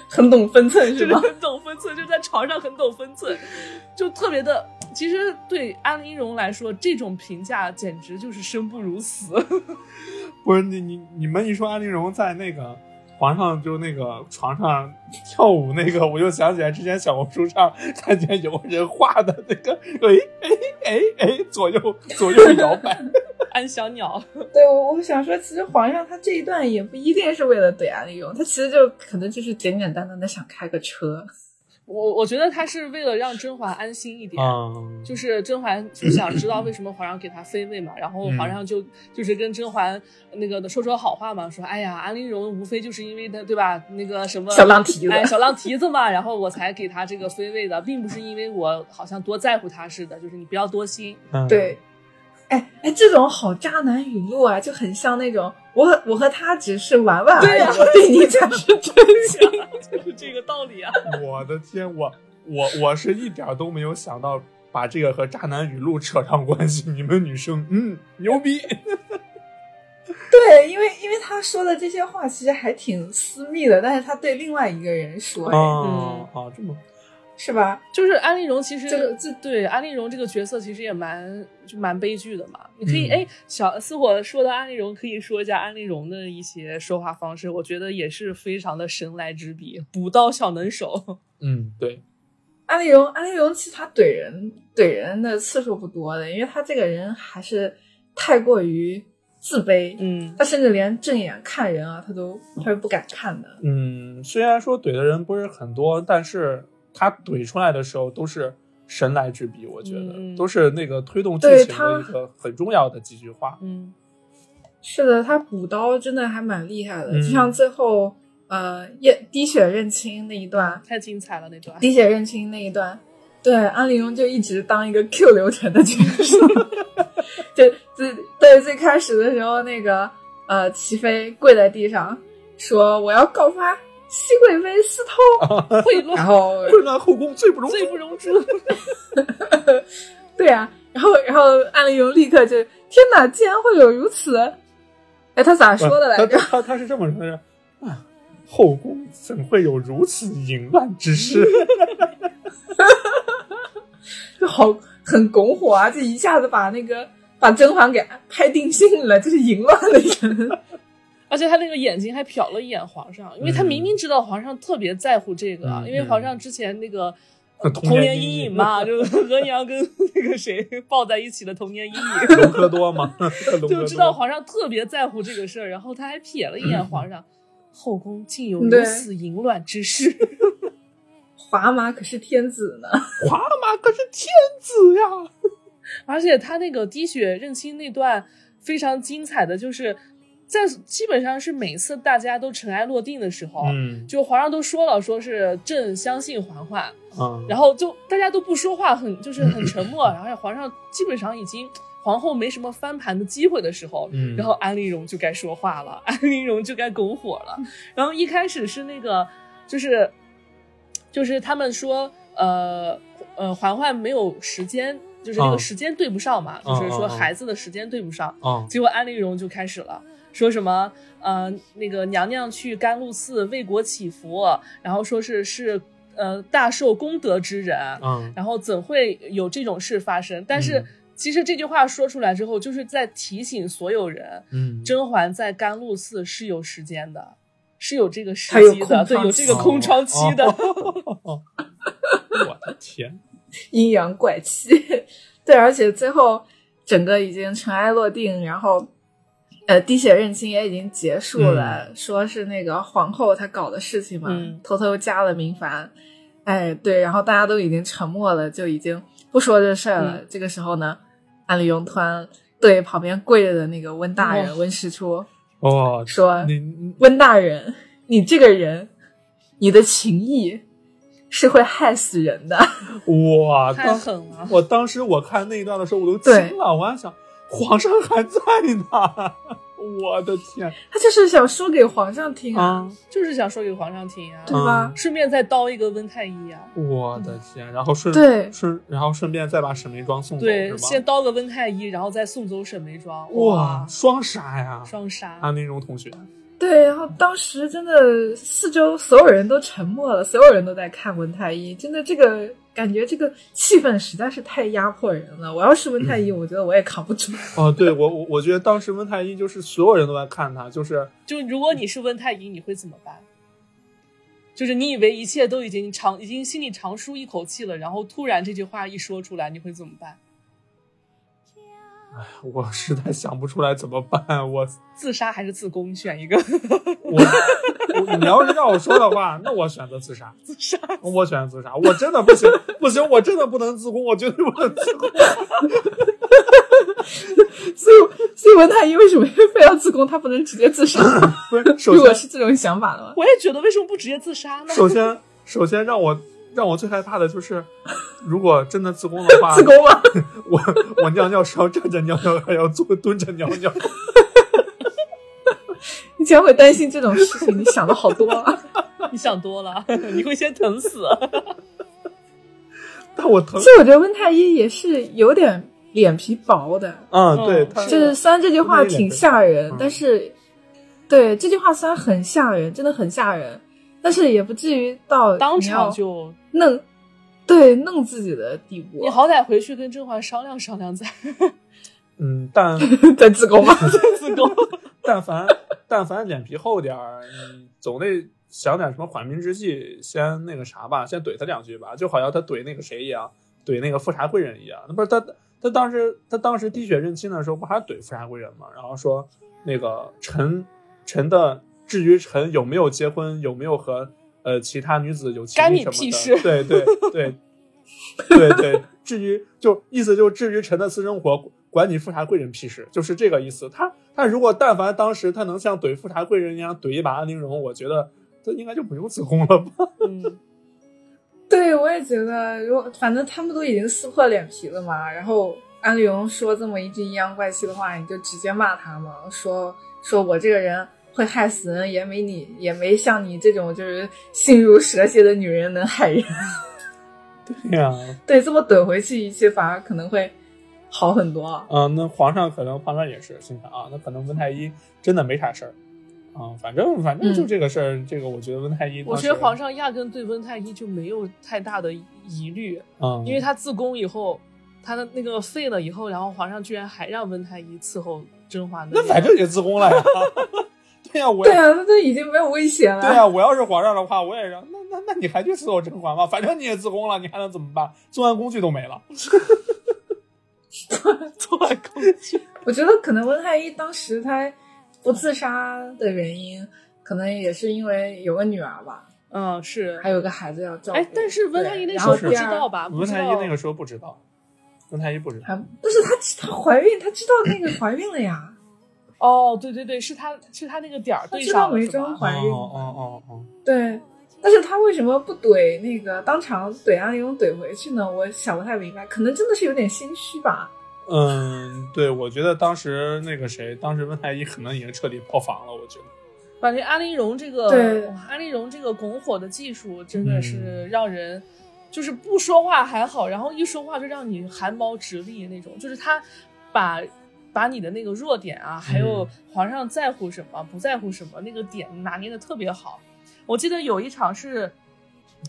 [SPEAKER 4] 很懂分寸
[SPEAKER 2] 就是是
[SPEAKER 4] 吗？
[SPEAKER 2] 很懂分寸，就是在床上很懂分寸，就特别的。其实对安陵容来说，这种评价简直就是生不如死。
[SPEAKER 3] 不是你你你们一说安陵容在那个皇上就那个床上跳舞那个，我就想起来之前小红书上看见有个人画的那个，哎哎哎哎，左右左右摇 摆，
[SPEAKER 2] 安小鸟，
[SPEAKER 5] 对，我我想
[SPEAKER 4] 想说，其实皇上他这一段也不一定是为了怼安利用，他其实就可能就是简简单单的想开个车。
[SPEAKER 2] 我我觉得他是为了让甄嬛安心一点。
[SPEAKER 3] 嗯，
[SPEAKER 2] 就是甄嬛就想知道为什么皇上给她妃位嘛，然后皇上就就是跟甄嬛那个说说好话嘛，说哎呀，安陵容无非就是因为她对吧，那个什么
[SPEAKER 4] 小浪 蹄子
[SPEAKER 2] 哎，小浪蹄子嘛，然后我才给她这个妃位的，并不是因为我好像多在乎她似的，就是你不要多心。
[SPEAKER 3] 嗯，
[SPEAKER 4] 对，哎哎，这种好渣男语录啊，就很像那种我和我和他只是玩玩而已，我对啊你才是真心。
[SPEAKER 2] 就是 这个道理啊！
[SPEAKER 3] 我的天，我我我是一点儿都没有想到把这个和渣男语录扯上关系。你们女生，嗯，牛逼，
[SPEAKER 4] 对，因为因为他说的这些话其实还挺私密的，但是他对另外一个人
[SPEAKER 2] 嗯
[SPEAKER 4] 说，
[SPEAKER 3] 啊啊，这么
[SPEAKER 4] 是吧？
[SPEAKER 2] 就是安陵容，其实
[SPEAKER 4] 这个
[SPEAKER 2] 这对安陵容这个角色其实也蛮就蛮悲剧的嘛。你可以
[SPEAKER 3] 嗯
[SPEAKER 2] 哎、小似火说到安陵容，可以说一下安陵容的一些说话方式，我觉得也是非常的神来之笔，补刀小能手。
[SPEAKER 3] 嗯，对，
[SPEAKER 4] 安利荣，安利荣其实他怼人怼人的次数不多的，因为他这个人还是太过于自卑，
[SPEAKER 2] 嗯
[SPEAKER 4] 他甚至连正眼看人啊，他都他是不敢看的。
[SPEAKER 3] 嗯，虽然说怼的人不是很多，但是他怼出来的时候都是神来之笔，我觉得、
[SPEAKER 2] 嗯
[SPEAKER 3] 都是那个推动剧
[SPEAKER 4] 对
[SPEAKER 3] 情
[SPEAKER 4] 他
[SPEAKER 3] 的一个很重要的几句话。
[SPEAKER 2] 嗯
[SPEAKER 4] 是的，他补刀真的还蛮厉害的，
[SPEAKER 3] 嗯
[SPEAKER 4] 就像最后呃夜滴血认亲那一段，
[SPEAKER 2] 太精彩了那段。
[SPEAKER 4] 滴血认亲那一段，对安陵容就一直当一个 Q 流程的角色， 就最对最开始的时候，那个呃齐妃跪在地上说我要告发熹贵妃私
[SPEAKER 3] 哦
[SPEAKER 4] 通，
[SPEAKER 2] 贿
[SPEAKER 4] 然
[SPEAKER 2] 赂
[SPEAKER 4] 后
[SPEAKER 3] 混乱后宫罪不容
[SPEAKER 2] 罪
[SPEAKER 3] 诛
[SPEAKER 2] 不容诛，
[SPEAKER 4] 对啊，然后然后安陵容立刻就天哪，竟然会有如此，哎他咋说的来
[SPEAKER 3] 哦他
[SPEAKER 4] 着？
[SPEAKER 3] 他他是这么说的啊，后宫怎会有如此淫乱之事？
[SPEAKER 4] 就好很拱火啊，就一下子把那个把甄嬛给拍定性了，就是淫乱的 人。
[SPEAKER 2] 而且他那个眼睛还瞟了一眼皇上，因为他
[SPEAKER 3] 嗯
[SPEAKER 2] 明明知道皇上特别在乎这个啊，
[SPEAKER 3] 嗯
[SPEAKER 2] 因为皇上之前那个。呃
[SPEAKER 3] 嗯
[SPEAKER 2] 童
[SPEAKER 3] 童
[SPEAKER 2] 年
[SPEAKER 3] 年
[SPEAKER 2] 阴
[SPEAKER 3] 阴
[SPEAKER 2] 影
[SPEAKER 3] 影
[SPEAKER 2] 嘛，就是额娘跟 那个谁抱在一起的童年阴影。
[SPEAKER 3] 隆科多 吗？隆科
[SPEAKER 2] 就知道
[SPEAKER 3] 多
[SPEAKER 2] 皇上特别在乎这个事儿，然后他还瞥了一眼皇上，后宫竟有如
[SPEAKER 4] 对
[SPEAKER 2] 此淫乱之事。
[SPEAKER 4] 华妈可是天子呢，
[SPEAKER 3] 华妈可是天子呀！
[SPEAKER 2] 而且他那个滴血认亲那段非常精彩的就是。在基本上是每次大家都尘埃落定的时候，
[SPEAKER 3] 嗯
[SPEAKER 2] 就皇上都说了，说是朕相信嬛嬛，
[SPEAKER 3] 嗯，
[SPEAKER 2] 然后就大家都不说话，很就是很沉默， 然后皇上基本上已经皇后没什么翻盘的机会的时候，
[SPEAKER 3] 嗯
[SPEAKER 2] 然后安陵容就该说话了，安陵容就该拱火
[SPEAKER 3] 嗯
[SPEAKER 2] 了。 然后一开始是那个，就是就是他们说，呃呃，嬛嬛没有时间，就是那个
[SPEAKER 3] 嗯
[SPEAKER 2] 时间对不上嘛，
[SPEAKER 3] 嗯
[SPEAKER 2] 就是说
[SPEAKER 3] 嗯嗯
[SPEAKER 2] 孩子的时间对不上。
[SPEAKER 3] 嗯
[SPEAKER 2] 结果安陵容就开始了，说什么呃那个娘娘去甘露寺为国祈福，然后说是是呃大受功德之人，
[SPEAKER 3] 嗯
[SPEAKER 2] 然后怎会有这种事发生？但是
[SPEAKER 3] 嗯
[SPEAKER 2] 其实这句话说出来之后，就是在提醒所有人，
[SPEAKER 3] 嗯，
[SPEAKER 2] 甄嬛在甘露寺是有时间的。是有这个时
[SPEAKER 4] 她有
[SPEAKER 2] 机的，
[SPEAKER 4] 空
[SPEAKER 2] 对，
[SPEAKER 4] 窗
[SPEAKER 2] 有这个
[SPEAKER 4] 期
[SPEAKER 2] 空窗期的。
[SPEAKER 3] 哦 我的天，
[SPEAKER 5] 阴阳怪气，
[SPEAKER 4] 对，而且最后整个已经尘埃落定，然后呃滴血认亲也已经结束了，说是那个皇后她搞的事情嘛，
[SPEAKER 2] 嗯
[SPEAKER 4] 偷偷加了明矾，哎对，然后大家都已经沉默了，就已经不说这事儿了。
[SPEAKER 2] 嗯
[SPEAKER 4] 这个时候呢，安陵容突然对旁边跪着的那个温大人、
[SPEAKER 2] 哇
[SPEAKER 4] 温实初
[SPEAKER 3] 哦，
[SPEAKER 4] 说：“
[SPEAKER 3] 你
[SPEAKER 4] 温大人，你这个人，你的情谊是会害死人的。” 哦
[SPEAKER 3] 哇，
[SPEAKER 2] 太
[SPEAKER 3] 当
[SPEAKER 2] 狠了！
[SPEAKER 3] 我当时我看那一段的时候，我都惊了，我还想皇上还在呢，我的 天
[SPEAKER 4] 他就是想说给皇上听啊，
[SPEAKER 3] 啊！
[SPEAKER 2] 就是想说给皇上听啊，
[SPEAKER 4] 对吧？
[SPEAKER 2] 顺便再刀一个温太医啊。
[SPEAKER 3] 我的天，然后顺
[SPEAKER 4] 对
[SPEAKER 3] 顺，然后顺便再把沈眉庄送走
[SPEAKER 2] 对，
[SPEAKER 3] 是
[SPEAKER 2] 先
[SPEAKER 3] 吧？
[SPEAKER 2] 刀个温太医，然后再送走沈眉庄。
[SPEAKER 3] 哇，双杀呀！
[SPEAKER 2] 双杀！
[SPEAKER 3] 安陵容同学，
[SPEAKER 4] 对，然后当时真的四周所有人都沉默了，所有人都在看文太医，真的这个感觉这个气氛实在是太压迫人了。我要是文太医，我觉得我也扛不住。
[SPEAKER 3] 哦，对我我我觉得当时温太医就是所有人都在看他，就是
[SPEAKER 2] 就如果你是温太医，你会怎么办？就是你以为一切都已经长，已经心里长舒一口气了，然后突然这句话一说出来，你会怎么办？
[SPEAKER 3] 我实在想不出来怎么办，我
[SPEAKER 2] 自杀还是自宫？选一个
[SPEAKER 3] 我我你要是让我说的话，那我选择自 杀，
[SPEAKER 2] 自杀。
[SPEAKER 3] 我选择自杀，我真的不行，不行，我真的不能自宫，我绝对不能自宫。
[SPEAKER 4] 所以，所以文太医为什么非要自宫？他不能直接自杀？
[SPEAKER 3] 不是，首
[SPEAKER 4] 如果
[SPEAKER 3] 先
[SPEAKER 4] 是这种想法的话，
[SPEAKER 2] 我也觉得，为什么不直接自杀呢？
[SPEAKER 3] 首先首先让我让我最害怕的就是，如果真的自宫的话，
[SPEAKER 4] 自宫吧。
[SPEAKER 3] 我我尿尿是要站着尿尿，还要坐蹲着尿尿。
[SPEAKER 4] 你竟然会担心这种事情，你想的好多啊！
[SPEAKER 2] 你想多了， 你会先疼死。
[SPEAKER 3] 但我疼
[SPEAKER 4] 其，实我觉得温太医也是有点脸皮薄的，
[SPEAKER 3] 嗯，对他，
[SPEAKER 2] 是
[SPEAKER 4] 就是虽然这句话挺吓人
[SPEAKER 3] 嗯，
[SPEAKER 4] 但是，对这句话虽然很吓人，真的很吓人，但是也不至于到
[SPEAKER 2] 当
[SPEAKER 4] 你要
[SPEAKER 2] 场就，
[SPEAKER 4] 弄，对弄自己的地步
[SPEAKER 2] 你。好歹回去跟甄嬛商量商量再
[SPEAKER 3] 嗯， 但
[SPEAKER 4] 在自宫吗？
[SPEAKER 2] 自宫。
[SPEAKER 3] 但凡但凡脸皮厚点儿，你总得想点什么缓兵之计，先那个啥吧，先怼他两句吧，就好像他怼那个谁一样，怼那个富察贵人一样。那不是他他当时他当时滴血认亲的时候，不还怼富察贵人吗？然后说那个臣臣的至于臣有没有结婚，有没有和呃其他女子有情
[SPEAKER 2] 干
[SPEAKER 3] 谊
[SPEAKER 2] 你
[SPEAKER 3] 什么
[SPEAKER 2] 屁
[SPEAKER 3] 的，
[SPEAKER 2] 事
[SPEAKER 3] 对对对对对，至于就意思就是至于臣的私生活，管你富察贵人屁事，就是这个意思。他他如果但凡当时他能像怼富察贵人一样怼一把安陵容，我觉得他应该就不用自宫了吧？
[SPEAKER 2] 嗯，
[SPEAKER 5] 对我也觉得，如果反正他们都已经撕破脸皮了嘛，然后安陵容说这么一句阴阳怪气的话，你就直接骂他嘛，说说我这个人会害死人，也没你也没像你这种就是心如蛇蝎的女人能害人。
[SPEAKER 3] 对呀、
[SPEAKER 5] 对，这么怼回去一气，反而可能会好很多啊。
[SPEAKER 3] 嗯，那皇上可能皇上也是心想啊，那可能温太医真的没啥事儿啊、反正反正就这个事儿，这个我觉得温太医当
[SPEAKER 2] 嗯我
[SPEAKER 3] 时，
[SPEAKER 2] 觉得皇上压根对温太医就没有太大的疑虑。
[SPEAKER 3] 嗯，
[SPEAKER 2] 因为他自宫以后，他的那个废了以后，然后皇上居然还让温太医伺候甄嬛的
[SPEAKER 3] 那
[SPEAKER 2] 脸
[SPEAKER 3] 反正也自宫了呀。 对呀、我
[SPEAKER 5] 对
[SPEAKER 3] 也
[SPEAKER 5] 啊，那都已经没有威胁了。
[SPEAKER 3] 对呀、啊我要是皇上的话，我也让那那那你还去伺候甄嬛吧，反正你也自宫了，你还能怎么办？作案工具都没了。
[SPEAKER 2] 做完工具，
[SPEAKER 5] 我觉得可能温太医当时他不自杀的原因，可能也是因为有个女儿吧，
[SPEAKER 2] 嗯，是
[SPEAKER 5] 还。有个孩子要照顾。
[SPEAKER 2] 哎，但是温太医那
[SPEAKER 5] 对
[SPEAKER 2] 时候
[SPEAKER 5] 然后
[SPEAKER 2] 不
[SPEAKER 5] 第
[SPEAKER 2] 知
[SPEAKER 5] 二
[SPEAKER 2] 道啊吧？不
[SPEAKER 3] 温
[SPEAKER 2] 知
[SPEAKER 3] 太
[SPEAKER 2] 道
[SPEAKER 3] 医那个时候不知道，温太医不知道。
[SPEAKER 5] 还不是她，她怀孕，她知道那个怀孕了呀。
[SPEAKER 2] 哦，对对对，是他是他那个点儿对
[SPEAKER 5] 知
[SPEAKER 2] 上
[SPEAKER 5] 道
[SPEAKER 2] 了
[SPEAKER 5] 没
[SPEAKER 2] 是吧
[SPEAKER 5] 甄嬛孕，
[SPEAKER 3] 哦哦哦哦，
[SPEAKER 5] 对。但是他为什么不怼那个当场怼安陵容怼回去呢？我想不太明白，可能真的是有点心虚吧。
[SPEAKER 3] 嗯，对，我觉得当时那个谁，当时温太医可能已经彻底爆房了，我觉得。
[SPEAKER 2] 反正安陵容这个，
[SPEAKER 5] 对
[SPEAKER 2] 哇安陵容这个拱火的技术真的是让人，就是不说话还好，然后一说话就让你汗毛直立那种。就是他把把你的那个弱点啊，还有皇上在乎什么、不在乎什么那个点拿捏的特别好。我记得有一场是，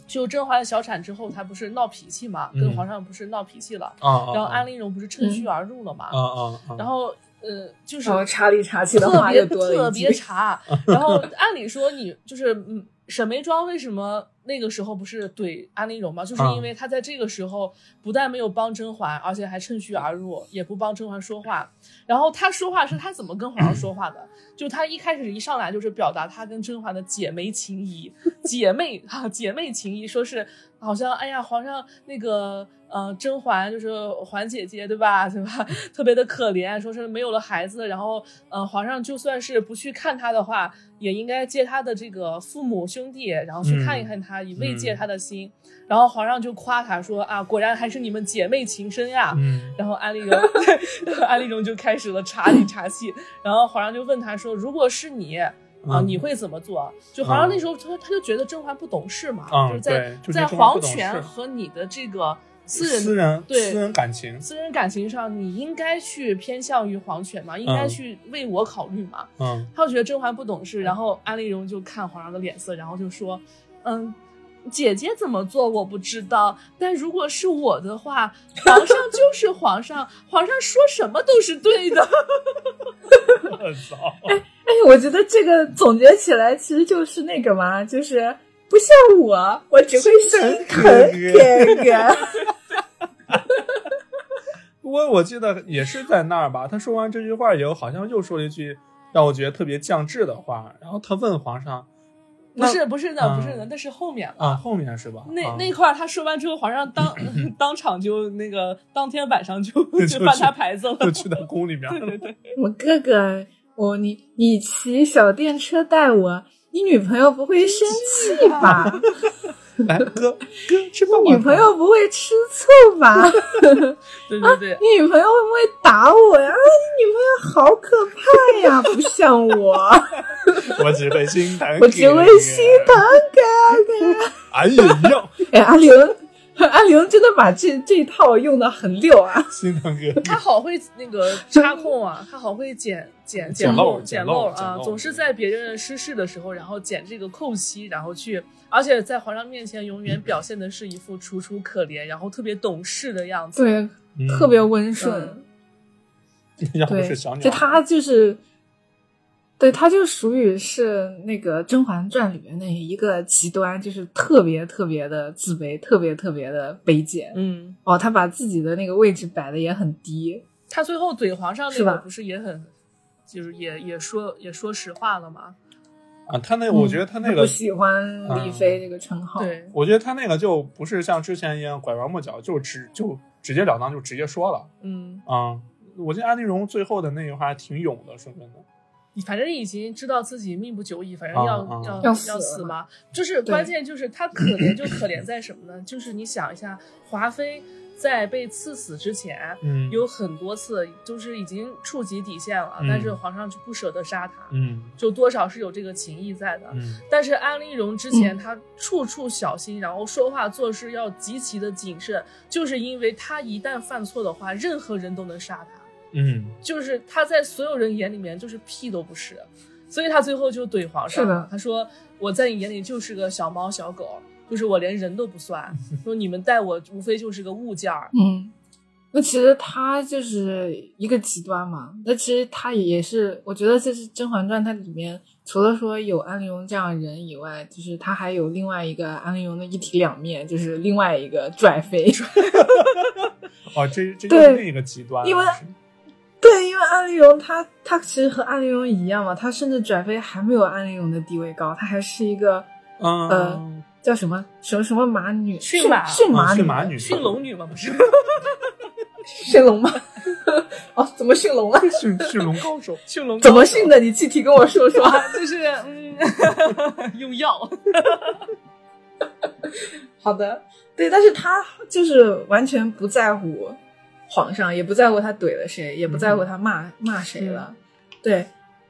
[SPEAKER 2] 就甄嬛小产之后，她不是闹脾气嘛，跟
[SPEAKER 3] 嗯
[SPEAKER 2] 皇上不是闹脾气了，
[SPEAKER 3] 啊啊
[SPEAKER 2] 然后安
[SPEAKER 3] 利，
[SPEAKER 2] 陵容不是趁虚而入了嘛，
[SPEAKER 3] 啊啊啊，
[SPEAKER 2] 然后呃，就是
[SPEAKER 5] 然后哦查理查气的
[SPEAKER 2] 特
[SPEAKER 5] 话
[SPEAKER 2] 别
[SPEAKER 5] 又多了
[SPEAKER 2] 特
[SPEAKER 5] 一句
[SPEAKER 2] 别查。然后按理说你就是嗯，沈眉庄为什么那个时候不是怼安陵容吗？就是
[SPEAKER 3] 嗯
[SPEAKER 2] 因为她在这个时候不但没有帮甄嬛，而且还趁虚而入，也不帮甄嬛说话。然后她说话是她怎么跟皇上说话的？就她一开始一上来就是表达她跟甄嬛的姐妹情谊，姐妹 啊姐妹情谊，说是好像哎呀皇上那个呃甄嬛就是嬛姐姐对吧 对吧，特别的可怜，说是没有了孩子，然后呃皇上就算是不去看她的话，也应该接她的这个父母兄弟，然后去看一看她，以慰藉她的心。然后皇上就夸她说啊，果然还是你们姐妹情深呀、
[SPEAKER 3] 嗯
[SPEAKER 2] 然后安利 荣，安利荣就开始了查理查气，然后皇上就问他说：“如果是你啊，
[SPEAKER 3] 嗯
[SPEAKER 2] 你会怎么做？”就皇上
[SPEAKER 3] 嗯
[SPEAKER 2] 那时候他他就觉得甄嬛不懂事嘛，
[SPEAKER 3] 嗯
[SPEAKER 2] 就是在
[SPEAKER 3] 对就觉
[SPEAKER 2] 在
[SPEAKER 3] 得甄嬛
[SPEAKER 2] 皇
[SPEAKER 3] 不懂事
[SPEAKER 2] 权和你的这个私人
[SPEAKER 3] 私人
[SPEAKER 2] 对
[SPEAKER 3] 私人感情，
[SPEAKER 2] 私人感情上，你应该去偏向于皇权嘛，应该
[SPEAKER 3] 嗯
[SPEAKER 2] 去为我考虑嘛。
[SPEAKER 3] 嗯
[SPEAKER 2] 他就觉得甄嬛不懂事，然后安陵容就看皇上的脸色，然后就说：“嗯，姐姐怎么做我不知道，但如果是我的话，皇上就是皇上， 皇上说什么都是对的。
[SPEAKER 3] 我操，
[SPEAKER 4] 哎，我觉得这个总结起来其实就是那个嘛，就是不像我，我只会心疼哥哥。
[SPEAKER 3] 不过我记得也是在那儿吧，他说完这句话以后，好像又说了一句让我觉得特别降智的话，然后他问皇上”
[SPEAKER 2] 不
[SPEAKER 3] 那
[SPEAKER 2] 是不是的，
[SPEAKER 3] 嗯
[SPEAKER 2] 不是的，那是后面了。
[SPEAKER 3] 啊，后面是吧？
[SPEAKER 2] 那
[SPEAKER 3] 啊
[SPEAKER 2] 那块儿他说完之后，皇上当 当场就那个当天晚上就
[SPEAKER 3] 就
[SPEAKER 2] 就翻
[SPEAKER 3] 去
[SPEAKER 2] 他牌子了。
[SPEAKER 3] 就去到宫里边了，
[SPEAKER 4] 我哥哥，我你你骑小电车带我，你女朋友不会生气吧？
[SPEAKER 3] 来哎哥哥吃饭吧，
[SPEAKER 4] 你女朋友不会吃醋 吧？
[SPEAKER 2] 对对对，
[SPEAKER 4] 你女朋友会不会打我呀？啊你女朋友好可怕 呀，不像我，
[SPEAKER 3] 我只会心疼，
[SPEAKER 4] 我只会心疼。哥哥。
[SPEAKER 3] 哎呀，
[SPEAKER 4] 哎，阿玲，阿玲真的把这这一套用的很溜啊。
[SPEAKER 3] 心疼哥
[SPEAKER 2] 他好会那 个插空啊，他好会捡捡
[SPEAKER 3] 捡
[SPEAKER 2] 漏
[SPEAKER 3] 漏
[SPEAKER 2] 捡
[SPEAKER 3] 捡
[SPEAKER 2] 漏
[SPEAKER 3] 漏
[SPEAKER 2] 啊
[SPEAKER 3] 捡，漏
[SPEAKER 2] 总是在别人失势的时候，然后捡这个空隙，然后去，而且在皇上面前永远表现的是一副楚楚可怜，然后特别懂事的样子。
[SPEAKER 4] 对，
[SPEAKER 3] 嗯
[SPEAKER 4] 特别温顺。
[SPEAKER 2] 嗯
[SPEAKER 3] 要不
[SPEAKER 4] 对
[SPEAKER 3] 是小，鸟，
[SPEAKER 4] 就他就是，对他就属于是那个《甄嬛传》里面那一个极端，就是特别特别的自卑，特别特别的卑贱。
[SPEAKER 2] 嗯，
[SPEAKER 4] 哦，他把自己的那个位置摆的也很低。
[SPEAKER 2] 他最后怼皇上那
[SPEAKER 4] 是
[SPEAKER 2] 个
[SPEAKER 4] 吧
[SPEAKER 2] 不是也很，就是也也说也说实话了吗？
[SPEAKER 3] 啊，他那我觉得他那
[SPEAKER 4] 嗯不
[SPEAKER 3] 个，
[SPEAKER 4] 喜欢丽妃这个称号。
[SPEAKER 2] 对，
[SPEAKER 3] 我觉得他那个就不是像之前一样拐弯抹角，就直就直截了当就直接说了
[SPEAKER 2] 嗯，
[SPEAKER 3] 啊。我觉得安陵容最后的那句话还挺勇的，说真的，
[SPEAKER 2] 反正已经知道自己命不久矣，反正要、
[SPEAKER 3] 啊啊
[SPEAKER 2] 要
[SPEAKER 4] 要死
[SPEAKER 2] 要死
[SPEAKER 4] 了
[SPEAKER 2] 嘛。就是
[SPEAKER 4] 对
[SPEAKER 2] 关键就是他可怜就可怜在什么呢？就是你想一下，华妃在被赐死之前，
[SPEAKER 3] 嗯
[SPEAKER 2] 有很多次就是已经触及底线了，
[SPEAKER 3] 嗯
[SPEAKER 2] 但是皇上就不舍得杀他，
[SPEAKER 3] 嗯
[SPEAKER 2] 就多少是有这个情谊在的。
[SPEAKER 3] 嗯
[SPEAKER 2] 但是安陵容之
[SPEAKER 4] 嗯
[SPEAKER 2] 前她处处小心，然后说话做事要极其的谨慎，就是因为她一旦犯错的话，任何人都能杀她。
[SPEAKER 3] 嗯，
[SPEAKER 2] 就是他在所有人眼里面就是屁都不是，所以他最后就怼皇上，
[SPEAKER 4] 是的
[SPEAKER 2] 他说我在你眼里就是个小猫小狗，就是我连人都不 算，说你们待我无非就是个物件儿。
[SPEAKER 4] 嗯，那其实他就是一个极端嘛。那其实他也是，我觉得这是《甄嬛传》它里面除了说有安陵容这样的人以外，就是他还有另外一个安陵容的一体两面，就是另外一个拽妃。
[SPEAKER 3] 哦，这这就
[SPEAKER 4] 对
[SPEAKER 3] 是另一个极端了，啊
[SPEAKER 4] 因为
[SPEAKER 3] 是
[SPEAKER 4] 对，因为安陵容她她其实和安陵容一样嘛，她甚至拽妃还没有安陵容的地位高，她还是一个
[SPEAKER 3] 嗯
[SPEAKER 4] 呃叫什么什么什么马女
[SPEAKER 2] 驯马
[SPEAKER 4] 驯
[SPEAKER 3] 啊
[SPEAKER 4] 马
[SPEAKER 3] 驯马
[SPEAKER 4] 女
[SPEAKER 3] 女
[SPEAKER 2] 驯龙女嘛不是，
[SPEAKER 4] 驯龙马。 哦，怎么驯龙了？
[SPEAKER 3] 驯驯龙高手，
[SPEAKER 2] 驯龙
[SPEAKER 4] 怎么训的？你具体跟我说说。
[SPEAKER 2] 啊？就是嗯， 用药。
[SPEAKER 4] 好的，对，但是他就是完全不在乎皇上，也不在乎他怼了谁，也不在乎他骂、骂谁了。对，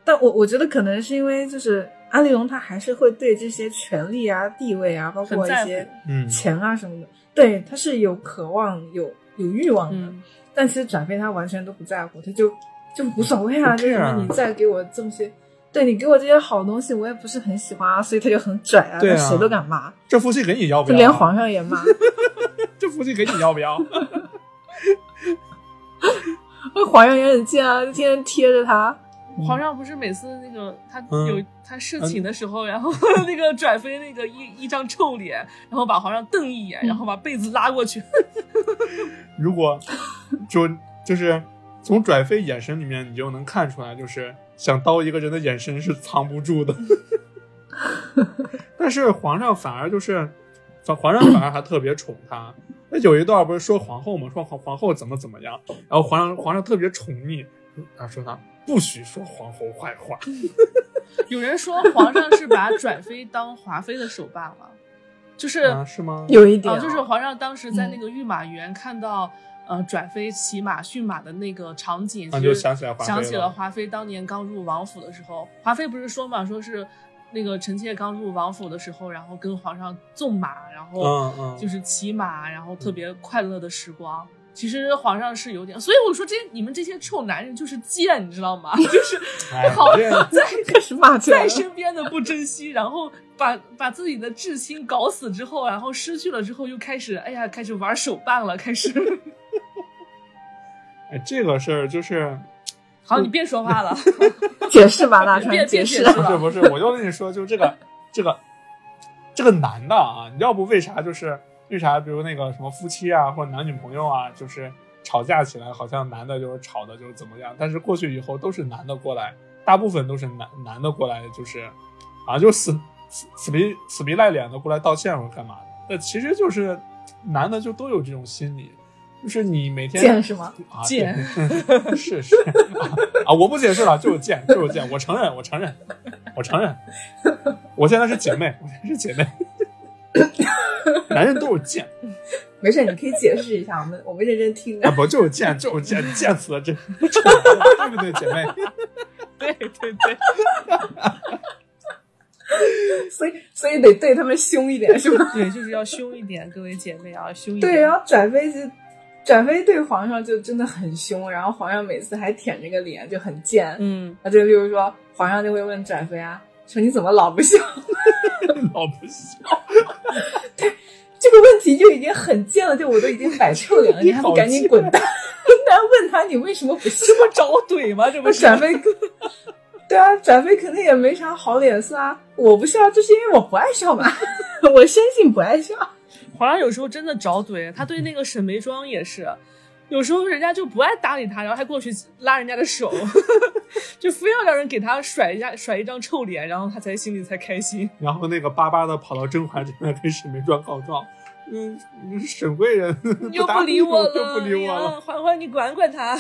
[SPEAKER 4] 但我我觉得可能是因为就是安利荣他还是会对这些权力啊、地位啊，包括
[SPEAKER 2] 很在
[SPEAKER 4] 一
[SPEAKER 2] 乎
[SPEAKER 4] 些
[SPEAKER 3] 嗯，
[SPEAKER 4] 钱啊什么的，对，他是有渴望、有有欲望的。
[SPEAKER 2] 嗯，
[SPEAKER 4] 但其实转飞他完全都不在乎，他就就无所谓啊，
[SPEAKER 3] 不
[SPEAKER 4] 就什
[SPEAKER 3] care
[SPEAKER 4] 么你再给我这么些，对你给我这些好东西，我也不是很喜欢啊，所以他就很拽啊，
[SPEAKER 3] 对啊
[SPEAKER 4] 他谁都敢骂，
[SPEAKER 3] 这夫妻给你要不
[SPEAKER 4] 就
[SPEAKER 3] 要啊？
[SPEAKER 4] 连皇上也骂。
[SPEAKER 3] 这夫妻给你要不要？
[SPEAKER 4] 皇上也很贱啊，就天天贴着他。
[SPEAKER 2] 皇上不是每次那个他
[SPEAKER 3] 嗯
[SPEAKER 2] 有他侍寝的时候，然后 那个转飞那个一一张臭脸，然后把皇上瞪一
[SPEAKER 4] 嗯
[SPEAKER 2] 眼，然后把被子拉过去。
[SPEAKER 3] 如果就就是从拽飞眼神里面，你就能看出来，就是想刀一个人的眼神是藏不住 的。但是皇上反而就是，反皇上反而还特别宠他。那有一段不是说皇后嘛，说皇皇后怎么怎么样，然后皇上皇上特别宠溺，然后说他不许说皇后坏话。
[SPEAKER 2] 有人说皇上是 把转飞当华妃的手把了，就是
[SPEAKER 3] 啊，嗯是吗？
[SPEAKER 4] 有一点、
[SPEAKER 2] 啊，就是皇上当时在那个御马园看到，呃，转飞骑马驯马的那个场景，
[SPEAKER 3] 啊
[SPEAKER 2] 其实
[SPEAKER 3] 就想起来华妃
[SPEAKER 2] 想起
[SPEAKER 3] 了
[SPEAKER 2] 了华妃当年刚入王府的时候，华妃不是说嘛，说是那个臣妾刚入王府的时候，然后跟皇上纵马，然后
[SPEAKER 3] 嗯嗯
[SPEAKER 2] 就是骑马，然后特别快乐的时光。其实皇上是有点，所以我说这你们这些臭男人就是贱，你知道吗？ 就是
[SPEAKER 3] 哎，
[SPEAKER 2] 好
[SPEAKER 3] 这
[SPEAKER 2] 在
[SPEAKER 4] 开始骂起来
[SPEAKER 2] 在
[SPEAKER 4] 了。
[SPEAKER 2] 身边的不珍惜，然后把把自己的至亲搞死之后，然后失去了之后，又开始哎呀，开始玩手办了，开 始。
[SPEAKER 3] 哎这个事儿就是
[SPEAKER 2] 好，你别说话了，
[SPEAKER 4] 解释吧，大
[SPEAKER 2] 别
[SPEAKER 4] 川，
[SPEAKER 2] 别
[SPEAKER 4] 释
[SPEAKER 2] 解。释
[SPEAKER 3] 不是不是，我就跟你说，就这个这个这个男的啊，你要不为啥就是为啥，比如那个什么夫妻啊，或者男女朋友啊，就是吵架起来，好像男的就是吵的就是怎么样，但是过去以后都是男的过来，大部分都是男男的过来，就是啊，就死死死皮死皮赖脸的过来道歉或者干嘛的，那其实就是男的就都有这种心理。就是你每天
[SPEAKER 4] 贱是吗？
[SPEAKER 3] 啊，
[SPEAKER 2] 贱
[SPEAKER 3] 对 是是啊啊！我不解释了，就是贱，就是贱，我承认，我承认，我承认，我现在是姐妹，我现在是姐妹，男人都是贱
[SPEAKER 4] 没事，你可以解释一下，我们我们认真听
[SPEAKER 3] 啊，
[SPEAKER 4] 着。
[SPEAKER 3] 不就是贱，就是贱，贱死了这，对不对，姐妹？
[SPEAKER 2] 对对对，
[SPEAKER 4] 所以所以得对他们凶一点，是吧？
[SPEAKER 2] 对，就是要凶一点，各位姐妹啊，凶一点。
[SPEAKER 4] 对，然后转飞就转飞对皇上就真的很凶，然后皇上每次还舔着个脸，就很贱。
[SPEAKER 2] 嗯，
[SPEAKER 4] 啊，对，比如说皇上就会问转飞啊，说你怎么老不笑？
[SPEAKER 3] 老不行，
[SPEAKER 4] 这个问题就已经很贱了，就我都已经摆臭 脸了，你还不赶紧滚蛋？ 你还问他你为什么不
[SPEAKER 2] 啊
[SPEAKER 4] 笑？
[SPEAKER 2] 这不找怼吗？这不
[SPEAKER 4] 那
[SPEAKER 2] 是
[SPEAKER 4] 转飞， 对啊，转飞肯定也没啥好脸色啊。我不笑，就是因为我不爱笑嘛。 我深信不爱笑。
[SPEAKER 2] 皇上有时候真的找怼，他对那个沈眉庄也是，有时候人家就不爱搭理他，然后还过去拉人家的手， 就非要让人给他甩一下，甩一张臭脸，然后他才心里才开心。
[SPEAKER 3] 然后那个巴巴的跑到甄嬛这边跟沈眉庄告状，嗯，沈贵人
[SPEAKER 2] 又
[SPEAKER 3] 搭
[SPEAKER 2] 不理我了，
[SPEAKER 3] 又不理我
[SPEAKER 2] 哎呀
[SPEAKER 3] 了，
[SPEAKER 2] 嬛嬛，你管管他。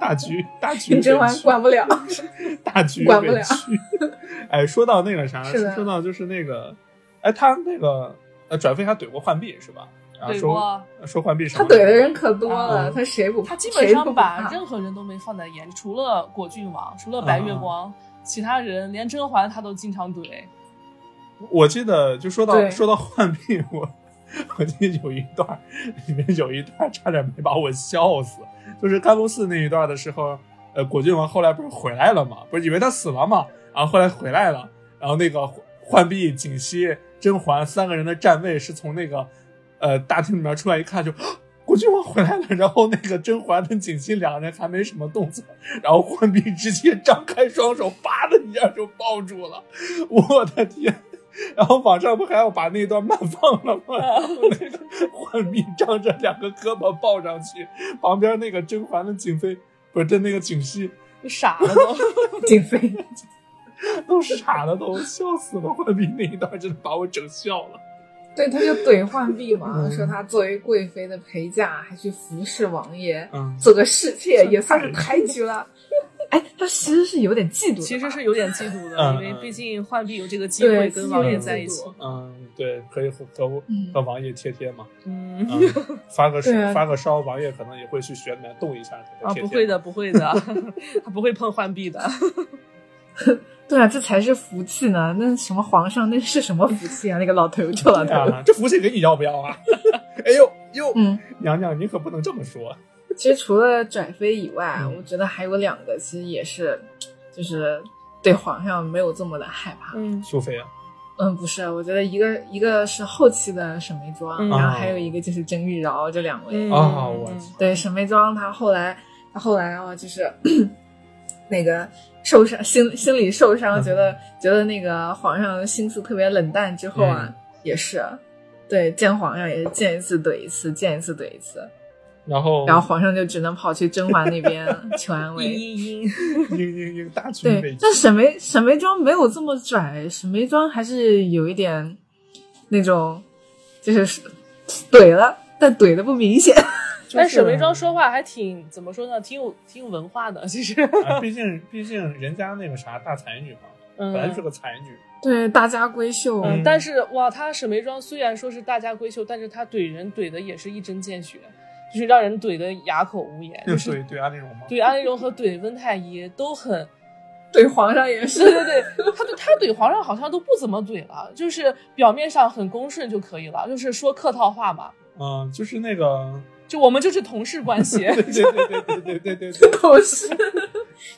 [SPEAKER 3] 大局大局
[SPEAKER 4] 你
[SPEAKER 3] 委屈，
[SPEAKER 4] 甄嬛管不了，
[SPEAKER 3] 大局
[SPEAKER 4] 管不
[SPEAKER 3] 委
[SPEAKER 4] 了
[SPEAKER 3] 屈。 哎，说到那个啥，
[SPEAKER 4] 是的
[SPEAKER 3] 说到就是那个，哎，他那个呃，转飞还怼过浣碧是吧？然后
[SPEAKER 2] 怼
[SPEAKER 3] 说
[SPEAKER 2] 过
[SPEAKER 3] 说浣碧什
[SPEAKER 4] 他
[SPEAKER 3] 么？
[SPEAKER 4] 怼的人可多了，
[SPEAKER 3] 嗯
[SPEAKER 4] 他谁不
[SPEAKER 2] 啊他基本
[SPEAKER 4] 谁都不
[SPEAKER 2] 上把
[SPEAKER 4] 怕
[SPEAKER 2] 任何人都没放在眼里，除了果郡王，除了白月光，其他人连甄嬛他都经常怼。
[SPEAKER 3] 我记得就说到
[SPEAKER 4] 对
[SPEAKER 3] 说到浣碧，我我记得有一段儿里面有一段儿差点没把我笑死，就是甘露寺那一段的时候，呃，果郡王后来不是回来了嘛，不是以为他死了嘛，然后后来回来了，然后那个浣碧、槿汐、甄嬛三个人的站位是从那个呃大厅里面出来一看就。 啊果郡王回来了，然后那个甄嬛跟槿汐两个人还没什么动作，然后浣碧直接张开双手，啪的一下就抱住了，我的天！然后网上不还要把那段慢放了吗？然后那个浣碧张着两个胳膊抱上去，旁边那个甄嬛的景妃不是甄那个景熙
[SPEAKER 2] 就傻了都，
[SPEAKER 4] 景妃。
[SPEAKER 3] 都傻了都，笑死了！浣碧那一段真的把我整笑了。
[SPEAKER 5] 对，他就怼浣碧
[SPEAKER 2] 嗯
[SPEAKER 5] 嘛，说他作为贵妃的陪嫁，还去服侍王爷，
[SPEAKER 3] 嗯，
[SPEAKER 5] 做个侍妾也算是抬举了。
[SPEAKER 4] 哎，他其实是有点嫉妒的吧，
[SPEAKER 2] 其实是有点嫉妒的，
[SPEAKER 3] 嗯
[SPEAKER 2] 因为
[SPEAKER 3] 嗯
[SPEAKER 2] 毕竟浣碧有这个机会
[SPEAKER 5] 对
[SPEAKER 2] 跟王爷
[SPEAKER 3] 嫉妒
[SPEAKER 2] 在一起。
[SPEAKER 3] 嗯，对，可以和和
[SPEAKER 5] 嗯
[SPEAKER 3] 和王爷贴贴 嘛，
[SPEAKER 2] 嗯
[SPEAKER 3] 嗯，发个
[SPEAKER 5] 对啊
[SPEAKER 3] 发个烧，王爷可能也会去玄门动一下给
[SPEAKER 2] 啊，
[SPEAKER 3] 他贴贴。
[SPEAKER 2] 不会的，，不会的，他不会碰浣碧的。
[SPEAKER 4] 对啊，这才是福气呢。那什么皇上，那是什么福气啊？那个老头，臭老头。
[SPEAKER 3] 啊，这福气给你要不要啊？ 哎呦呦，
[SPEAKER 4] 嗯，
[SPEAKER 3] 娘娘你可不能这么说。啊
[SPEAKER 4] 其实除了转飞以外，
[SPEAKER 3] 嗯
[SPEAKER 4] 我觉得还有两个，其实也是，就是对皇上没有这么的害怕。
[SPEAKER 2] 嗯
[SPEAKER 3] 苏菲啊，
[SPEAKER 4] 嗯，不是，我觉得一个一个是后期的沈眉庄，
[SPEAKER 2] 嗯
[SPEAKER 4] 然后还有一个就是甄玉娆这两位。
[SPEAKER 2] 嗯
[SPEAKER 3] 啊我
[SPEAKER 2] 嗯
[SPEAKER 4] 对，沈眉庄她后来，她后来啊，就是 那个受伤，心心理受伤，
[SPEAKER 3] 嗯
[SPEAKER 4] 觉得觉得那个皇上心思特别冷淡之后啊，
[SPEAKER 3] 嗯
[SPEAKER 4] 也是，对，见皇上也是见一次怼一次，见一次怼一次，
[SPEAKER 3] 哦然后
[SPEAKER 4] 然后皇上就只能跑去甄嬛 那边求安
[SPEAKER 2] 嘤
[SPEAKER 4] 慰。
[SPEAKER 2] 嘤嘤，
[SPEAKER 3] 嘤嘤嘤大军
[SPEAKER 4] 对
[SPEAKER 3] 被，击
[SPEAKER 4] 但沈眉沈眉庄没有这么拽，沈眉庄还是有一点那种，就是怼了，但怼的不明显。
[SPEAKER 2] 但沈眉庄说话还挺怎么说呢？挺有挺有文化的，其实。
[SPEAKER 3] 啊，毕竟毕竟人家那个啥大才女嘛，
[SPEAKER 2] 嗯
[SPEAKER 3] 本来就是个才女，
[SPEAKER 4] 对，大家闺秀，
[SPEAKER 3] 嗯
[SPEAKER 2] 嗯，但是哇，她沈眉庄虽然说是大家闺秀，但是她怼人怼的也是一针见血，就是让人怼的哑口无言。
[SPEAKER 3] 就对对啊那种嘛。
[SPEAKER 2] 怼安陵容和怼温太医都很，
[SPEAKER 4] 对皇上也是
[SPEAKER 2] 对对对，她对她怼皇上好像都不怎么怼了，就是表面上很恭顺就可以了，就是说客套话嘛，
[SPEAKER 3] 嗯，就是那个，
[SPEAKER 2] 就我们就是同事关系。
[SPEAKER 3] 对对对对对对对 对 对，
[SPEAKER 4] 口是，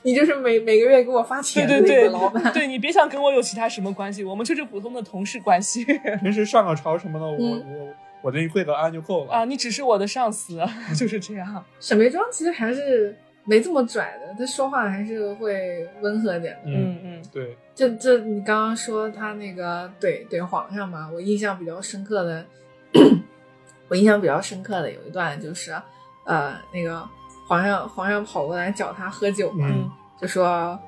[SPEAKER 5] 你就是每每个月给我发
[SPEAKER 2] 对
[SPEAKER 5] 钱的
[SPEAKER 2] 对
[SPEAKER 5] 那
[SPEAKER 2] 对
[SPEAKER 5] 个老板，，
[SPEAKER 2] 对你别想跟我有其他什么关系，我们就是普通的同事关系
[SPEAKER 3] 平时上个朝什么的，我我我给你跪个安就够
[SPEAKER 2] 啊，
[SPEAKER 3] 了。
[SPEAKER 2] 你只是我的上司， 就是这样。
[SPEAKER 5] 沈眉庄其实还是没这么拽的，她说话还是会温和点的。
[SPEAKER 3] 嗯，
[SPEAKER 2] 嗯嗯
[SPEAKER 3] 对，
[SPEAKER 5] 这这，你刚刚说他那个怼怼皇上嘛，我印象比较深刻的， 我印象比较深刻的有一段就是，呃，那个皇上皇上跑过来找他喝酒嘛，
[SPEAKER 3] 嗯
[SPEAKER 5] 就说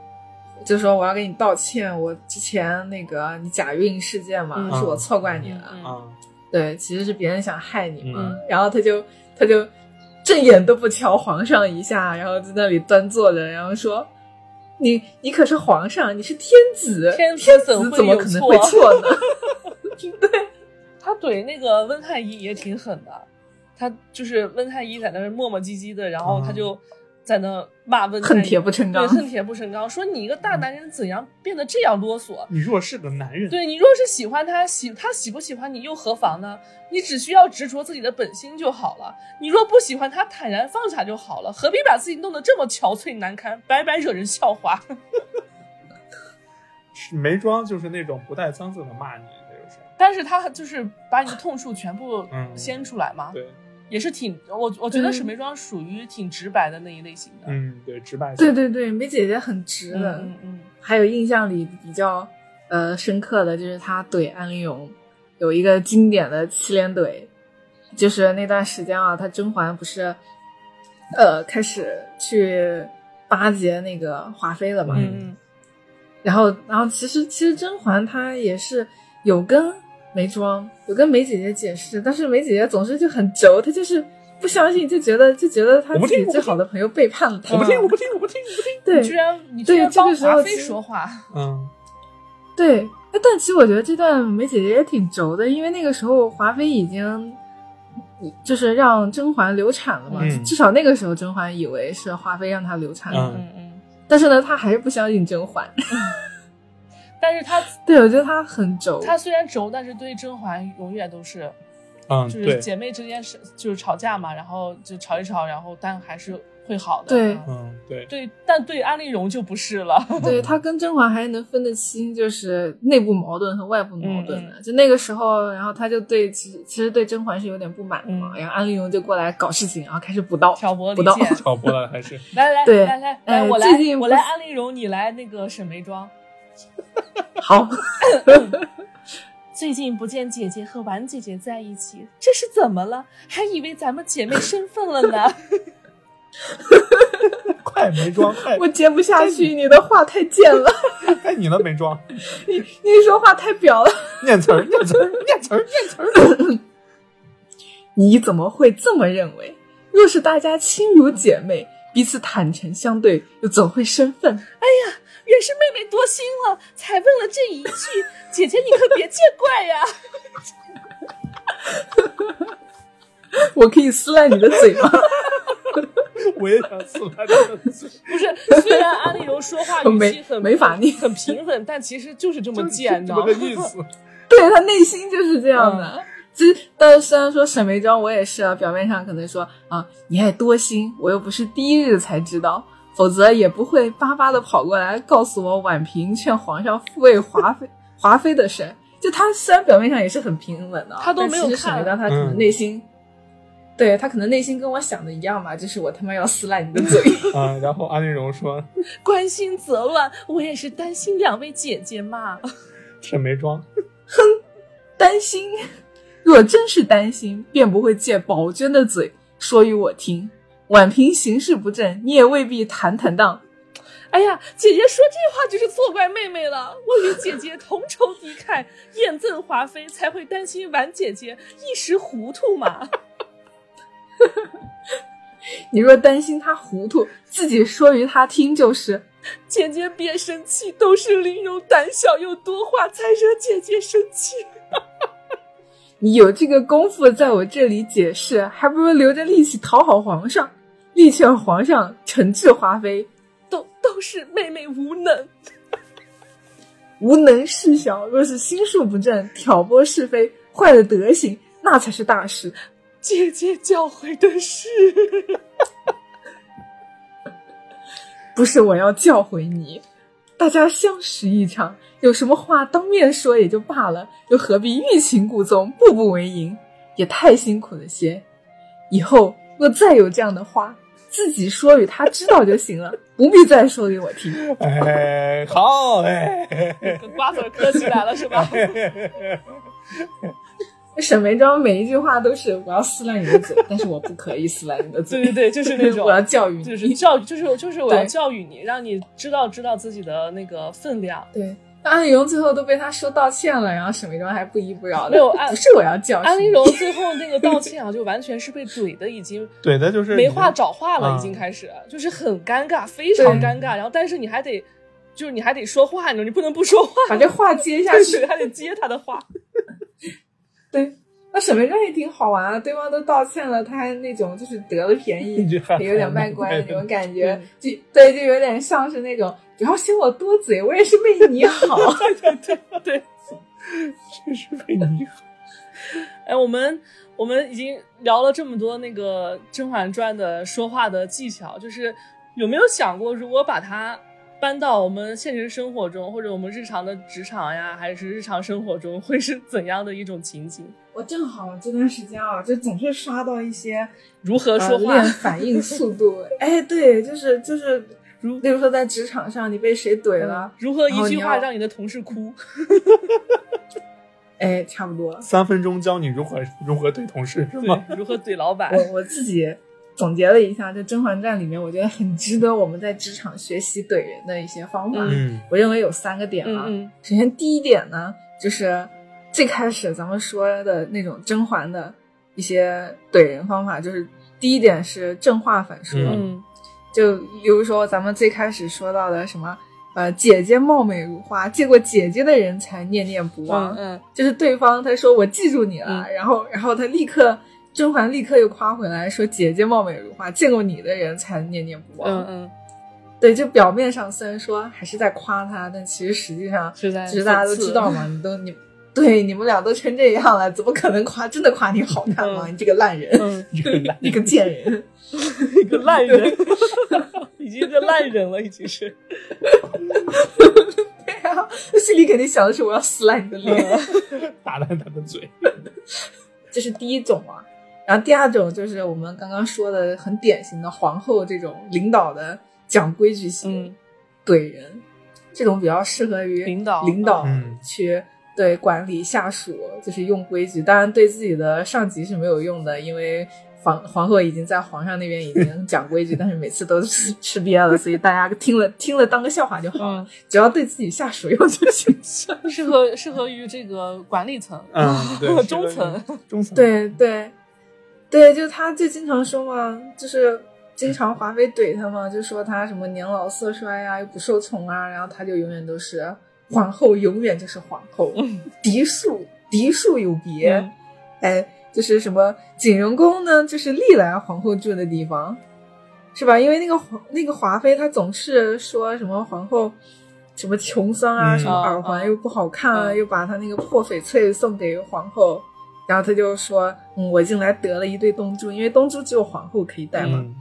[SPEAKER 5] 就说我要给你道歉，我之前那个你假孕事件嘛，
[SPEAKER 2] 嗯
[SPEAKER 5] 是我错怪你
[SPEAKER 2] 嗯
[SPEAKER 5] 了，
[SPEAKER 2] 嗯
[SPEAKER 3] 啊，
[SPEAKER 5] 对，其实是别人想害你嘛，
[SPEAKER 3] 嗯
[SPEAKER 5] 然
[SPEAKER 4] 然后
[SPEAKER 5] 后
[SPEAKER 4] 他
[SPEAKER 5] 他就
[SPEAKER 4] 就他就正眼都不瞧皇上一下，然后在那里端坐着，然后说：“你你可是皇上，你是天子，
[SPEAKER 2] 天子
[SPEAKER 4] 子
[SPEAKER 2] 怎会
[SPEAKER 4] 怎么
[SPEAKER 2] 有
[SPEAKER 4] 可能
[SPEAKER 2] 错
[SPEAKER 4] 会错 呢
[SPEAKER 2] 他怼那个温太医也挺狠的，他就是温太医在那儿磨磨唧唧的，然后他
[SPEAKER 3] 哦
[SPEAKER 2] 就在那骂温？”太医，
[SPEAKER 4] 恨铁不成
[SPEAKER 2] 对，
[SPEAKER 4] 钢。
[SPEAKER 2] 恨铁不成钢，说你一个
[SPEAKER 3] 嗯
[SPEAKER 2] 大男人怎样变得这样啰嗦？
[SPEAKER 3] 你若是个男人，
[SPEAKER 2] 对你若是喜欢他，喜他喜不喜欢你又何妨呢？你只需要执着自己的本心就好了。你若不喜欢他，坦然放下就好了，何必把自己弄得这么憔悴难堪，白白惹人笑话？
[SPEAKER 3] 眉庄就是那种不带脏字的骂你，这就是
[SPEAKER 2] 但是他就是把你的痛处全部
[SPEAKER 3] 嗯
[SPEAKER 2] 掀出来嘛，
[SPEAKER 3] 对，
[SPEAKER 2] 也是挺我我觉得
[SPEAKER 5] 嗯
[SPEAKER 2] 沈眉庄属于挺直白的那一类型的。
[SPEAKER 3] 嗯，对，直白。
[SPEAKER 5] 对对对，梅姐姐很直
[SPEAKER 2] 嗯
[SPEAKER 5] 的，
[SPEAKER 2] 嗯嗯
[SPEAKER 4] 还有印象里比较呃深刻的就是他怼安陵容有一个经典的七连怼，就是那段时间啊，他甄嬛不是呃开始去巴结那个华妃了嘛，
[SPEAKER 2] 嗯嗯，
[SPEAKER 4] 然后，然后其实其实甄嬛她也是有跟眉庄，有跟梅姐姐解释，但是梅姐姐总是就很轴，她就是不相信，就觉得就觉得她
[SPEAKER 3] 我不
[SPEAKER 4] 自
[SPEAKER 3] 听我
[SPEAKER 4] 己
[SPEAKER 3] 不
[SPEAKER 4] 最
[SPEAKER 3] 听
[SPEAKER 4] 好的朋友背叛了她。
[SPEAKER 3] 我不听，我不听，我不听，我不听。
[SPEAKER 4] 对
[SPEAKER 2] 你居然你居
[SPEAKER 4] 对
[SPEAKER 2] 然
[SPEAKER 4] 这
[SPEAKER 2] 帮
[SPEAKER 4] 个时候
[SPEAKER 2] 华妃
[SPEAKER 4] 其实
[SPEAKER 2] 说话，
[SPEAKER 3] 嗯
[SPEAKER 4] 对，哎但其实我觉得这段梅姐姐也挺轴的，因为那个时候华妃已经就是让甄嬛流产了嘛，
[SPEAKER 3] 嗯
[SPEAKER 4] 至少那个时候甄嬛以为是华妃让她流产了，
[SPEAKER 3] 嗯
[SPEAKER 2] 嗯嗯，
[SPEAKER 4] 但是呢，她还是不相信甄嬛。
[SPEAKER 2] 但是他
[SPEAKER 4] 对，我觉得她很轴。
[SPEAKER 2] 他虽然轴，但是对甄嬛永远都是
[SPEAKER 3] 嗯，
[SPEAKER 2] 就是
[SPEAKER 3] 对，
[SPEAKER 2] 姐妹之间是就是吵架嘛，然后就吵一吵，然后但还是会好的。
[SPEAKER 4] 对
[SPEAKER 2] 嗯
[SPEAKER 3] 嗯对，
[SPEAKER 2] 对，但对安陵容就不是了。
[SPEAKER 4] 对他跟甄嬛还能分得清，就是内部矛盾和外部矛盾的。
[SPEAKER 2] 嗯
[SPEAKER 4] 就那个时候，然后他就对其实其实对甄嬛是有点不满的嘛，
[SPEAKER 2] 嗯
[SPEAKER 4] 然后安陵容就过来搞事情，然后开始补刀。
[SPEAKER 2] 挑拨离
[SPEAKER 4] 不到
[SPEAKER 2] 间，
[SPEAKER 3] 挑拨了还是
[SPEAKER 2] 来来
[SPEAKER 4] 对
[SPEAKER 2] 来来来，
[SPEAKER 4] 呃
[SPEAKER 2] 我来
[SPEAKER 4] 最近不
[SPEAKER 2] 我
[SPEAKER 4] 是
[SPEAKER 2] 来安陵容，你来那个沈眉庄。
[SPEAKER 4] 好，
[SPEAKER 2] 最近不见姐姐和婉 姐姐在一起，这是怎么了？还以为咱们姐妹身份了呢。
[SPEAKER 3] 快眉庄， 快
[SPEAKER 4] 我接 不下去，你的话太贱了，
[SPEAKER 3] 该你了眉庄，
[SPEAKER 4] 你你说话太表了。
[SPEAKER 3] 念词儿，念词儿，念词儿，念词儿。
[SPEAKER 4] 你怎么会这么认为？若是大家亲如姐妹，彼此坦诚相对，又怎会生分？
[SPEAKER 2] 原是妹妹多心了，才问了这一句。姐姐，你可别见怪呀、
[SPEAKER 4] 我可以撕烂你的嘴吗？
[SPEAKER 3] 我也想刺他的嘴，
[SPEAKER 2] 不是，虽然安丽柔说话
[SPEAKER 4] 我
[SPEAKER 2] 语
[SPEAKER 4] 没
[SPEAKER 2] 气很
[SPEAKER 4] 没法念
[SPEAKER 2] 很平衡，但其实就是这么
[SPEAKER 3] 就
[SPEAKER 2] 贱，
[SPEAKER 3] 是
[SPEAKER 2] 你知
[SPEAKER 3] 这
[SPEAKER 2] 道吗
[SPEAKER 3] 么个？意 思。
[SPEAKER 4] 对他内心就是这样
[SPEAKER 2] 嗯
[SPEAKER 4] 的。其实，但是虽然说沈眉庄，我也是啊，表面上可能说啊，你爱多心，我又不是第一日才知道，否则也不会巴巴的跑过来告诉我婉嫔劝皇上复位华妃华妃的事。就他虽然表面上也是很平稳的啊，
[SPEAKER 2] 他都
[SPEAKER 4] 但
[SPEAKER 2] 没有
[SPEAKER 4] 其实沈
[SPEAKER 2] 看
[SPEAKER 4] 眉庄他
[SPEAKER 3] 嗯
[SPEAKER 4] 可能内心、
[SPEAKER 5] 对他可能内心跟我想的一样吧，就是我他妈要撕烂你的嘴。
[SPEAKER 3] 啊，然后安陵容说
[SPEAKER 2] 关心则乱，我也是担心两位姐姐嘛。
[SPEAKER 3] 沈眉庄，
[SPEAKER 4] 担心， 若真是担心，便不会借宝娟的嘴说与我听。婉嫔行事不正，你也未必坦坦荡。
[SPEAKER 2] 哎呀，姐姐说这话就是错怪妹妹了。我与姐姐同仇敌忾， 厌憎华妃，才会担心婉姐姐一时糊涂嘛。
[SPEAKER 4] 你若担心他糊涂，自己说与他听就是。
[SPEAKER 2] 姐姐别生气，都是玲珑胆小又多话，才惹姐姐生气。
[SPEAKER 4] 你有这个功夫在我这里解释，还不如留着力气讨好皇上，力劝皇上惩治华妃。
[SPEAKER 2] 都都是妹妹无能。
[SPEAKER 4] 无能事小，若是心术不正，挑拨是非，坏了德行，那才是大事。
[SPEAKER 2] 姐姐教诲的是，
[SPEAKER 4] 不是我要教诲你，大家相识一场，有什么话当面说也就罢了，又何必欲擒故纵，步步为营，也太辛苦了些。以后若再有这样的话，自己说与他知道就 行了，不必再说给我听。
[SPEAKER 3] 哎，好，哎，
[SPEAKER 2] 瓜子磕起来了是吧？
[SPEAKER 4] 沈眉庄每一句话都是我要撕烂你的嘴，但是我不可以撕烂你的
[SPEAKER 2] 对
[SPEAKER 4] 嘴，
[SPEAKER 2] 对对，就是那种
[SPEAKER 4] 我要教育你。
[SPEAKER 2] 就是教育，就是就是我要
[SPEAKER 4] 对
[SPEAKER 2] 教育你，让你知道知道自己的那个分量。
[SPEAKER 5] 对，那安陵容最后都被他说道歉了，然后沈眉庄还不依不饶的，
[SPEAKER 2] 没有安
[SPEAKER 5] 不是我要教训你
[SPEAKER 2] 安陵容啊最后那个道歉啊，就完全是被怼的，已经
[SPEAKER 3] 对的，就是
[SPEAKER 2] 没话找话了，
[SPEAKER 3] 啊
[SPEAKER 2] 已经开始就是很尴尬，非常
[SPEAKER 5] 对
[SPEAKER 2] 尴尬。然后但是你还得，就是你还得说话，你知道你不能不说话，
[SPEAKER 5] 把这话接下
[SPEAKER 2] 但
[SPEAKER 5] 去
[SPEAKER 2] 是。还得 接他的话。
[SPEAKER 5] 对，那沈眉庄也挺好玩啊，对方都道歉了，他还那种就是得了便宜
[SPEAKER 3] 你这还
[SPEAKER 5] 也有点卖乖的那种感觉，
[SPEAKER 2] 嗯
[SPEAKER 5] 就对，就有点像是那种不要嫌我多嘴，我也是为你好。
[SPEAKER 2] 对，
[SPEAKER 3] 确实为你好。
[SPEAKER 2] 哎，我们我们已经聊了这么多那个《甄嬛传》的说话的技巧，就是有没有想过，如果把它搬到我们现实生活中，或者我们日常的职场呀，还是日常生活中，会是怎样的一种情景？
[SPEAKER 5] 我正好这段时间啊，就总是刷到一些
[SPEAKER 2] 如何说
[SPEAKER 5] 呃
[SPEAKER 2] 话？
[SPEAKER 5] 练反应速度。哎，对，就是就是，
[SPEAKER 2] 如
[SPEAKER 5] 例如说在职场上你被谁怼了，
[SPEAKER 2] 嗯如何
[SPEAKER 5] 然后
[SPEAKER 2] 一句
[SPEAKER 5] 你
[SPEAKER 2] 话
[SPEAKER 5] 要
[SPEAKER 2] 让你的同事 哭？
[SPEAKER 5] 哎，差不多。
[SPEAKER 3] 三分钟教你如何如何对同事是吗？
[SPEAKER 2] 对，如何怼老板？
[SPEAKER 5] 我我自己总结了一下，就《甄嬛传》里面，我觉得很值得我们在职场学习怼人的一些方法。
[SPEAKER 3] 嗯
[SPEAKER 5] 我认为有三个点啊。
[SPEAKER 2] 嗯
[SPEAKER 5] 首先第一点呢，就是最开始咱们说的那种甄嬛的一些怼人方法，就是第一点是正话反说，
[SPEAKER 3] 嗯
[SPEAKER 2] 嗯
[SPEAKER 5] 就比如说咱们最开始说到的什么。呃，姐姐貌美如花，见过姐姐的人才念念不忘。
[SPEAKER 2] 嗯嗯，
[SPEAKER 5] 就是对方他说我记住你了，
[SPEAKER 2] 嗯
[SPEAKER 5] 然后然后他立刻甄嬛立刻又夸回来说姐姐貌美如花，见过你的人才念念不忘。
[SPEAKER 2] 嗯嗯，
[SPEAKER 5] 对，就表面上虽然说还是在夸他，但其实实际上
[SPEAKER 2] 是在
[SPEAKER 5] 其实大家都
[SPEAKER 2] 讽刺
[SPEAKER 5] 知道嘛，你都你对你们俩都成这样了，怎么可能夸真的夸你好看吗？
[SPEAKER 2] 嗯
[SPEAKER 5] 你这个烂人，
[SPEAKER 2] 嗯，
[SPEAKER 3] 一个懒
[SPEAKER 5] 你个贱人。
[SPEAKER 2] 一个烂人， 已经是个烂人了，已经是。
[SPEAKER 5] 对啊，心里肯定想的是我要撕烂你的
[SPEAKER 2] 嗯
[SPEAKER 5] 脸，
[SPEAKER 3] 打烂他的嘴。
[SPEAKER 5] 这是第一种啊。然后第二种就是我们刚刚说的很典型的皇后这种领导的讲规矩型
[SPEAKER 2] 嗯
[SPEAKER 5] 怼人，这种比较适合于
[SPEAKER 2] 领导
[SPEAKER 5] 领导
[SPEAKER 3] 嗯
[SPEAKER 5] 去对管理下属，就是用规矩。当然对自己的上级是没有用的，因为
[SPEAKER 4] 皇皇后已经在皇上那边已经讲规矩，但是每次都是吃 瘪了，所以大家听了听了当个笑话就好
[SPEAKER 2] 嗯
[SPEAKER 4] 了，只要对自己下属有就行。
[SPEAKER 2] 适合适合于这个管理层，
[SPEAKER 3] 嗯，对，
[SPEAKER 2] 中
[SPEAKER 3] 是的
[SPEAKER 2] 层，
[SPEAKER 3] 中层，
[SPEAKER 4] 对对对，就他就经常说嘛，就是经常华妃怼他嘛，就说他什么年老色衰啊，又不受宠啊，然后他就永远都是皇后，永远就是皇后，嫡庶嫡庶有别，
[SPEAKER 2] 嗯
[SPEAKER 4] 哎，就是什么景仁宫呢，就是历来皇后住的地方，是吧？因为那个皇那个华妃，她总是说什么皇后。什么穷桑啊，
[SPEAKER 3] 嗯
[SPEAKER 4] 什么耳
[SPEAKER 2] 哦
[SPEAKER 4] 环
[SPEAKER 2] 哦
[SPEAKER 4] 又不好看啊，
[SPEAKER 2] 嗯
[SPEAKER 4] 又把她那个破翡翠送给皇后，然后他就说：“嗯，我进来得了一对东珠，因为东珠只有皇后可以戴嘛。
[SPEAKER 3] 嗯，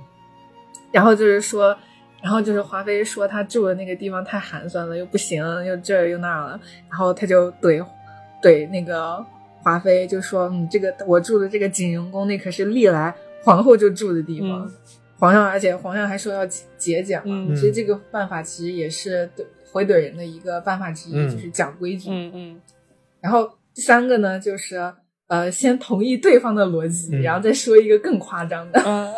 [SPEAKER 4] 然后就是说，然后就是华妃说她住的那个地方太寒酸了，又不行，又这儿又那儿了。然后他就怼怼那个华妃，就说：“嗯，这个我住的这个景仁宫，那可是历来皇后就住的地方。
[SPEAKER 2] 嗯
[SPEAKER 4] 皇上，而且皇上还说要节节俭嘛，
[SPEAKER 2] 嗯
[SPEAKER 4] 所以这个办法其实也是怼回怼人的一个办法之一，
[SPEAKER 3] 嗯
[SPEAKER 4] 就是讲规矩。
[SPEAKER 2] 嗯嗯
[SPEAKER 4] 然后第三个呢，就是呃，先同意对方的逻辑，
[SPEAKER 3] 嗯
[SPEAKER 4] 然后再说一个更夸张的。
[SPEAKER 2] 嗯，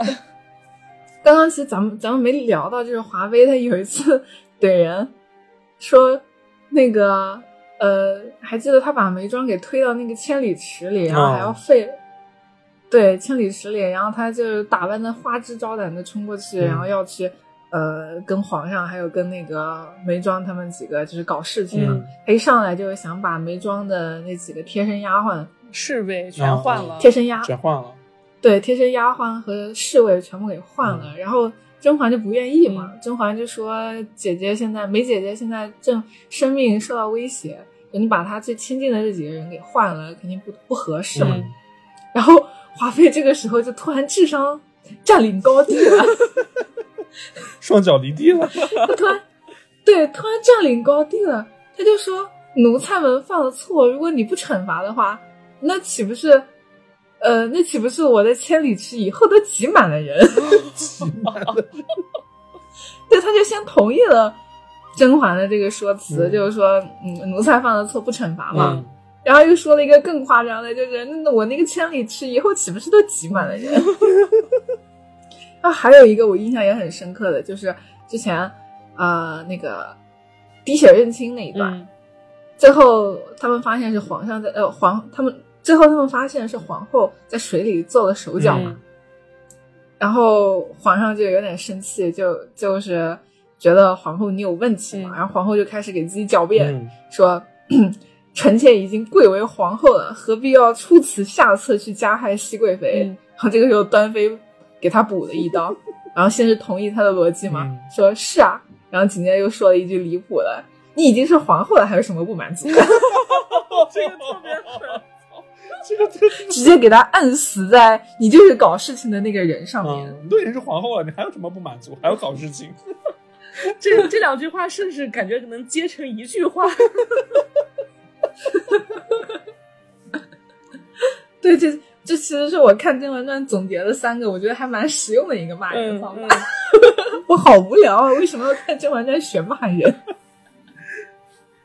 [SPEAKER 4] 刚刚其实咱们咱们没聊到，就是华妃她有一次怼人，说那个呃，还记得她把眉庄给推到那个千里池里，然后还要废。对千里池里，然后她就打扮的花枝招展的冲过去，
[SPEAKER 3] 嗯
[SPEAKER 4] 然后要去，呃，跟皇上还有跟那个眉庄他们几个就是搞事情嘛。
[SPEAKER 2] 嗯
[SPEAKER 4] 她一上来就是想把眉庄的那几个贴身丫鬟
[SPEAKER 2] 侍卫全换了，
[SPEAKER 4] 贴身丫
[SPEAKER 3] 全换了，
[SPEAKER 4] 对贴身丫鬟和侍卫全部给换了，然后甄嬛就不愿意嘛，甄嬛就说姐姐现在梅姐姐现在正生命受到威胁，你把她最亲近的这几个人给换了，肯定不不合适嘛。
[SPEAKER 2] 嗯
[SPEAKER 4] 然后华妃这个时候就突然智商占领高地了，
[SPEAKER 3] 双脚离地了，
[SPEAKER 4] 她突然对突然占领高地了，她就说奴才们犯了错，如果你不惩罚的话，那岂不是？呃，那岂不是我在千里池以后都挤满了人？
[SPEAKER 3] 哦
[SPEAKER 4] 对，他就先同意了甄嬛的这个说辞，
[SPEAKER 3] 嗯
[SPEAKER 4] 就是说，嗯，奴才犯了错不惩罚嘛。
[SPEAKER 3] 嗯
[SPEAKER 4] 然后又说了一个更夸张的，就是那我那个千里池以后岂不是都挤满了人？啊，还有一个我印象也很深刻的，就是之前呃那个滴血认亲那一段，
[SPEAKER 2] 嗯
[SPEAKER 4] 最后他们发现是皇上在呃皇他们最后他们发现是皇后在水里做了手脚嘛，
[SPEAKER 2] 嗯
[SPEAKER 4] 然后皇上就有点生气，就就是觉得皇后你有问题嘛，
[SPEAKER 2] 嗯
[SPEAKER 4] 然后皇后就开始给自己狡辩，
[SPEAKER 3] 嗯
[SPEAKER 4] 说 臣妾已经贵为皇后了，何必要出此下策去加害熹贵妃？
[SPEAKER 2] 嗯
[SPEAKER 4] 然后这个时候端妃给她补了一刀，然后先是同意她的逻辑嘛，
[SPEAKER 3] 嗯
[SPEAKER 4] 说是啊，然后紧接着又说了一句离谱的。你已经是皇后了，还有什么不满足 的？
[SPEAKER 2] 这个特别
[SPEAKER 3] 嗯
[SPEAKER 2] 狠，
[SPEAKER 4] 直接给她按死在你就是搞事情的那个人上面。
[SPEAKER 3] 嗯，你都已经是皇后了，你还有什么不满足？还要搞事情？
[SPEAKER 2] 这这两句话甚至感觉能接成一句话，
[SPEAKER 4] 对，这这其实是我看《甄嬛传》总结的三个，我觉得还蛮实用的一个骂人
[SPEAKER 2] 嗯
[SPEAKER 4] 方法。
[SPEAKER 2] 嗯，
[SPEAKER 4] 我好无聊啊，为什么要看《甄嬛传》学骂人？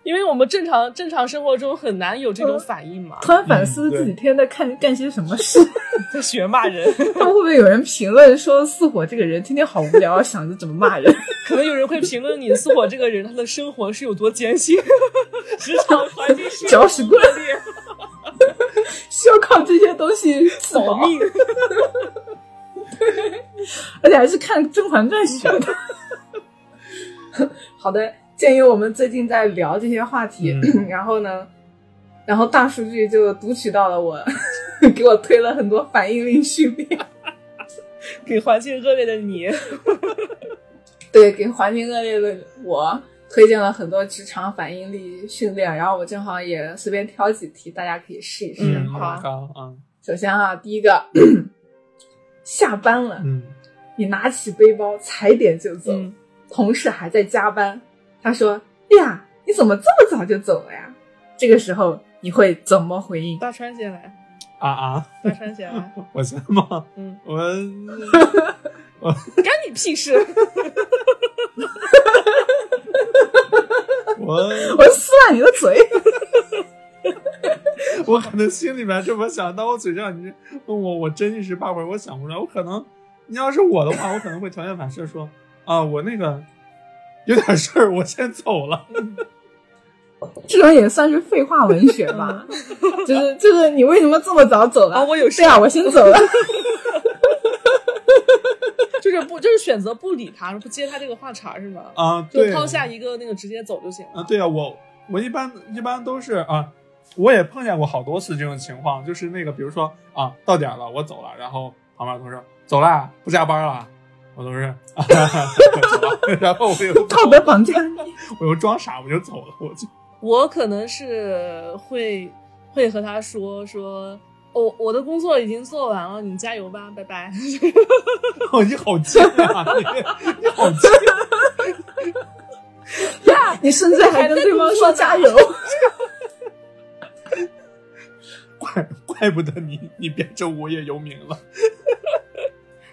[SPEAKER 2] 因为我们正常正常生活中很难有这种反应嘛，
[SPEAKER 4] 突然反思自己
[SPEAKER 3] 嗯对
[SPEAKER 4] 天天在看干些什么事，
[SPEAKER 2] 嗯在学骂人，
[SPEAKER 4] 他们嗯会不会有人评论说四火这个人天天好无聊，想着怎么骂 人？
[SPEAKER 2] 可能有人会评论你苏火这个人他的生活是有多艰辛，职场环境是有
[SPEAKER 4] 搅屎棍
[SPEAKER 2] 多恶劣
[SPEAKER 4] 需要靠这些东西自保
[SPEAKER 2] 保，命。
[SPEAKER 4] 而且还是看《甄嬛传》学的。 好的，鉴于我们最近在聊这些话题，
[SPEAKER 3] 嗯
[SPEAKER 4] 然后呢，然后大数据就读取到了我， 给我推了很多反应力训练。
[SPEAKER 2] 给环境恶劣的你，
[SPEAKER 4] 对，给环境恶劣的我推荐了很多职场反应力训练，然后我正好也随便挑几题，大家可以试一试，
[SPEAKER 2] 嗯
[SPEAKER 4] 好吧？
[SPEAKER 3] 刚啊，
[SPEAKER 4] 首先啊，第一个，下班了，
[SPEAKER 3] 嗯
[SPEAKER 4] 你拿起背包踩点就走，
[SPEAKER 2] 嗯
[SPEAKER 4] 同事还在加班，他说：“哎呀，你怎么这么早就走了呀？”这个时候你会怎么回应？
[SPEAKER 2] 大川先来，
[SPEAKER 3] 啊啊，
[SPEAKER 2] 大川先来，
[SPEAKER 3] 我先吗？
[SPEAKER 2] 嗯，
[SPEAKER 3] 我
[SPEAKER 2] 干你屁事！
[SPEAKER 3] 我
[SPEAKER 4] 我撕烂你的嘴！
[SPEAKER 3] 我可能心里面这么想，但我嘴上你问我，我真一时半会儿我想不出来。我可能你要是我的话，我可能会条件反射说啊，我那个有点事儿，我先走了。
[SPEAKER 4] 这种也算是废话文学 吧，就是就是你为什么这么早走了？
[SPEAKER 2] 啊我有事
[SPEAKER 4] 对啊，我先 走了。
[SPEAKER 2] 就是不就是选择不理他，不接他这个话茬儿是吗？
[SPEAKER 3] 啊，
[SPEAKER 2] 就
[SPEAKER 3] 对，
[SPEAKER 2] 抛下一个那个直接走就行了。
[SPEAKER 3] 啊，对啊，我我一般一般都是啊，我也碰见过好多次这种情况，就是那个比如说啊，到点儿了我走了，然后旁边同事走啦，不加班了，我都 是啊走了， 然后我又
[SPEAKER 4] 道德绑架你，
[SPEAKER 3] 我又装傻，我就走了，我就
[SPEAKER 2] 我可能是会会和他说说，我、我的工作已经做完了，你加油吧，拜拜。
[SPEAKER 3] 哦，你好贱啊！你你好贱，
[SPEAKER 4] 你甚至还跟对方说加油。
[SPEAKER 3] 怪 怪不得你你变成无业游民了。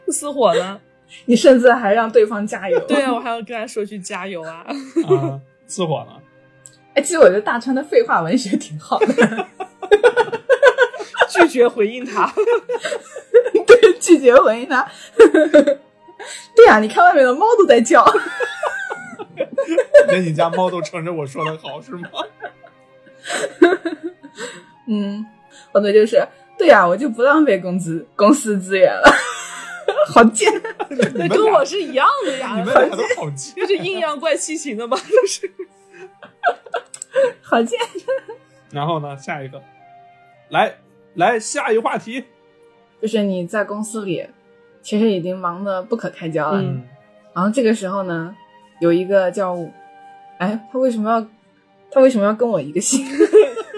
[SPEAKER 2] 私火呢？
[SPEAKER 4] 你甚至还让对方加油。
[SPEAKER 2] 对啊，我还要跟他说句加油啊。
[SPEAKER 3] 啊，自火了，
[SPEAKER 4] 哎，其实我觉得大川的废话文学挺好 的，
[SPEAKER 2] 拒绝回应 他。
[SPEAKER 4] 对，拒绝回应他。 对啊，你看外面的猫都在 叫，
[SPEAKER 3] 连你家猫都承认我说的好是吗？
[SPEAKER 4] 嗯，或者就是对啊，我就不浪费工资公司资源了， 好贱。
[SPEAKER 3] 你们
[SPEAKER 2] 跟我
[SPEAKER 3] 俩
[SPEAKER 2] 是一样的呀，
[SPEAKER 3] 你们俩都好
[SPEAKER 2] 就
[SPEAKER 3] 贱，
[SPEAKER 2] 是阴阳怪气型的吧，就是
[SPEAKER 4] 好贱，
[SPEAKER 3] 然后呢，下一个，来来下一话题。
[SPEAKER 4] 就是你在公司里，其实已经忙得不可开交了，
[SPEAKER 2] 嗯
[SPEAKER 4] 然后这个时候呢，有一个叫，哎，他为什么要，他为什么要跟我一个姓？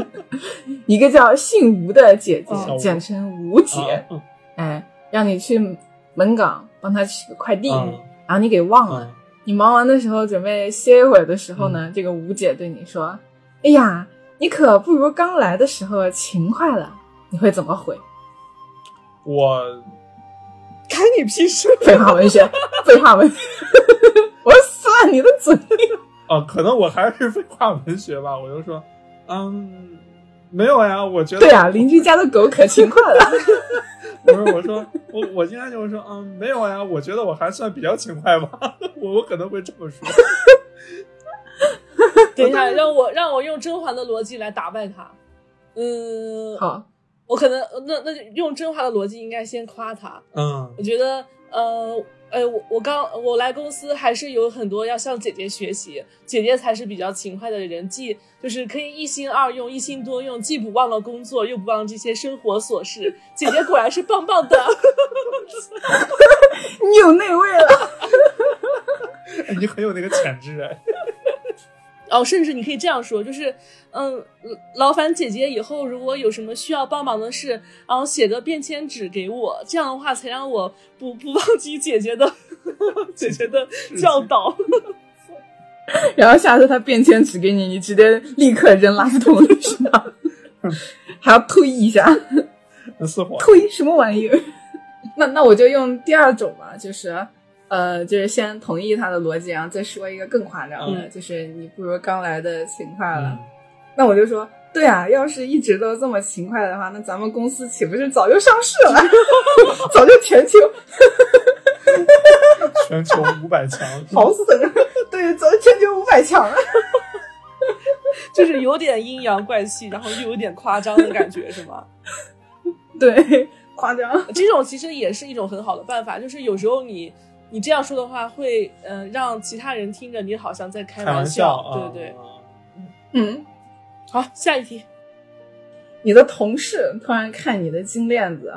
[SPEAKER 4] 一个叫姓吴的姐姐，
[SPEAKER 2] 哦
[SPEAKER 4] 简称吴姐，
[SPEAKER 3] 啊嗯
[SPEAKER 4] 哎，让你去门岗帮她取个快递，
[SPEAKER 3] 嗯
[SPEAKER 4] 然后你给忘了。
[SPEAKER 3] 嗯
[SPEAKER 4] 你忙完的时候准备歇一会儿的时候呢，这个吴姐对你说：“哎呀，你可不如刚来的时候勤快了。”你会怎么回？
[SPEAKER 3] 我
[SPEAKER 2] 看你屁事。
[SPEAKER 4] 废话文学，废话文学， 我算你的嘴。
[SPEAKER 3] 哦，可能我还是废话文学吧，我就说，嗯，没有呀，我觉得
[SPEAKER 4] 对啊，邻居家的狗可勤快 了。
[SPEAKER 3] 不是，我说我我今天就是说，嗯，没有呀，我觉得我还算比较勤快吧， 我我可能会这么说。
[SPEAKER 2] 等一下，让我让我用甄嬛的逻辑来打败他。嗯，，
[SPEAKER 4] 好，
[SPEAKER 2] 我可能呃那那就用甄嬛的逻辑，应该先夸他。
[SPEAKER 3] 嗯
[SPEAKER 2] 我觉得，呃，呃，我我刚我来公司还是有很多要向姐姐学习，姐姐才是比较勤快的人，既就是可以一心二用、一心多用，既不忘了工作，又不忘这些生活琐事。姐姐果然是棒棒的。
[SPEAKER 4] 你有内味了。
[SPEAKER 3] 哎你很有那个潜质哎。
[SPEAKER 2] 哦，甚至你可以这样说，就是，嗯，劳烦姐姐以后如果有什么需要帮忙的事，然后写个便签纸给我，这样的话才让我不不忘记姐姐的 姐姐的教导。
[SPEAKER 4] 然后下次他便签纸给你，你直接立刻扔垃圾桶里是吧？还要推一下，
[SPEAKER 3] 那似乎
[SPEAKER 4] 嗯推什么玩意 儿？
[SPEAKER 5] 那那我就用
[SPEAKER 4] 第二种嘛，就是，呃，就是先同意他的逻辑，然后再说一个更夸张的，
[SPEAKER 5] 嗯
[SPEAKER 4] 就是你不如刚来的勤快
[SPEAKER 5] 快
[SPEAKER 4] 了。
[SPEAKER 5] 了
[SPEAKER 3] 嗯，
[SPEAKER 4] 那我就说，对啊，要是一直都这么勤快的话，那咱们公司岂不是早就上市 了，早就全球
[SPEAKER 3] 嗯全球五 百强，
[SPEAKER 4] 豪森， 对，早就全球五百强了。
[SPEAKER 2] 就是有点阴阳怪气，然后又有点夸张的感觉，是吗？
[SPEAKER 4] 对，夸张。
[SPEAKER 2] 这种其实也是一种很好的办法，就是有时候你你这样说的话会，呃让其他人听着你好像在开
[SPEAKER 3] 开玩
[SPEAKER 2] 笑，
[SPEAKER 3] 啊，
[SPEAKER 2] 对对。
[SPEAKER 4] 嗯，
[SPEAKER 2] 好，下一题，
[SPEAKER 4] 你的同事突然看你的金链子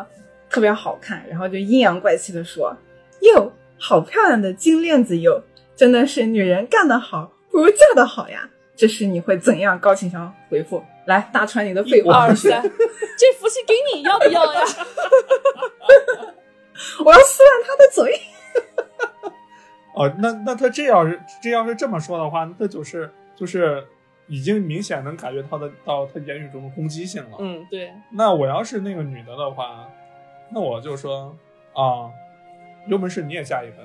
[SPEAKER 4] 特别好看，然后就阴阳怪气的说：“哟，好漂亮的金链子哟，真的是女人干得好不如嫁得好呀。”这时你会怎样高情商回复？来，大川，你的废
[SPEAKER 2] 一
[SPEAKER 4] 话
[SPEAKER 2] 二，三， 这福气给你要不要呀？
[SPEAKER 4] 我要撕烂他的嘴。
[SPEAKER 3] 哦，那那他这要是这要是这么说的话，那他就是就是已经明显能感觉到的到他言语中的攻击性了。
[SPEAKER 2] 嗯，对，
[SPEAKER 3] 那我要是那个女的的话，那我就说啊，有本事你也下一个。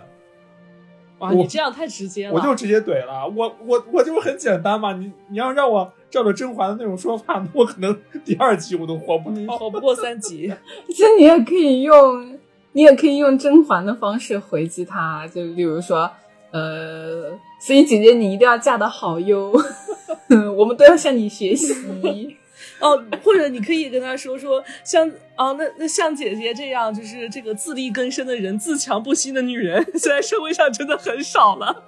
[SPEAKER 2] 哇，
[SPEAKER 3] 我
[SPEAKER 2] 你这样太直接了，
[SPEAKER 3] 我就直接怼了，我我我就很简单嘛，你你要让我照着甄嬛的那种说法，我可能 第二集我都活不
[SPEAKER 2] 嗯，
[SPEAKER 3] 了。
[SPEAKER 2] 跑不过三级，
[SPEAKER 4] 其实你也可以用，你也可以用甄嬛的方式回击他，就比如说，呃，所以姐姐你一定要嫁得好哟， 我们都要向你学习。
[SPEAKER 2] 哦，或者你可以跟他说说，像啊，那那像姐姐这样，就是这个自力更生的人，自强不息的女人，现在社会上真的很少了。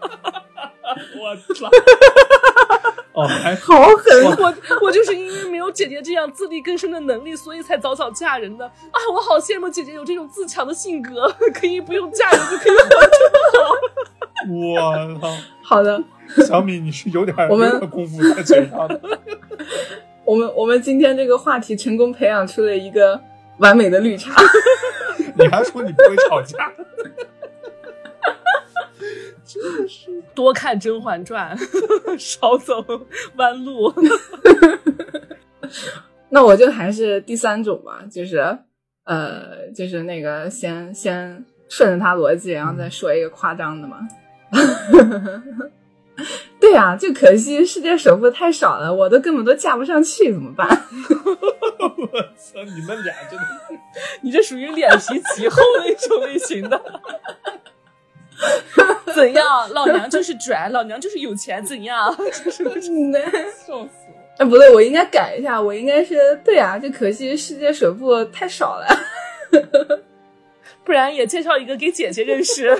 [SPEAKER 3] 我操！ 哦，还
[SPEAKER 4] 好狠！
[SPEAKER 2] 我我就是因为没有姐姐这样自力更生的能力，所以才早早嫁人的啊！我好羡慕姐姐有这种自强的性格，可以不用嫁人就可以活着。
[SPEAKER 3] 我操！
[SPEAKER 4] 好的，
[SPEAKER 3] 小米，你是有点
[SPEAKER 4] 我们
[SPEAKER 3] 有点功夫在嘴上的。
[SPEAKER 4] 我们我们今天这个话题成功培养出了一个完美的绿茶。
[SPEAKER 3] 你还说你不会吵架？
[SPEAKER 2] 多看《甄嬛传》， 少走弯路。
[SPEAKER 4] 那我就还是第三种吧，就是呃，就是那个先先顺着他逻辑，然后再说一个夸张的嘛。 对啊，就可惜世界首富太少了，我都根本都嫁不上去，怎么办？
[SPEAKER 3] 我操！你们俩真的
[SPEAKER 2] 你这属于脸皮极厚的一种类型的。怎样？老娘就是拽，老娘就是有钱，怎样？就是
[SPEAKER 4] 嗯
[SPEAKER 2] 笑死我！
[SPEAKER 4] 哎，不对，我应该改一下，我应该是对啊，就可惜世界首富太少了。
[SPEAKER 2] 不然也介绍一个给姐姐认识，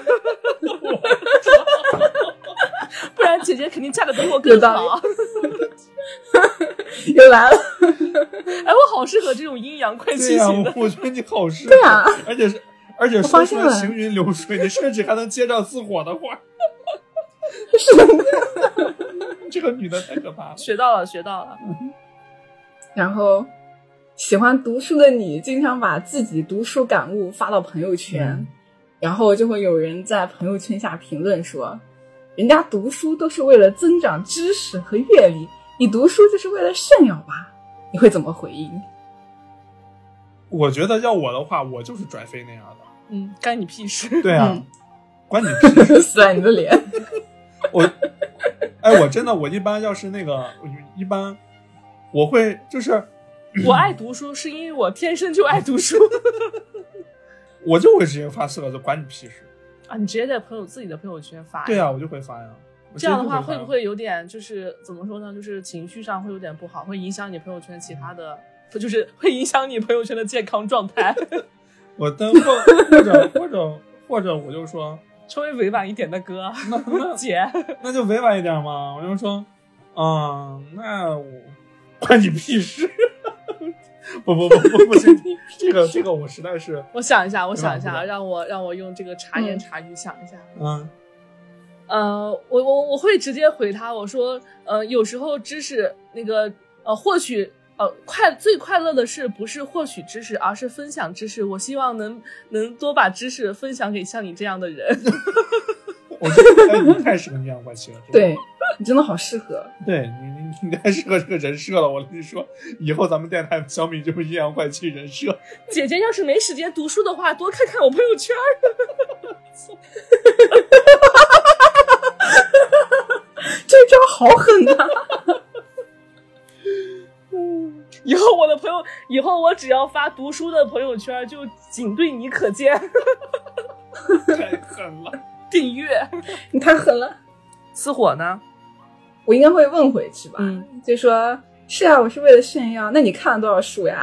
[SPEAKER 2] 不然姐姐肯定嫁的比我更
[SPEAKER 4] 有道
[SPEAKER 2] 好。
[SPEAKER 4] 又来了，
[SPEAKER 2] 哎，我好适合这种阴阳怪气
[SPEAKER 3] 对呀、
[SPEAKER 2] 型的。
[SPEAKER 3] 我我觉得你好适对
[SPEAKER 4] 啊，
[SPEAKER 3] 而且是而且
[SPEAKER 4] 我
[SPEAKER 3] 说出
[SPEAKER 4] 发现
[SPEAKER 3] 来
[SPEAKER 4] 了
[SPEAKER 3] 行云流水，你甚至还能接上自火的话。
[SPEAKER 4] 是的。
[SPEAKER 3] 这个女的太可怕了。
[SPEAKER 2] 学到了，学到了。
[SPEAKER 4] 然后，喜欢读书的你，经常把自己读书感悟发到朋友圈，
[SPEAKER 3] 嗯
[SPEAKER 4] 然后就会有人在朋友圈下评论说，人家读书都是为了增长知识和阅历，你读书就是为了炫耀吧？你会怎么回应？
[SPEAKER 3] 我觉得要我的话，我就是拽飞那样的。
[SPEAKER 2] 嗯，干你屁事！
[SPEAKER 3] 对啊，
[SPEAKER 4] 嗯
[SPEAKER 3] 关你屁事！
[SPEAKER 4] 甩你的脸，
[SPEAKER 3] 我，哎，我真的，我一般要是那个，我一般我会就是
[SPEAKER 2] 我爱读书是因为我天生就爱读书
[SPEAKER 3] 我就会直接发四个字，管你屁事。
[SPEAKER 2] 啊！你直接在朋友自己的朋友圈发呀。
[SPEAKER 3] 对啊，我就会发呀。我
[SPEAKER 2] 这样的
[SPEAKER 3] 直接就
[SPEAKER 2] 话
[SPEAKER 3] 发
[SPEAKER 2] 会
[SPEAKER 3] 呀
[SPEAKER 2] 不？会有点就是怎么说呢？就是情绪上会有点不好，会影响你朋友圈其他的，不就是会影响你朋友圈的健康状态？
[SPEAKER 3] 我但或或者或者或者我就说，
[SPEAKER 2] 稍微委婉一点的哥
[SPEAKER 3] 那那
[SPEAKER 2] 姐，
[SPEAKER 3] 那就委婉一点嘛。我就说，嗯，那我关你屁事。 不不不不不行，这个这个我实在是，
[SPEAKER 2] 我想一下，我想一
[SPEAKER 3] 委婉
[SPEAKER 2] 下，
[SPEAKER 3] 不了
[SPEAKER 2] 让我让我用这个察言
[SPEAKER 4] 嗯
[SPEAKER 2] 察语想一下。
[SPEAKER 3] 嗯
[SPEAKER 2] 呃，我我我会直接回他，我说，呃，有时候知识那个呃获取。呃，快最快乐的事不是获取知识，而是分享知识。我希望能能多把知识分享给像你这样的人。
[SPEAKER 3] 我觉得哎你太适合阴阳怪 气了。真的
[SPEAKER 4] 对你真的好适合。
[SPEAKER 3] 对你你你太适合这个人设了。我跟你说，以后咱们电台小米就是阴阳怪气人设。
[SPEAKER 2] 姐姐要是没时间读书的话，多看看我朋友圈儿。
[SPEAKER 4] 这招好狠呐、
[SPEAKER 2] 以后我的朋友，以后我只要发读书的朋友圈儿，就仅对你可见。
[SPEAKER 3] 太狠了。
[SPEAKER 2] 订阅。
[SPEAKER 4] 你太狠了！
[SPEAKER 2] 私火呢？
[SPEAKER 4] 我应该会问回去吧，
[SPEAKER 3] 啊
[SPEAKER 2] 嗯
[SPEAKER 4] 就说是啊，我是为了炫耀。那你看了多少书呀？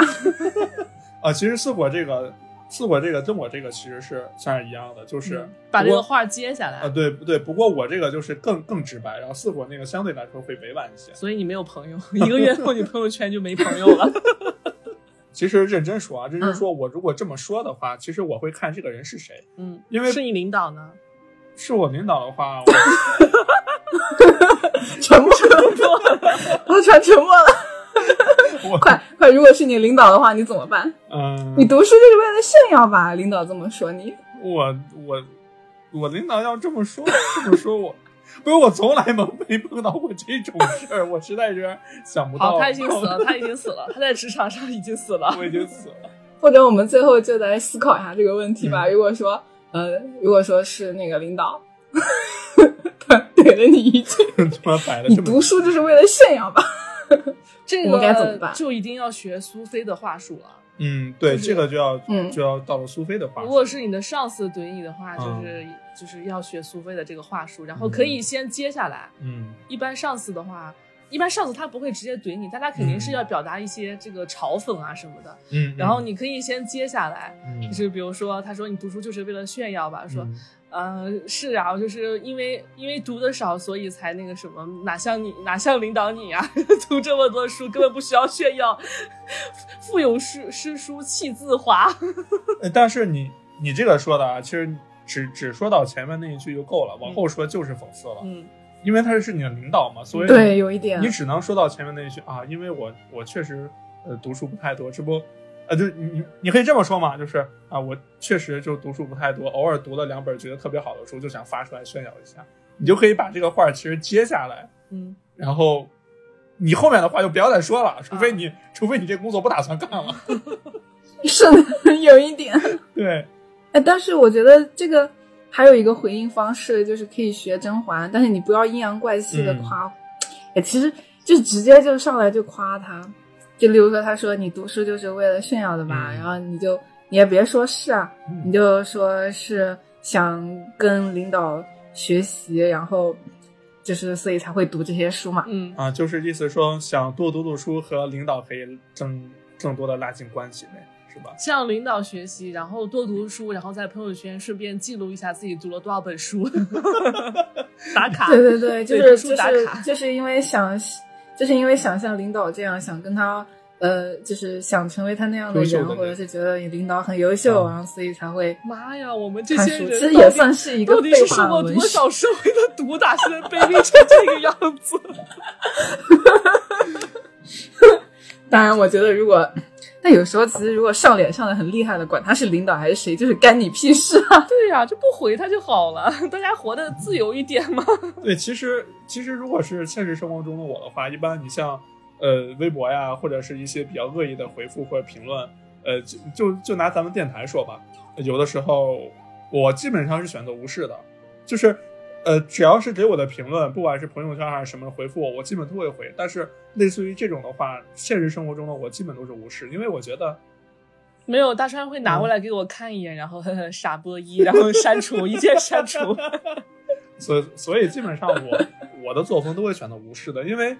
[SPEAKER 3] 啊，其实四火这个，四火这个跟我这个其实是算是一样的，就是
[SPEAKER 2] 把这
[SPEAKER 3] 不
[SPEAKER 2] 个
[SPEAKER 3] 过
[SPEAKER 2] 话接下
[SPEAKER 3] 啊，
[SPEAKER 2] 来。
[SPEAKER 3] 对对，不过我这个就是更更直白，然后四火那个相对来说会委婉一些。
[SPEAKER 2] 所以你没有朋友，一个月后你朋友圈就没朋友了。
[SPEAKER 3] 其实认真说啊，认真说，我如果这么说的话，其实我会看这个人是谁。
[SPEAKER 2] 嗯，
[SPEAKER 3] 因为
[SPEAKER 2] 是你领导呢？
[SPEAKER 3] 是我领导的话，我
[SPEAKER 4] 沉默， 我船沉默了。
[SPEAKER 3] 我
[SPEAKER 4] 快快，如果是你领导的话，你怎么办？
[SPEAKER 3] 嗯，
[SPEAKER 4] 你读书就是为了炫耀吧？领导这么说你，
[SPEAKER 3] 我我我领导要这么说这么说我，不是我从来没没碰到过这种事儿，我实在是想不到。
[SPEAKER 2] 好，他已经死 了，他已经死了，他在职场上已经死了。
[SPEAKER 3] 我已经死了。
[SPEAKER 4] 或者我们最后就来思考一下这个问题
[SPEAKER 3] 嗯
[SPEAKER 4] 吧。如果说，呃，如果说是那个领导， 他怼了你一句，
[SPEAKER 3] 他妈摆了
[SPEAKER 4] 你
[SPEAKER 3] 这么
[SPEAKER 4] 读书就是为了炫耀吧？
[SPEAKER 2] 这
[SPEAKER 4] 我们该怎么办
[SPEAKER 2] 个就一定要学苏菲的话术了。
[SPEAKER 3] 嗯，对，
[SPEAKER 2] 就是
[SPEAKER 3] 这个就要、
[SPEAKER 4] 嗯
[SPEAKER 3] 就要到了苏菲的话
[SPEAKER 2] 如
[SPEAKER 3] 术。
[SPEAKER 2] 果是你的上司怼你的话，
[SPEAKER 3] 嗯
[SPEAKER 2] 就是、就是要学苏菲的这个话术，然后可以先接下来。
[SPEAKER 3] 嗯
[SPEAKER 2] 一般上司的话，一般上司他不会直接怼你，但他肯定是要表达一些这个嘲讽啊什么的。
[SPEAKER 3] 嗯，
[SPEAKER 2] 然后你可以先接下来，
[SPEAKER 3] 嗯
[SPEAKER 2] 就是比如说他说你读书就是为了炫耀吧，说
[SPEAKER 3] 嗯
[SPEAKER 2] 嗯，是啊，就是因为因为读的少，所以才那个什么，哪像你哪像领导你啊， 读这么多书根本不需要炫耀， 腹有诗诗书气自华。
[SPEAKER 3] 呃但是你你这个说的啊，其实只只说到前面那一句就够了，
[SPEAKER 4] 嗯
[SPEAKER 3] 往后说就是讽刺了，
[SPEAKER 2] 嗯，
[SPEAKER 3] 因为他是你的领导嘛，所以
[SPEAKER 4] 对，有一点
[SPEAKER 3] 你只能说到前面那一句啊，因为我我确实呃读书不太多，这不呃就你你你可以这么说嘛，就是啊我确实就读书不太多，偶尔读了两本觉得特别好的书，就想发出来炫耀一下，你就可以把这个话其实接下来，
[SPEAKER 2] 嗯，
[SPEAKER 3] 然后你后面的话就不要再说了，除非
[SPEAKER 2] 啊
[SPEAKER 3] 你、除非你这工作不打算干 了，
[SPEAKER 4] 是的，有一点。
[SPEAKER 3] 对，
[SPEAKER 4] 哎，但是我觉得这个还有一个回应方式，就是可以学甄嬛，但是你不要阴阳怪气的夸。哎、其实就直接就上来就夸他，就例如说他说你读书就是为了炫耀的吧，
[SPEAKER 3] 嗯
[SPEAKER 4] 然后你就你也别说是啊，你就说是想跟领导学习，然后就是所以才会读这些书嘛。
[SPEAKER 2] 嗯，
[SPEAKER 3] 啊，就是意思说想多读读书和领导可以更更多的拉近关系呗，是吧？
[SPEAKER 2] 向领导学习，然后多读书，然后在朋友圈顺便记录一下自己读了多少本书，打卡。
[SPEAKER 4] 对对对，就
[SPEAKER 2] 对
[SPEAKER 4] 是
[SPEAKER 2] 读书
[SPEAKER 4] 就
[SPEAKER 2] 打
[SPEAKER 4] 是
[SPEAKER 2] 卡
[SPEAKER 4] 就是因为想，就是因为想像领导这样，想跟他呃，就是想成为他那样的
[SPEAKER 3] 优秀
[SPEAKER 4] 人，
[SPEAKER 3] 的人
[SPEAKER 4] 或者是觉得你领导很优秀，
[SPEAKER 3] 嗯
[SPEAKER 4] 然后所以才会
[SPEAKER 2] 妈呀，我们这
[SPEAKER 4] 看
[SPEAKER 2] 些
[SPEAKER 4] 书。
[SPEAKER 2] 人
[SPEAKER 4] 其实
[SPEAKER 2] 到
[SPEAKER 4] 也
[SPEAKER 2] 底
[SPEAKER 4] 算是一
[SPEAKER 2] 到
[SPEAKER 4] 个
[SPEAKER 2] 底
[SPEAKER 4] 废
[SPEAKER 2] 受
[SPEAKER 4] 话
[SPEAKER 2] 过
[SPEAKER 4] 文
[SPEAKER 2] 多
[SPEAKER 4] 学。
[SPEAKER 2] 少社会的毒打，现在被逼成这个样子？
[SPEAKER 4] 当然，我觉得如果但有时候其实如果上脸上的很厉害的，管他是领导还是谁，就是干你屁事 啊！
[SPEAKER 2] 对呀、就不回他就好了， 大家活得自由一点嘛。
[SPEAKER 3] 对，其实其实如果是现实生活中的我的话，一般你像呃微博呀，或者是一些比较恶意的回复或者评论，呃，就就就拿咱们电台说吧，有的时候我基本上是选择无视的，就是呃，只要是给我的评论，不管是朋友圈还是什么回复我，我基本都会回。但是类似于这种的话，现实生活中的我基本都是无视，因为我觉得。
[SPEAKER 2] 没有，大川会拿过来给我看一眼，然后呵呵傻波一，然后删除，一键删除。
[SPEAKER 3] 所以所以基本上我我的作风都会选择无视的，因为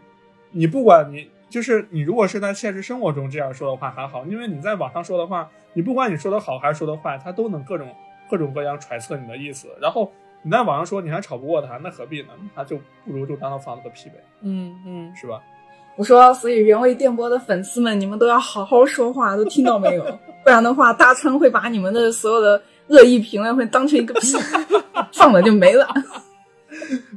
[SPEAKER 3] 你不管你就是你如果是在现实生活中这样说的话还好，因为你在网上说的话，你不管你说的好还是说的坏，他都能各种各种各样揣测你的意思。然后你在网上说你还吵不过他，那何必呢？那就不如就当他放了个屁呗，
[SPEAKER 2] 嗯嗯，
[SPEAKER 3] 是吧？
[SPEAKER 4] 我说，所以原味电波的粉丝们，你们都要好好说话，都听到没有？不然的话，大川会把你们的所有的恶意评论会当成一个屁，放了就没了。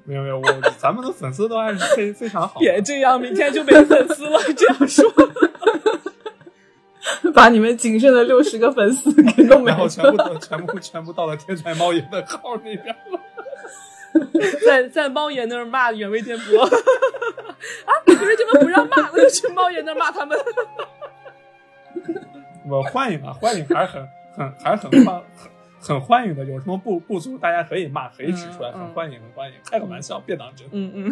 [SPEAKER 3] 没有没有，我咱们的粉丝都还是非非常好 的。
[SPEAKER 2] 别这样，明天就没粉丝了。这样说，
[SPEAKER 4] 把你们仅剩的六十个粉丝 给弄没
[SPEAKER 3] 然后
[SPEAKER 4] 了。
[SPEAKER 3] 全部都全部全部到了天才猫爷的号那边了。
[SPEAKER 2] 在在猫爷那儿骂原味电波 啊，原味电波不让骂，我就去猫爷那儿骂他们。
[SPEAKER 3] 我欢 迎啊，欢迎还是很很还是很欢很很欢迎的。有什么不不足，大家可以骂，可以指出来，
[SPEAKER 2] 嗯嗯
[SPEAKER 3] 很欢迎，很欢迎。开个玩笑，别当真，
[SPEAKER 2] 嗯嗯，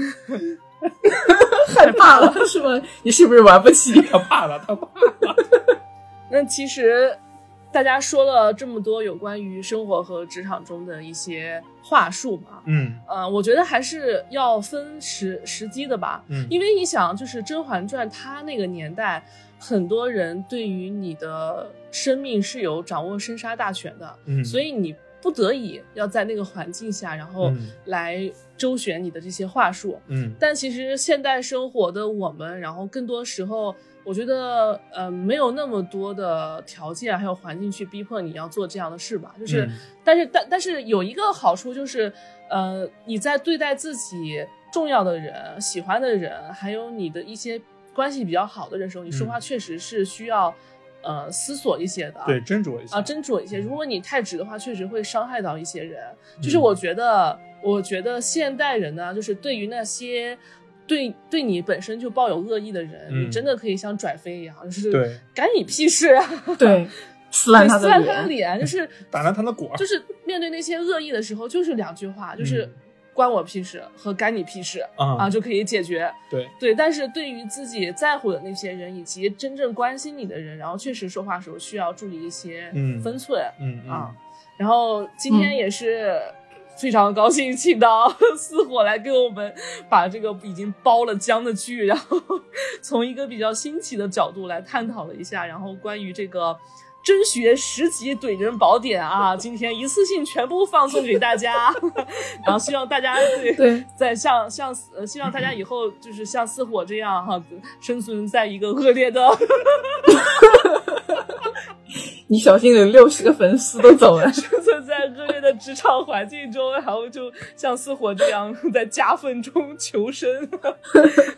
[SPEAKER 4] 害怕 了是吗？你是不是玩不起？
[SPEAKER 3] 他怕了，他怕了。
[SPEAKER 2] 那其实大家说了这么多有关于生活和职场中的一些话术嘛，
[SPEAKER 3] 嗯
[SPEAKER 2] 呃，我觉得还是要分时时机的吧。
[SPEAKER 3] 嗯
[SPEAKER 2] 因为你想，就是《甄嬛传》它那个年代，很多人对于你的生命是有掌握生杀大权的，
[SPEAKER 3] 嗯
[SPEAKER 2] 所以你不得已要在那个环境下，然后
[SPEAKER 3] 嗯
[SPEAKER 2] 来周旋你的这些话术。
[SPEAKER 3] 嗯
[SPEAKER 2] 但其实现代生活的我们，然后更多时候，我觉得呃没有那么多的条件还有环境去逼迫你要做这样的事吧。就是，
[SPEAKER 3] 嗯
[SPEAKER 2] 但是但但是有一个好处就是，呃，你在对待自己重要的人、喜欢的人，还有你的一些关系比较好的人时候，你说话确实是需要、呃思索一些的。
[SPEAKER 3] 对，斟酌一下
[SPEAKER 2] 啊，斟酌一些。如果你太直的话，确实会伤害到一些人。就是我觉得，我觉得现代人呢，就是对于那些对对你本身就抱有恶意的人，
[SPEAKER 3] 嗯
[SPEAKER 2] 你真的可以像拽飞一样，就是
[SPEAKER 3] 对，
[SPEAKER 2] 干你屁事啊！
[SPEAKER 4] 对，撕烂他
[SPEAKER 2] 撕
[SPEAKER 4] 的
[SPEAKER 2] 烂他的
[SPEAKER 4] 脸。
[SPEAKER 2] 脸，就是
[SPEAKER 3] 打烂他的果儿
[SPEAKER 2] 就是面对那些恶意的时候，就是两句话，就是
[SPEAKER 3] 嗯
[SPEAKER 2] 关我屁事和干你屁事
[SPEAKER 3] 嗯
[SPEAKER 2] 啊，就可以解决。
[SPEAKER 3] 对
[SPEAKER 2] 对，但是对于自己在乎的那些人以及真正关心你的人，然后确实说话时候需要注意一些
[SPEAKER 3] 嗯
[SPEAKER 2] 分寸。
[SPEAKER 3] 嗯
[SPEAKER 2] 啊，然后今天也是非常高兴请到 四火来给我们把这个已经包了浆的剧，然后 从一个比较新奇的角度来探讨了一下，然后关于这个。真学十级怼人宝典啊！今天一次性全部放送给大家， 然后希望大家对
[SPEAKER 4] 对，
[SPEAKER 2] 在像像呃，希望大家以后就是像似火这样哈、生存在一个恶劣的
[SPEAKER 4] 你小心有六十个粉丝都走了。
[SPEAKER 2] 生存在恶劣的职场环境中，然后就像似火这样在夹缝中求生，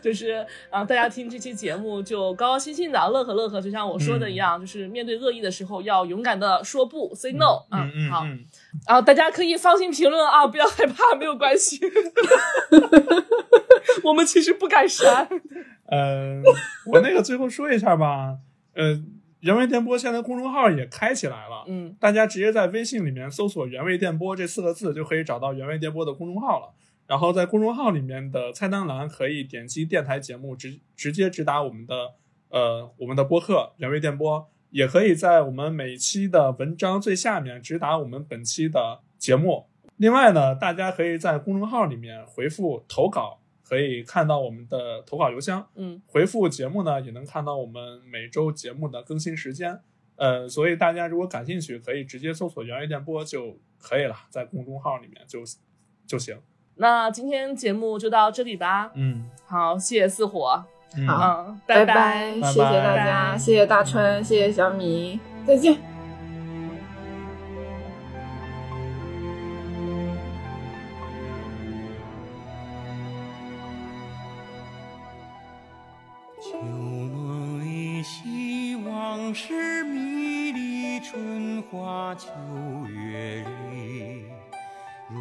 [SPEAKER 2] 就是啊，大家听这期节目就高高兴兴的乐呵乐呵，就像我说的
[SPEAKER 3] 嗯
[SPEAKER 2] 一样，就是面对恶意的时候要勇敢的说不，say no，啊
[SPEAKER 3] 嗯嗯
[SPEAKER 2] 好，
[SPEAKER 3] 嗯
[SPEAKER 2] 然后大家可以放心评论啊，不要害怕，没有关系， 我们其实不敢删。
[SPEAKER 3] 呃，我那个最后说一下吧，呃，人为电波现在公众号也开起来了，
[SPEAKER 2] 嗯，
[SPEAKER 3] 大家直接在微信里面搜索“原味电波”这四个字，就可以找到原味电波的公众号了。然后在公众号里面的菜单栏可以点击电台节目，直直接直达我们的呃我们的播客“原味电波”，也可以在我们每期的文章最下面直达我们本期的节目。另外呢，大家可以在公众号里面回复投稿，可以看到我们的投稿邮箱。
[SPEAKER 2] 嗯，
[SPEAKER 3] 回复节目呢，也能看到我们每周节目的更新时间。呃，所以大家如果感兴趣，可以直接搜索“原味电波”就可以了，在公众号里面就就行。
[SPEAKER 2] 那今天节目就到这里吧。
[SPEAKER 3] 嗯，
[SPEAKER 2] 好，谢谢四火，
[SPEAKER 3] 嗯
[SPEAKER 4] 好
[SPEAKER 2] 嗯，
[SPEAKER 4] 拜
[SPEAKER 2] 拜
[SPEAKER 4] 拜，
[SPEAKER 3] 拜
[SPEAKER 4] 谢谢大
[SPEAKER 3] 拜
[SPEAKER 4] 家，谢谢大川，谢谢小米，再见。
[SPEAKER 6] 旧梦依稀，往事迷离，春花秋月里。如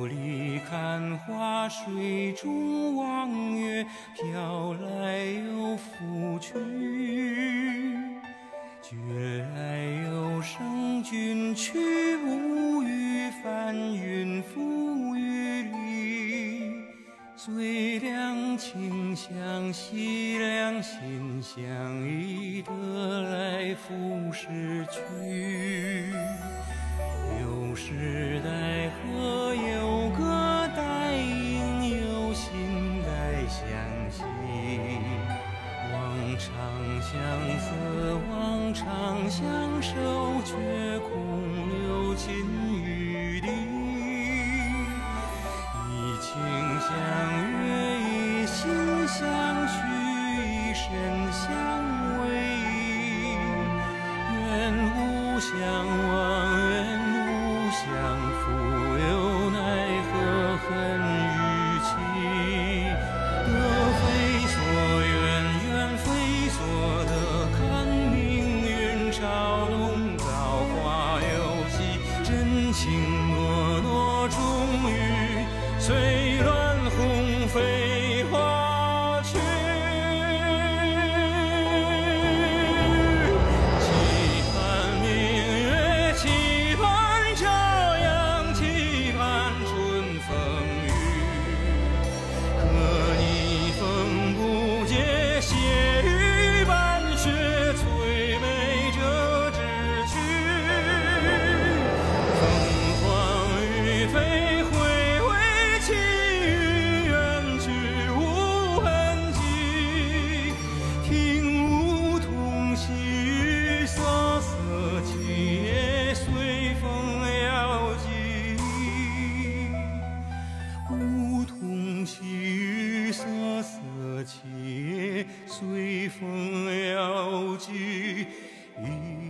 [SPEAKER 6] 雾里看花，水中望月，飘来又拂去。觉来有生君去，无语翻云覆雨里。最两情相惜，两心相依，得来复失去。有时待和，有歌待应，有心待相惜。往常相思，往常相守，却空留情与理。一情相悦，一心相许，一生相偎依。愿无相忘，愿无相负，又奈何恨与期。得非所愿，愿非所得，看命运潮动，造化有期。真情诺诺，终于随乱红飞花去。期盼明月，期盼朝阳，期盼春风雨。可你风不解，血雨伴雪，摧美这志趣。凤凰于飞，回味情与远去无痕迹。听梧桐细雨瑟瑟起，也随风摇曳。梧桐细雨瑟瑟起，随风摇曳。一